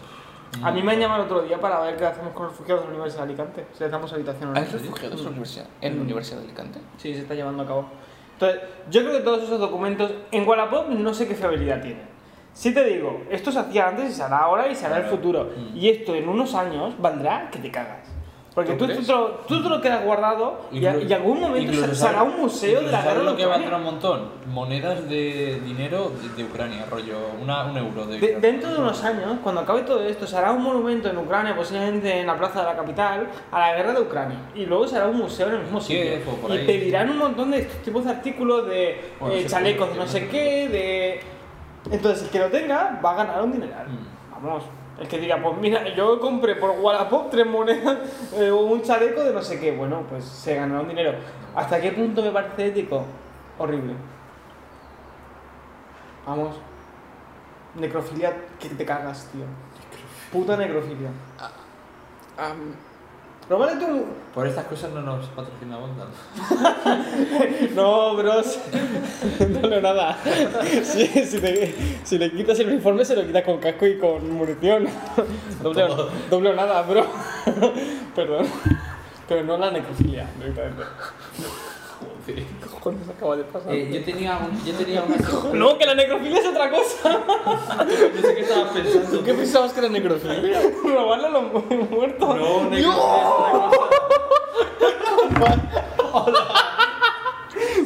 Mm. A mí me han llamado el otro día para ver qué hacemos con los refugiados de la Universidad de Alicante. Si les damos habitación o no. ¿Hay refugiados en la universidad, en la Universidad de Alicante? Sí, se está llevando a cabo. Entonces, yo creo que todos esos documentos en Wallapop no sé qué fiabilidad tienen. Si te digo, esto se hacía antes y se hará ahora y se hará en el Claro. futuro. Mm. Y esto en unos años valdrá que te cagas. Porque ¿Tú tú, tú, crees? te lo- tú te lo quedas guardado y, a- Incluso- y algún momento incluso se, se sabe- hará un museo de incluso la sabe guerra de lo que va a entrar Ucrania. un montón. Monedas de dinero de, de Ucrania, rollo. Una, un euro de. De- Ucrania. dentro de unos años, cuando acabe todo esto, se hará un monumento en Ucrania, posiblemente en la plaza de la capital, a la guerra de Ucrania. Y luego se hará un museo en el mismo Sí, sitio. eh, por- por y ahí. pedirán un montón de estos tipos de artículos de Bueno, eh, sí, chalecos de sí, no sí. sé qué, de... Entonces, el que lo tenga va a ganar un dineral. Mm. Vamos. El que diga, pues mira, yo compré por Wallapop tres monedas eh, o un chaleco de no sé qué. Bueno, pues se ganará un dinero. ¿Hasta qué punto me parece ético? Horrible. Vamos. Necrofilia que te cagas, tío. Puta necrofilia. Am, Pero vale tú. Por estas cosas no nos patrocina Bondal. No, bros. No leo nada. Si, si te- si le quitas el uniforme, se lo quitas con casco y con munición. Doble, o- doble o nada, bro. Perdón. Pero no la necrofilia, directamente. Joder, ¿qué cojones acaba de pasar? Eh, yo tenía un, yo tenía una No, que la necrofilia es otra cosa. Pensé que estabas pensando. ¿Qué pensabas que era necrofilia? Robarle a los mu- muertos. No, negro, es otra cosa.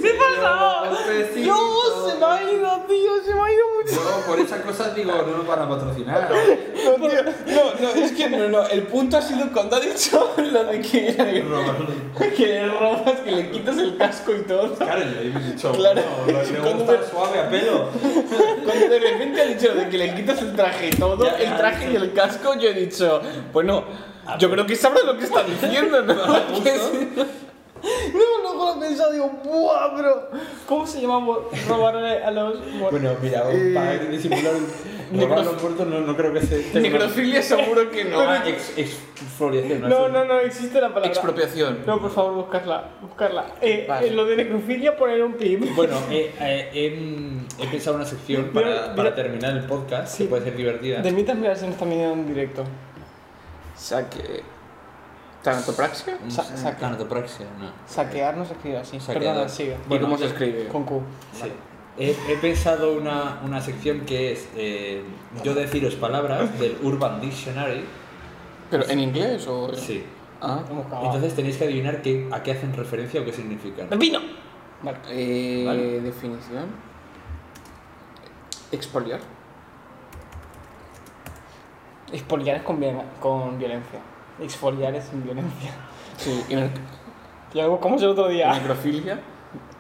¿Qué pasa? Golpecito. Dios, se me ha ido, tío, se me ha ido mucho. Yo por esas cosas digo, no nos van a patrocinar. No, tío, no, no, es que no, no, el punto ha sido cuando ha dicho lo de que, que le robas, que le quitas el casco y todo. Claro, yo he dicho, Claro. no, lo que me Cuando gusta me- es suave a pelo. Cuando de repente ha dicho de que le quitas el traje y todo, Ya, ya, el traje y el casco, yo he dicho, bueno, yo creo que sabrá lo que está diciendo, ¿no? No, no, con lo pensado, digo, ¡buah, bro! ¿Cómo se llama bo- robarle a los muertos? Bueno, mira, Eh, para disimular un robar los muertos no, no creo que se... Necrofilia seguro que no. Ah, ex, exfoliación, no, no, no, existe la palabra. Expropiación. No, por favor, buscarla, buscarla. Eh, Vale. eh, lo de necrofilia, poner un pip. Bueno, eh, eh, em, he pensado una sección para, Mira, mira. para terminar el podcast, Sí. que puede ser divertida. De mí también se nos está midiendo en directo. Saque. ¿Tanatopraxia? No Sa- sé, saque. Ah, tanatopraxia, no. Saquear no se escribe así. Saquear. Perdona, siga. ¿Y cómo se escribe? Con Q. Sí. He, he pensado una, una sección que es eh, yo deciros palabras del Urban Dictionary. ¿Pero en inglés o.? Pues, Sí. Ah. Hemos cagado. Entonces tenéis que adivinar qué, a qué hacen referencia o qué significan. ¡Pepino! Vale. Eh, Vale. Definición. Expoliar. Expoliar es con, violen- con violencia. Exfoliar es sin violencia. Sí, y nec- Tío, ¿cómo es el otro día? necrofilia.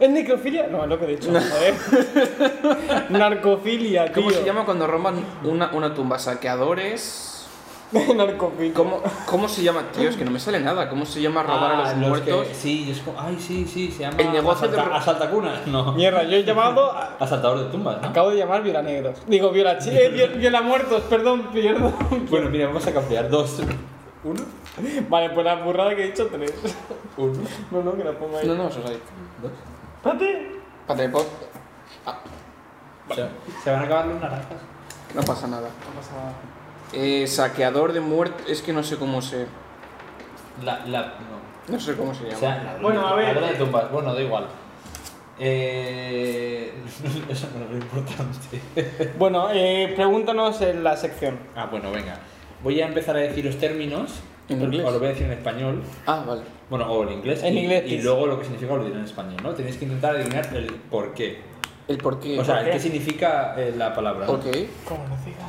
¿Es necrofilia? No, es lo que he dicho. Joder. Narcofilia, tío. ¿Cómo se llama cuando roban una, una tumba? Saqueadores. Narcofilia. ¿Cómo, ¿Cómo se llama? Tío, es que no me sale nada. ¿Cómo se llama robar Ah, a los que- muertos? sí, es como, ay, sí, sí, se llama. El negocio de asalta, ro- asaltacunas, no. Mierda, yo he llamado. a- Asaltador de tumbas, ¿no? Acabo de llamar viola negros. Digo, viola, chi- eh, viola, muertos, perdón, pierdo. Bueno, mira, vamos a cambiar. Dos. Uno. Vale, pues la burrada que he dicho, tres. Uno. No, no, que la pongo ahí. No, no, eso es ahí. Dos. Espérate. Padre Pop, O sea, se van a acabar las naranjas. no pasa nada. No pasa nada. Eh, saqueador de muertos. Es que no sé cómo se. La, la, no. No sé cómo se llama. O sea, la- Bueno, a la ver. verdad de tumbas, bueno, da igual. Eh, eso no es lo importante. Bueno, eh, pregúntanos en la sección. Ah, bueno, venga. Voy a empezar a deciros términos. ¿En inglés? Os lo voy a decir en español. ah, vale. Bueno, o en inglés. En y, inglés, Y please. luego lo que significa lo diré en español, ¿no? Tenéis que intentar adivinar el por qué. El por qué. O sea, qué? qué significa eh, la palabra. ¿no? ok. ¿Cómo lo siga?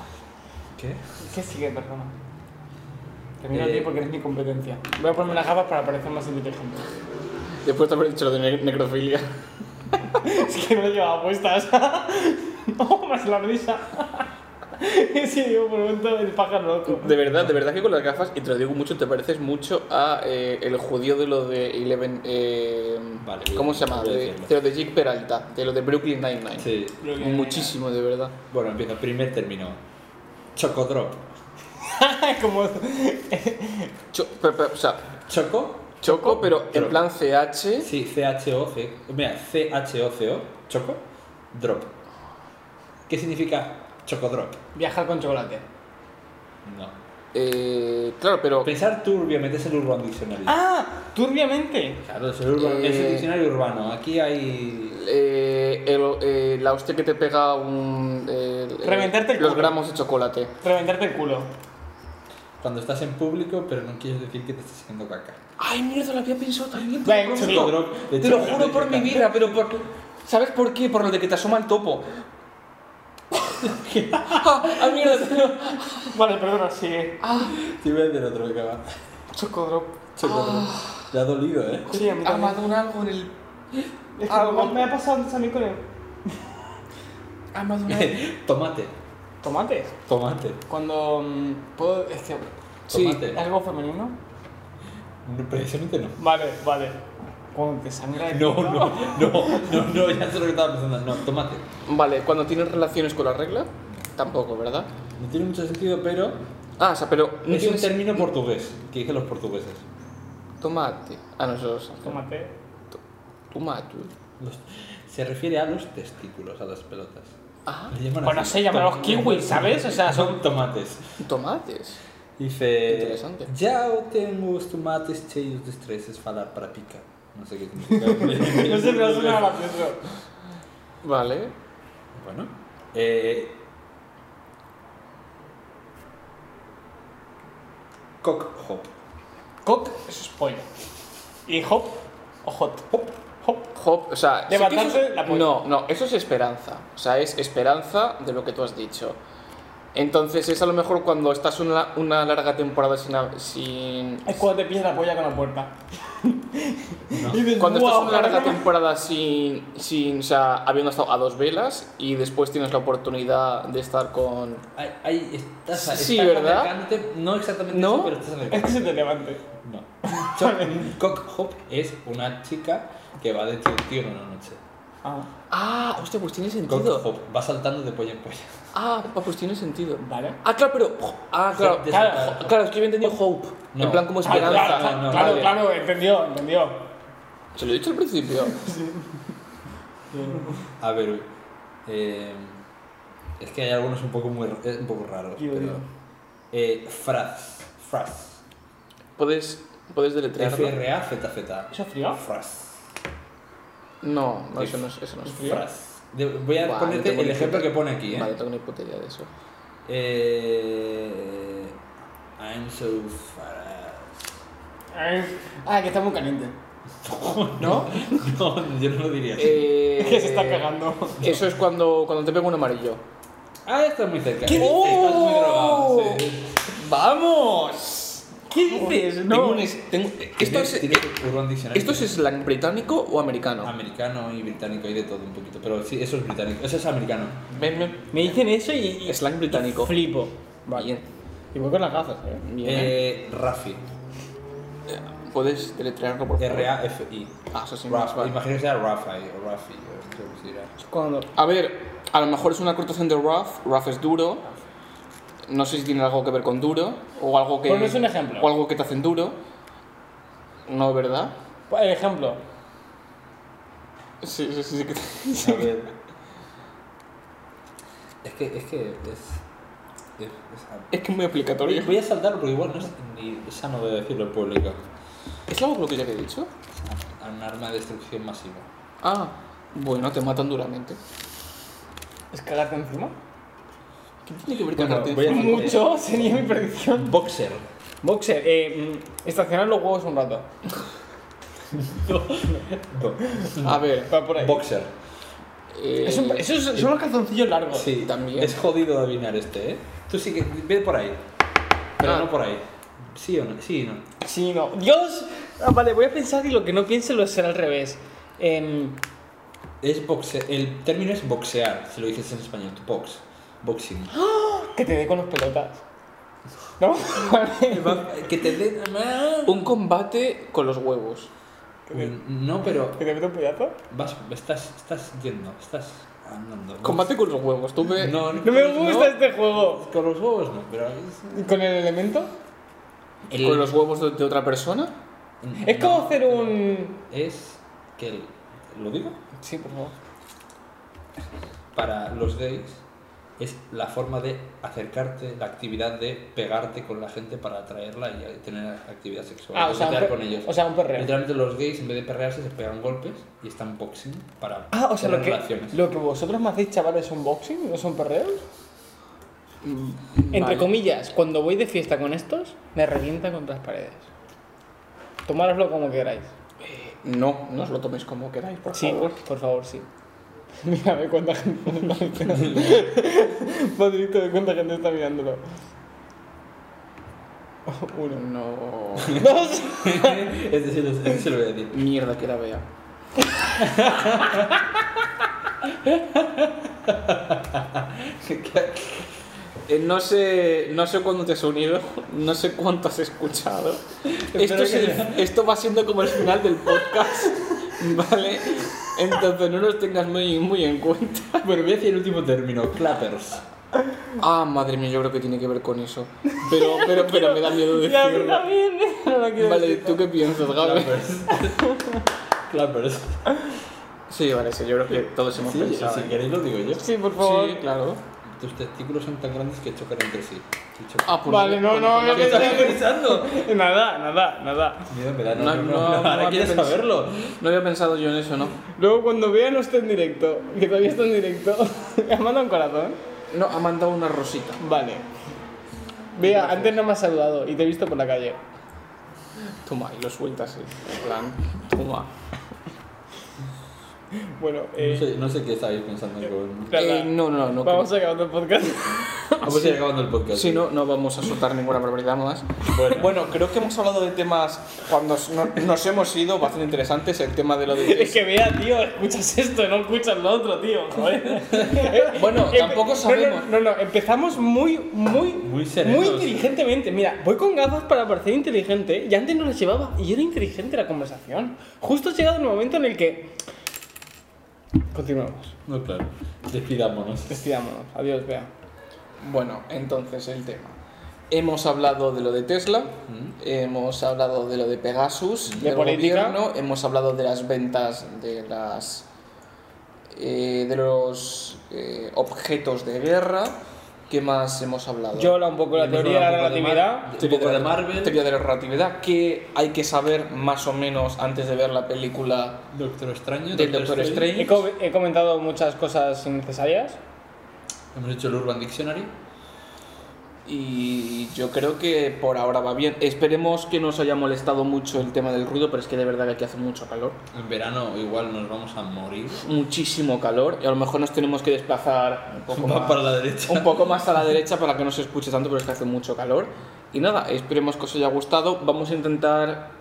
¿Qué? ¿Qué sigue, perdona? Termino Eh, aquí porque eres mi competencia. Voy a ponerme las gafas para parecer más inteligente. Después de haber dicho lo de ne- necrofilia. Es que no lo llevaba puestas. no, más la risa. sí, digo, por un momento el pájaro loco. De verdad, de verdad que con las gafas, y te lo digo mucho, te pareces mucho a eh, el judío de lo de Eleven. eh, Vale, voy a- ¿Cómo se llama? voy a De, decirlo. de lo de Jake Peralta, de lo de Brooklyn Nine-Nine. Sí. Muchísimo, de verdad. Bueno, empiezo. Primer término. Chocodrop. Como Cho- pe- pe- o sea, Choco. choco, pero en Pero- plan CH. Sí, C-H-O-C. Mira, C-H-O-C-O. Choco. Drop. ¿Qué significa chocodrop? viajar con chocolate. No. Eh, claro, pero. Pensar turbiamente es el Urban Dictionary. ¡Ah! Turbiamente. Claro, es el, urban- es el Eh, diccionario urbano. Aquí hay. eh, el- eh, la hostia que te pega un. eh, Reventarte el Los culo. gramos de chocolate. Reventarte el culo. Cuando estás en público, pero no quieres decir que te estás haciendo caca. Ay, mierda, lo había pensado también. Venga, pronto. chico. De Te lo chocolate, juro por caca. mi vida, pero por. ¿Sabes por qué? Por lo de que te asoma el topo. ah, mierda, tío. Vale, perdona, sigue. Te iba a decir otro que va. Chocodrop. Te ha dolido, ¿eh? Sí, a mí Ha también. madurado algo en el. Es que Algo. me ha pasado antes a mí con el... Ha madurado. Tomate. Tomate. Tomate. Cuando... mm, Puedo... Es que... Sí. Tomate. ¿Algo femenino? No, Precisamente no. Vale, vale. Cuando te sangra el No, culo. no, no, no, no, ya sé lo que estaba pensando. No, tomate. Vale, cuando tienes relaciones con la regla, tampoco, ¿verdad? No tiene mucho sentido, pero Ah, o sea, pero. no es un tienes- término portugués que dicen los portugueses. Tomate. Ah, nosotros. Tomate. Tomate. Los- se refiere a los testículos, a las pelotas. Ah, Le llaman Bueno, así. se llaman los Tom- kiwis, ¿sabes? O sea, son... Son tomates. tomates. Dice, Interesante. ya tengo os tomates cheios de estreses falar para pica. No sé qué significa. No sé, pero suena gracioso. Vale. Bueno, eh... Cock hop. Cock, eso es pollo. Y hop, o hot. Hop, hop. Hop, o sea, Levantarse que eso es- la polla. No, no, eso es esperanza. O sea, es esperanza de lo que tú has dicho. Entonces es a lo mejor cuando estás una, una larga temporada sin... a- sin Es cuando te pillas la polla con la puerta. Y dices, cuando "Guau, estás una larga cabrón". temporada sin, sin... O sea, habiendo estado a dos velas y después tienes la oportunidad de estar con... Ahí, ahí estás, Sí, estás ¿verdad? acercándote, no exactamente ¿No? eso, pero estás Es que acercándote. Este se te levante. No. Choc- un Cock hop es una chica que va de tío en tío en una noche. Ah, Ah, hostia, pues tiene Cock sentido. hop va saltando de polla en polla. Ah, pues tiene sentido. vale. Ah, claro, pero... Ah, claro. De claro, saltar. Claro, es que yo había entendido hope. No. En plan como Ah, esperanza. claro, no, no, claro, vale. claro, entendió, entendió. Se lo he dicho al principio. A ver, eh, es que hay algunos un poco, muy, eh, un poco raros. Yo Pero, digo. eh, fraz, fraz. ¿Puedes, puedes deletrearlo? F-R-A-Z-Z. ¿Eso es frío? Fraz. No, no, eso no es, eso no es Frío. Fraz. De- Voy a Buah, no ponerte tengo el ni ejemplo puta- que pone aquí, ¿eh? Vale, no tengo ni puta idea de eso. Eh, I'm so fraz. Ah, que está muy caliente. ¿No? No, yo no lo diría así. Eh, Es que se está cagando. Eso es cuando, cuando te pega un amarillo. Ah, estás muy cerca. ¿Qué Oh. Estás muy dices? drogado. Oh. sí. ¡Vamos! ¿Qué dices? Tengo No. un es- esto, es, eh, Tiene- tiene Urban Dictionary. ¿Esto es slang británico o Ah, americano? americano y británico, hay de todo un poquito. Pero sí, eso es británico. Eso es americano. Ven, ven. Me dicen eso y. Slang británico. Flipo. Bien. Y voy con las gafas, eh. Bien. Eh, Rafi. ¿Puedes deletrearlo, por favor? R-A-F-I. Ah, eso sí, más Rafa. vale. Imagino que sea Rafi o Rafi. o no sé cómo se dirá. Cuando. A ver, a lo mejor es una cortación de rough. Rough es duro. No sé si tiene algo que ver con duro. O algo que. Ponnos un ejemplo. O algo que te hacen duro. No, ¿verdad? Por ejemplo, Sí, sí, sí. sí que- A ver. Es que, es que es. es- es- Es que es muy aplicatorio. Voy a saltarlo porque igual no es ni es sano de decirlo en público. ¿Es algo lo que ya te he dicho? A un arma de destrucción masiva. Ah, bueno, te matan duramente. es cagarte encima. ¿Qué tiene que ver Bueno, cagarte voy a- encima? Mucho sería mi predicción. Boxer. Boxer, eh, mm, estacionar los huevos un rato. A ver, Va por ahí. Boxer. eh, Es un- esos son unos calzoncillos largos. Sí, también. Es jodido adivinar este, ¿eh? Tú sí que. Ve por ahí. Pero Ah. no por ahí. Sí o no. Sí y no. Sí, no. Dios. Ah, vale, voy a pensar y lo que no piense lo será al revés. Em, Es boxe el término es boxear, si lo dices en español, tu box, boxing. que te dé con las pelotas. ¿No? Vale. que te den un combate con los huevos. un- no, pero ¿Que te meta un pedazo? vas, estás, estás yendo, estás andando. Combate con los huevos. Tú ve... No, No me gusta este juego. Con los huevos no, pero es, ¿Y ¿Con el elemento? el- con los huevos de, de otra persona. Es como no, hacer un. es que el- lo digo Sí, por favor. para los gays es la forma de acercarte, la actividad de pegarte con la gente para atraerla y tener actividad sexual. Ah, o sea, un coquetear per- con ellos. o sea, un perreo. Literalmente los gays en vez de perrearse se pegan golpes y están boxing para Ah, o sea, tener lo que, relaciones. lo que vosotros me hacéis, chavales, son boxing, y no son perreos. Mm, Entre Vale. comillas, cuando voy de fiesta con estos, me revientan contra las paredes. Tomároslo como queráis. No, no os lo toméis como queráis, por sí, favor. por favor, sí. Mira, ve cuánta gente está esperando. Madridito, ve cuánta gente está mirándolo. Uno. No. Dos. este, sí lo- este se lo voy a decir. Mierda que la vea. Eh, No sé, no sé cuándo te has unido, no sé cuánto has escuchado. Esto, es el- esto va siendo como el final del podcast, ¿vale? Entonces no los tengas muy, muy en cuenta. Bueno, voy a decir el último término, clappers. Ah, madre mía, yo creo que tiene que ver con eso. Pero, pero, pero me da miedo decirlo. Vale, ¿tú qué piensas, Gabe? Clappers. clappers. Sí, vale, sí, yo creo que todos hemos Sí, pensado. si ¿eh? queréis lo digo yo. Sí, por favor. Sí, claro. Tus testículos son tan grandes que chocan entre sí. Y chocan. Ah, pues Vale, no, no, pues no, no, ¿qué tal? pensando? Nada, nada, nada. Miedo me da, No, no, no, no, no, ahora no quieres había saberlo. No había pensado yo en eso, ¿no? Luego cuando vean usted en directo, que todavía está en directo, me ha mandado un corazón. No, ha mandado una rosita. Vale. Vea, antes no me has saludado y te he visto por la calle. Toma, y lo sueltas, ¿eh? en plan, toma. Bueno, eh, No sé, no sé qué estabais pensando. Con... Nada. Eh, no, no, no. vamos acabando el podcast. Vamos a ir acabando pues el podcast. Si no, no vamos a soltar ninguna barbaridad más. Bueno. Bueno, creo que hemos hablado de temas cuando s- no- nos hemos ido bastante interesantes. El tema de lo Es de. que vea, tío, escuchas esto, no escuchas lo otro, tío. Joder. Bueno, Empe- tampoco sabemos. No, no, no, no, empezamos muy, muy, Muy serenos. muy inteligentemente. Mira, voy con gafas para parecer inteligente y antes no las llevaba y era inteligente la conversación. Justo ha llegado el momento en el que. Continuamos. No, claro. Despidámonos. Despidámonos. Adiós, vea. Bueno, entonces el tema. Hemos hablado de lo de Tesla, Mm. hemos hablado de lo de Pegasus, De del política. gobierno, hemos hablado de las ventas de las eh, de los eh, objetos de guerra. ¿Qué más hemos hablado? Yo hablo un poco de la teoría de la relatividad. Teoría de Marvel. Teoría de la relatividad, que hay que saber más o menos antes de ver la película Doctor Extraño. del Doctor Strange. He, co- he comentado muchas cosas innecesarias. Hemos hecho el Urban Dictionary. Y yo creo que por ahora va bien. Esperemos que no os haya molestado mucho el tema del ruido, pero es que de verdad que aquí hace mucho calor. En verano igual nos vamos a morir. Muchísimo calor. Y a lo mejor nos tenemos que desplazar un poco Más más, para la derecha. un poco más a la derecha para que no se escuche tanto, pero es que hace mucho calor. Y nada, esperemos que os haya gustado. Vamos a intentar,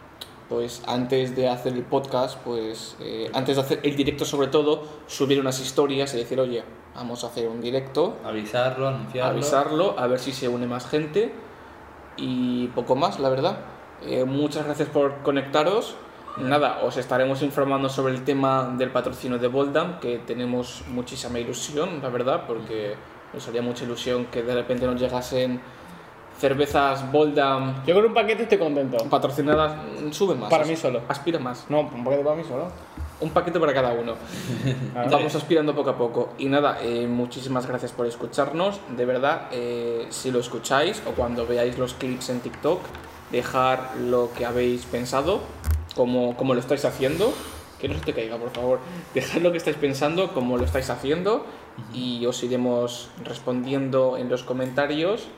pues antes de hacer el podcast, pues eh, antes de hacer el directo sobre todo, subir unas historias y decir, oye, vamos a hacer un directo. Avisarlo, anunciarlo. avisarlo, a ver si se une más gente y poco más, la verdad. Eh, muchas gracias por conectaros. Nada, os estaremos informando sobre el tema del patrocinio de Boldam, que tenemos muchísima ilusión, la verdad, porque nos haría mucha ilusión que de repente nos llegasen cervezas Boldam Yo con un paquete estoy contento. patrocinadas. Mm, Sube más. Para as- mí solo. Aspira más. No, un paquete para mí solo. Un paquete para cada uno. Vale. Vamos aspirando poco a poco. Y nada, eh, muchísimas gracias por escucharnos. De verdad, eh, si lo escucháis o cuando veáis los clips en TikTok, dejar lo que habéis pensado, como, como lo estáis haciendo. Que no se te caiga, por favor. Dejad lo que estáis pensando, como lo estáis haciendo. Y os iremos respondiendo en los comentarios.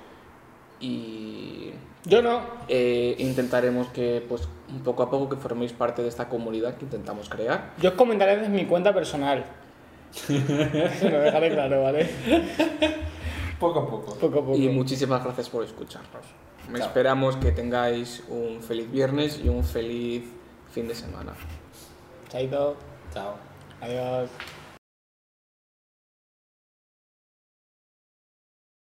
Y Yo no. eh, intentaremos que, pues, un poco a poco que forméis parte de esta comunidad que intentamos crear. Yo os comentaré desde mi cuenta personal. Lo dejaré claro, ¿vale? Poco a poco. Poco a poco. Y muchísimas gracias por escucharnos. Esperamos que tengáis un feliz viernes y un feliz fin de semana. Chaito. Chao. Adiós.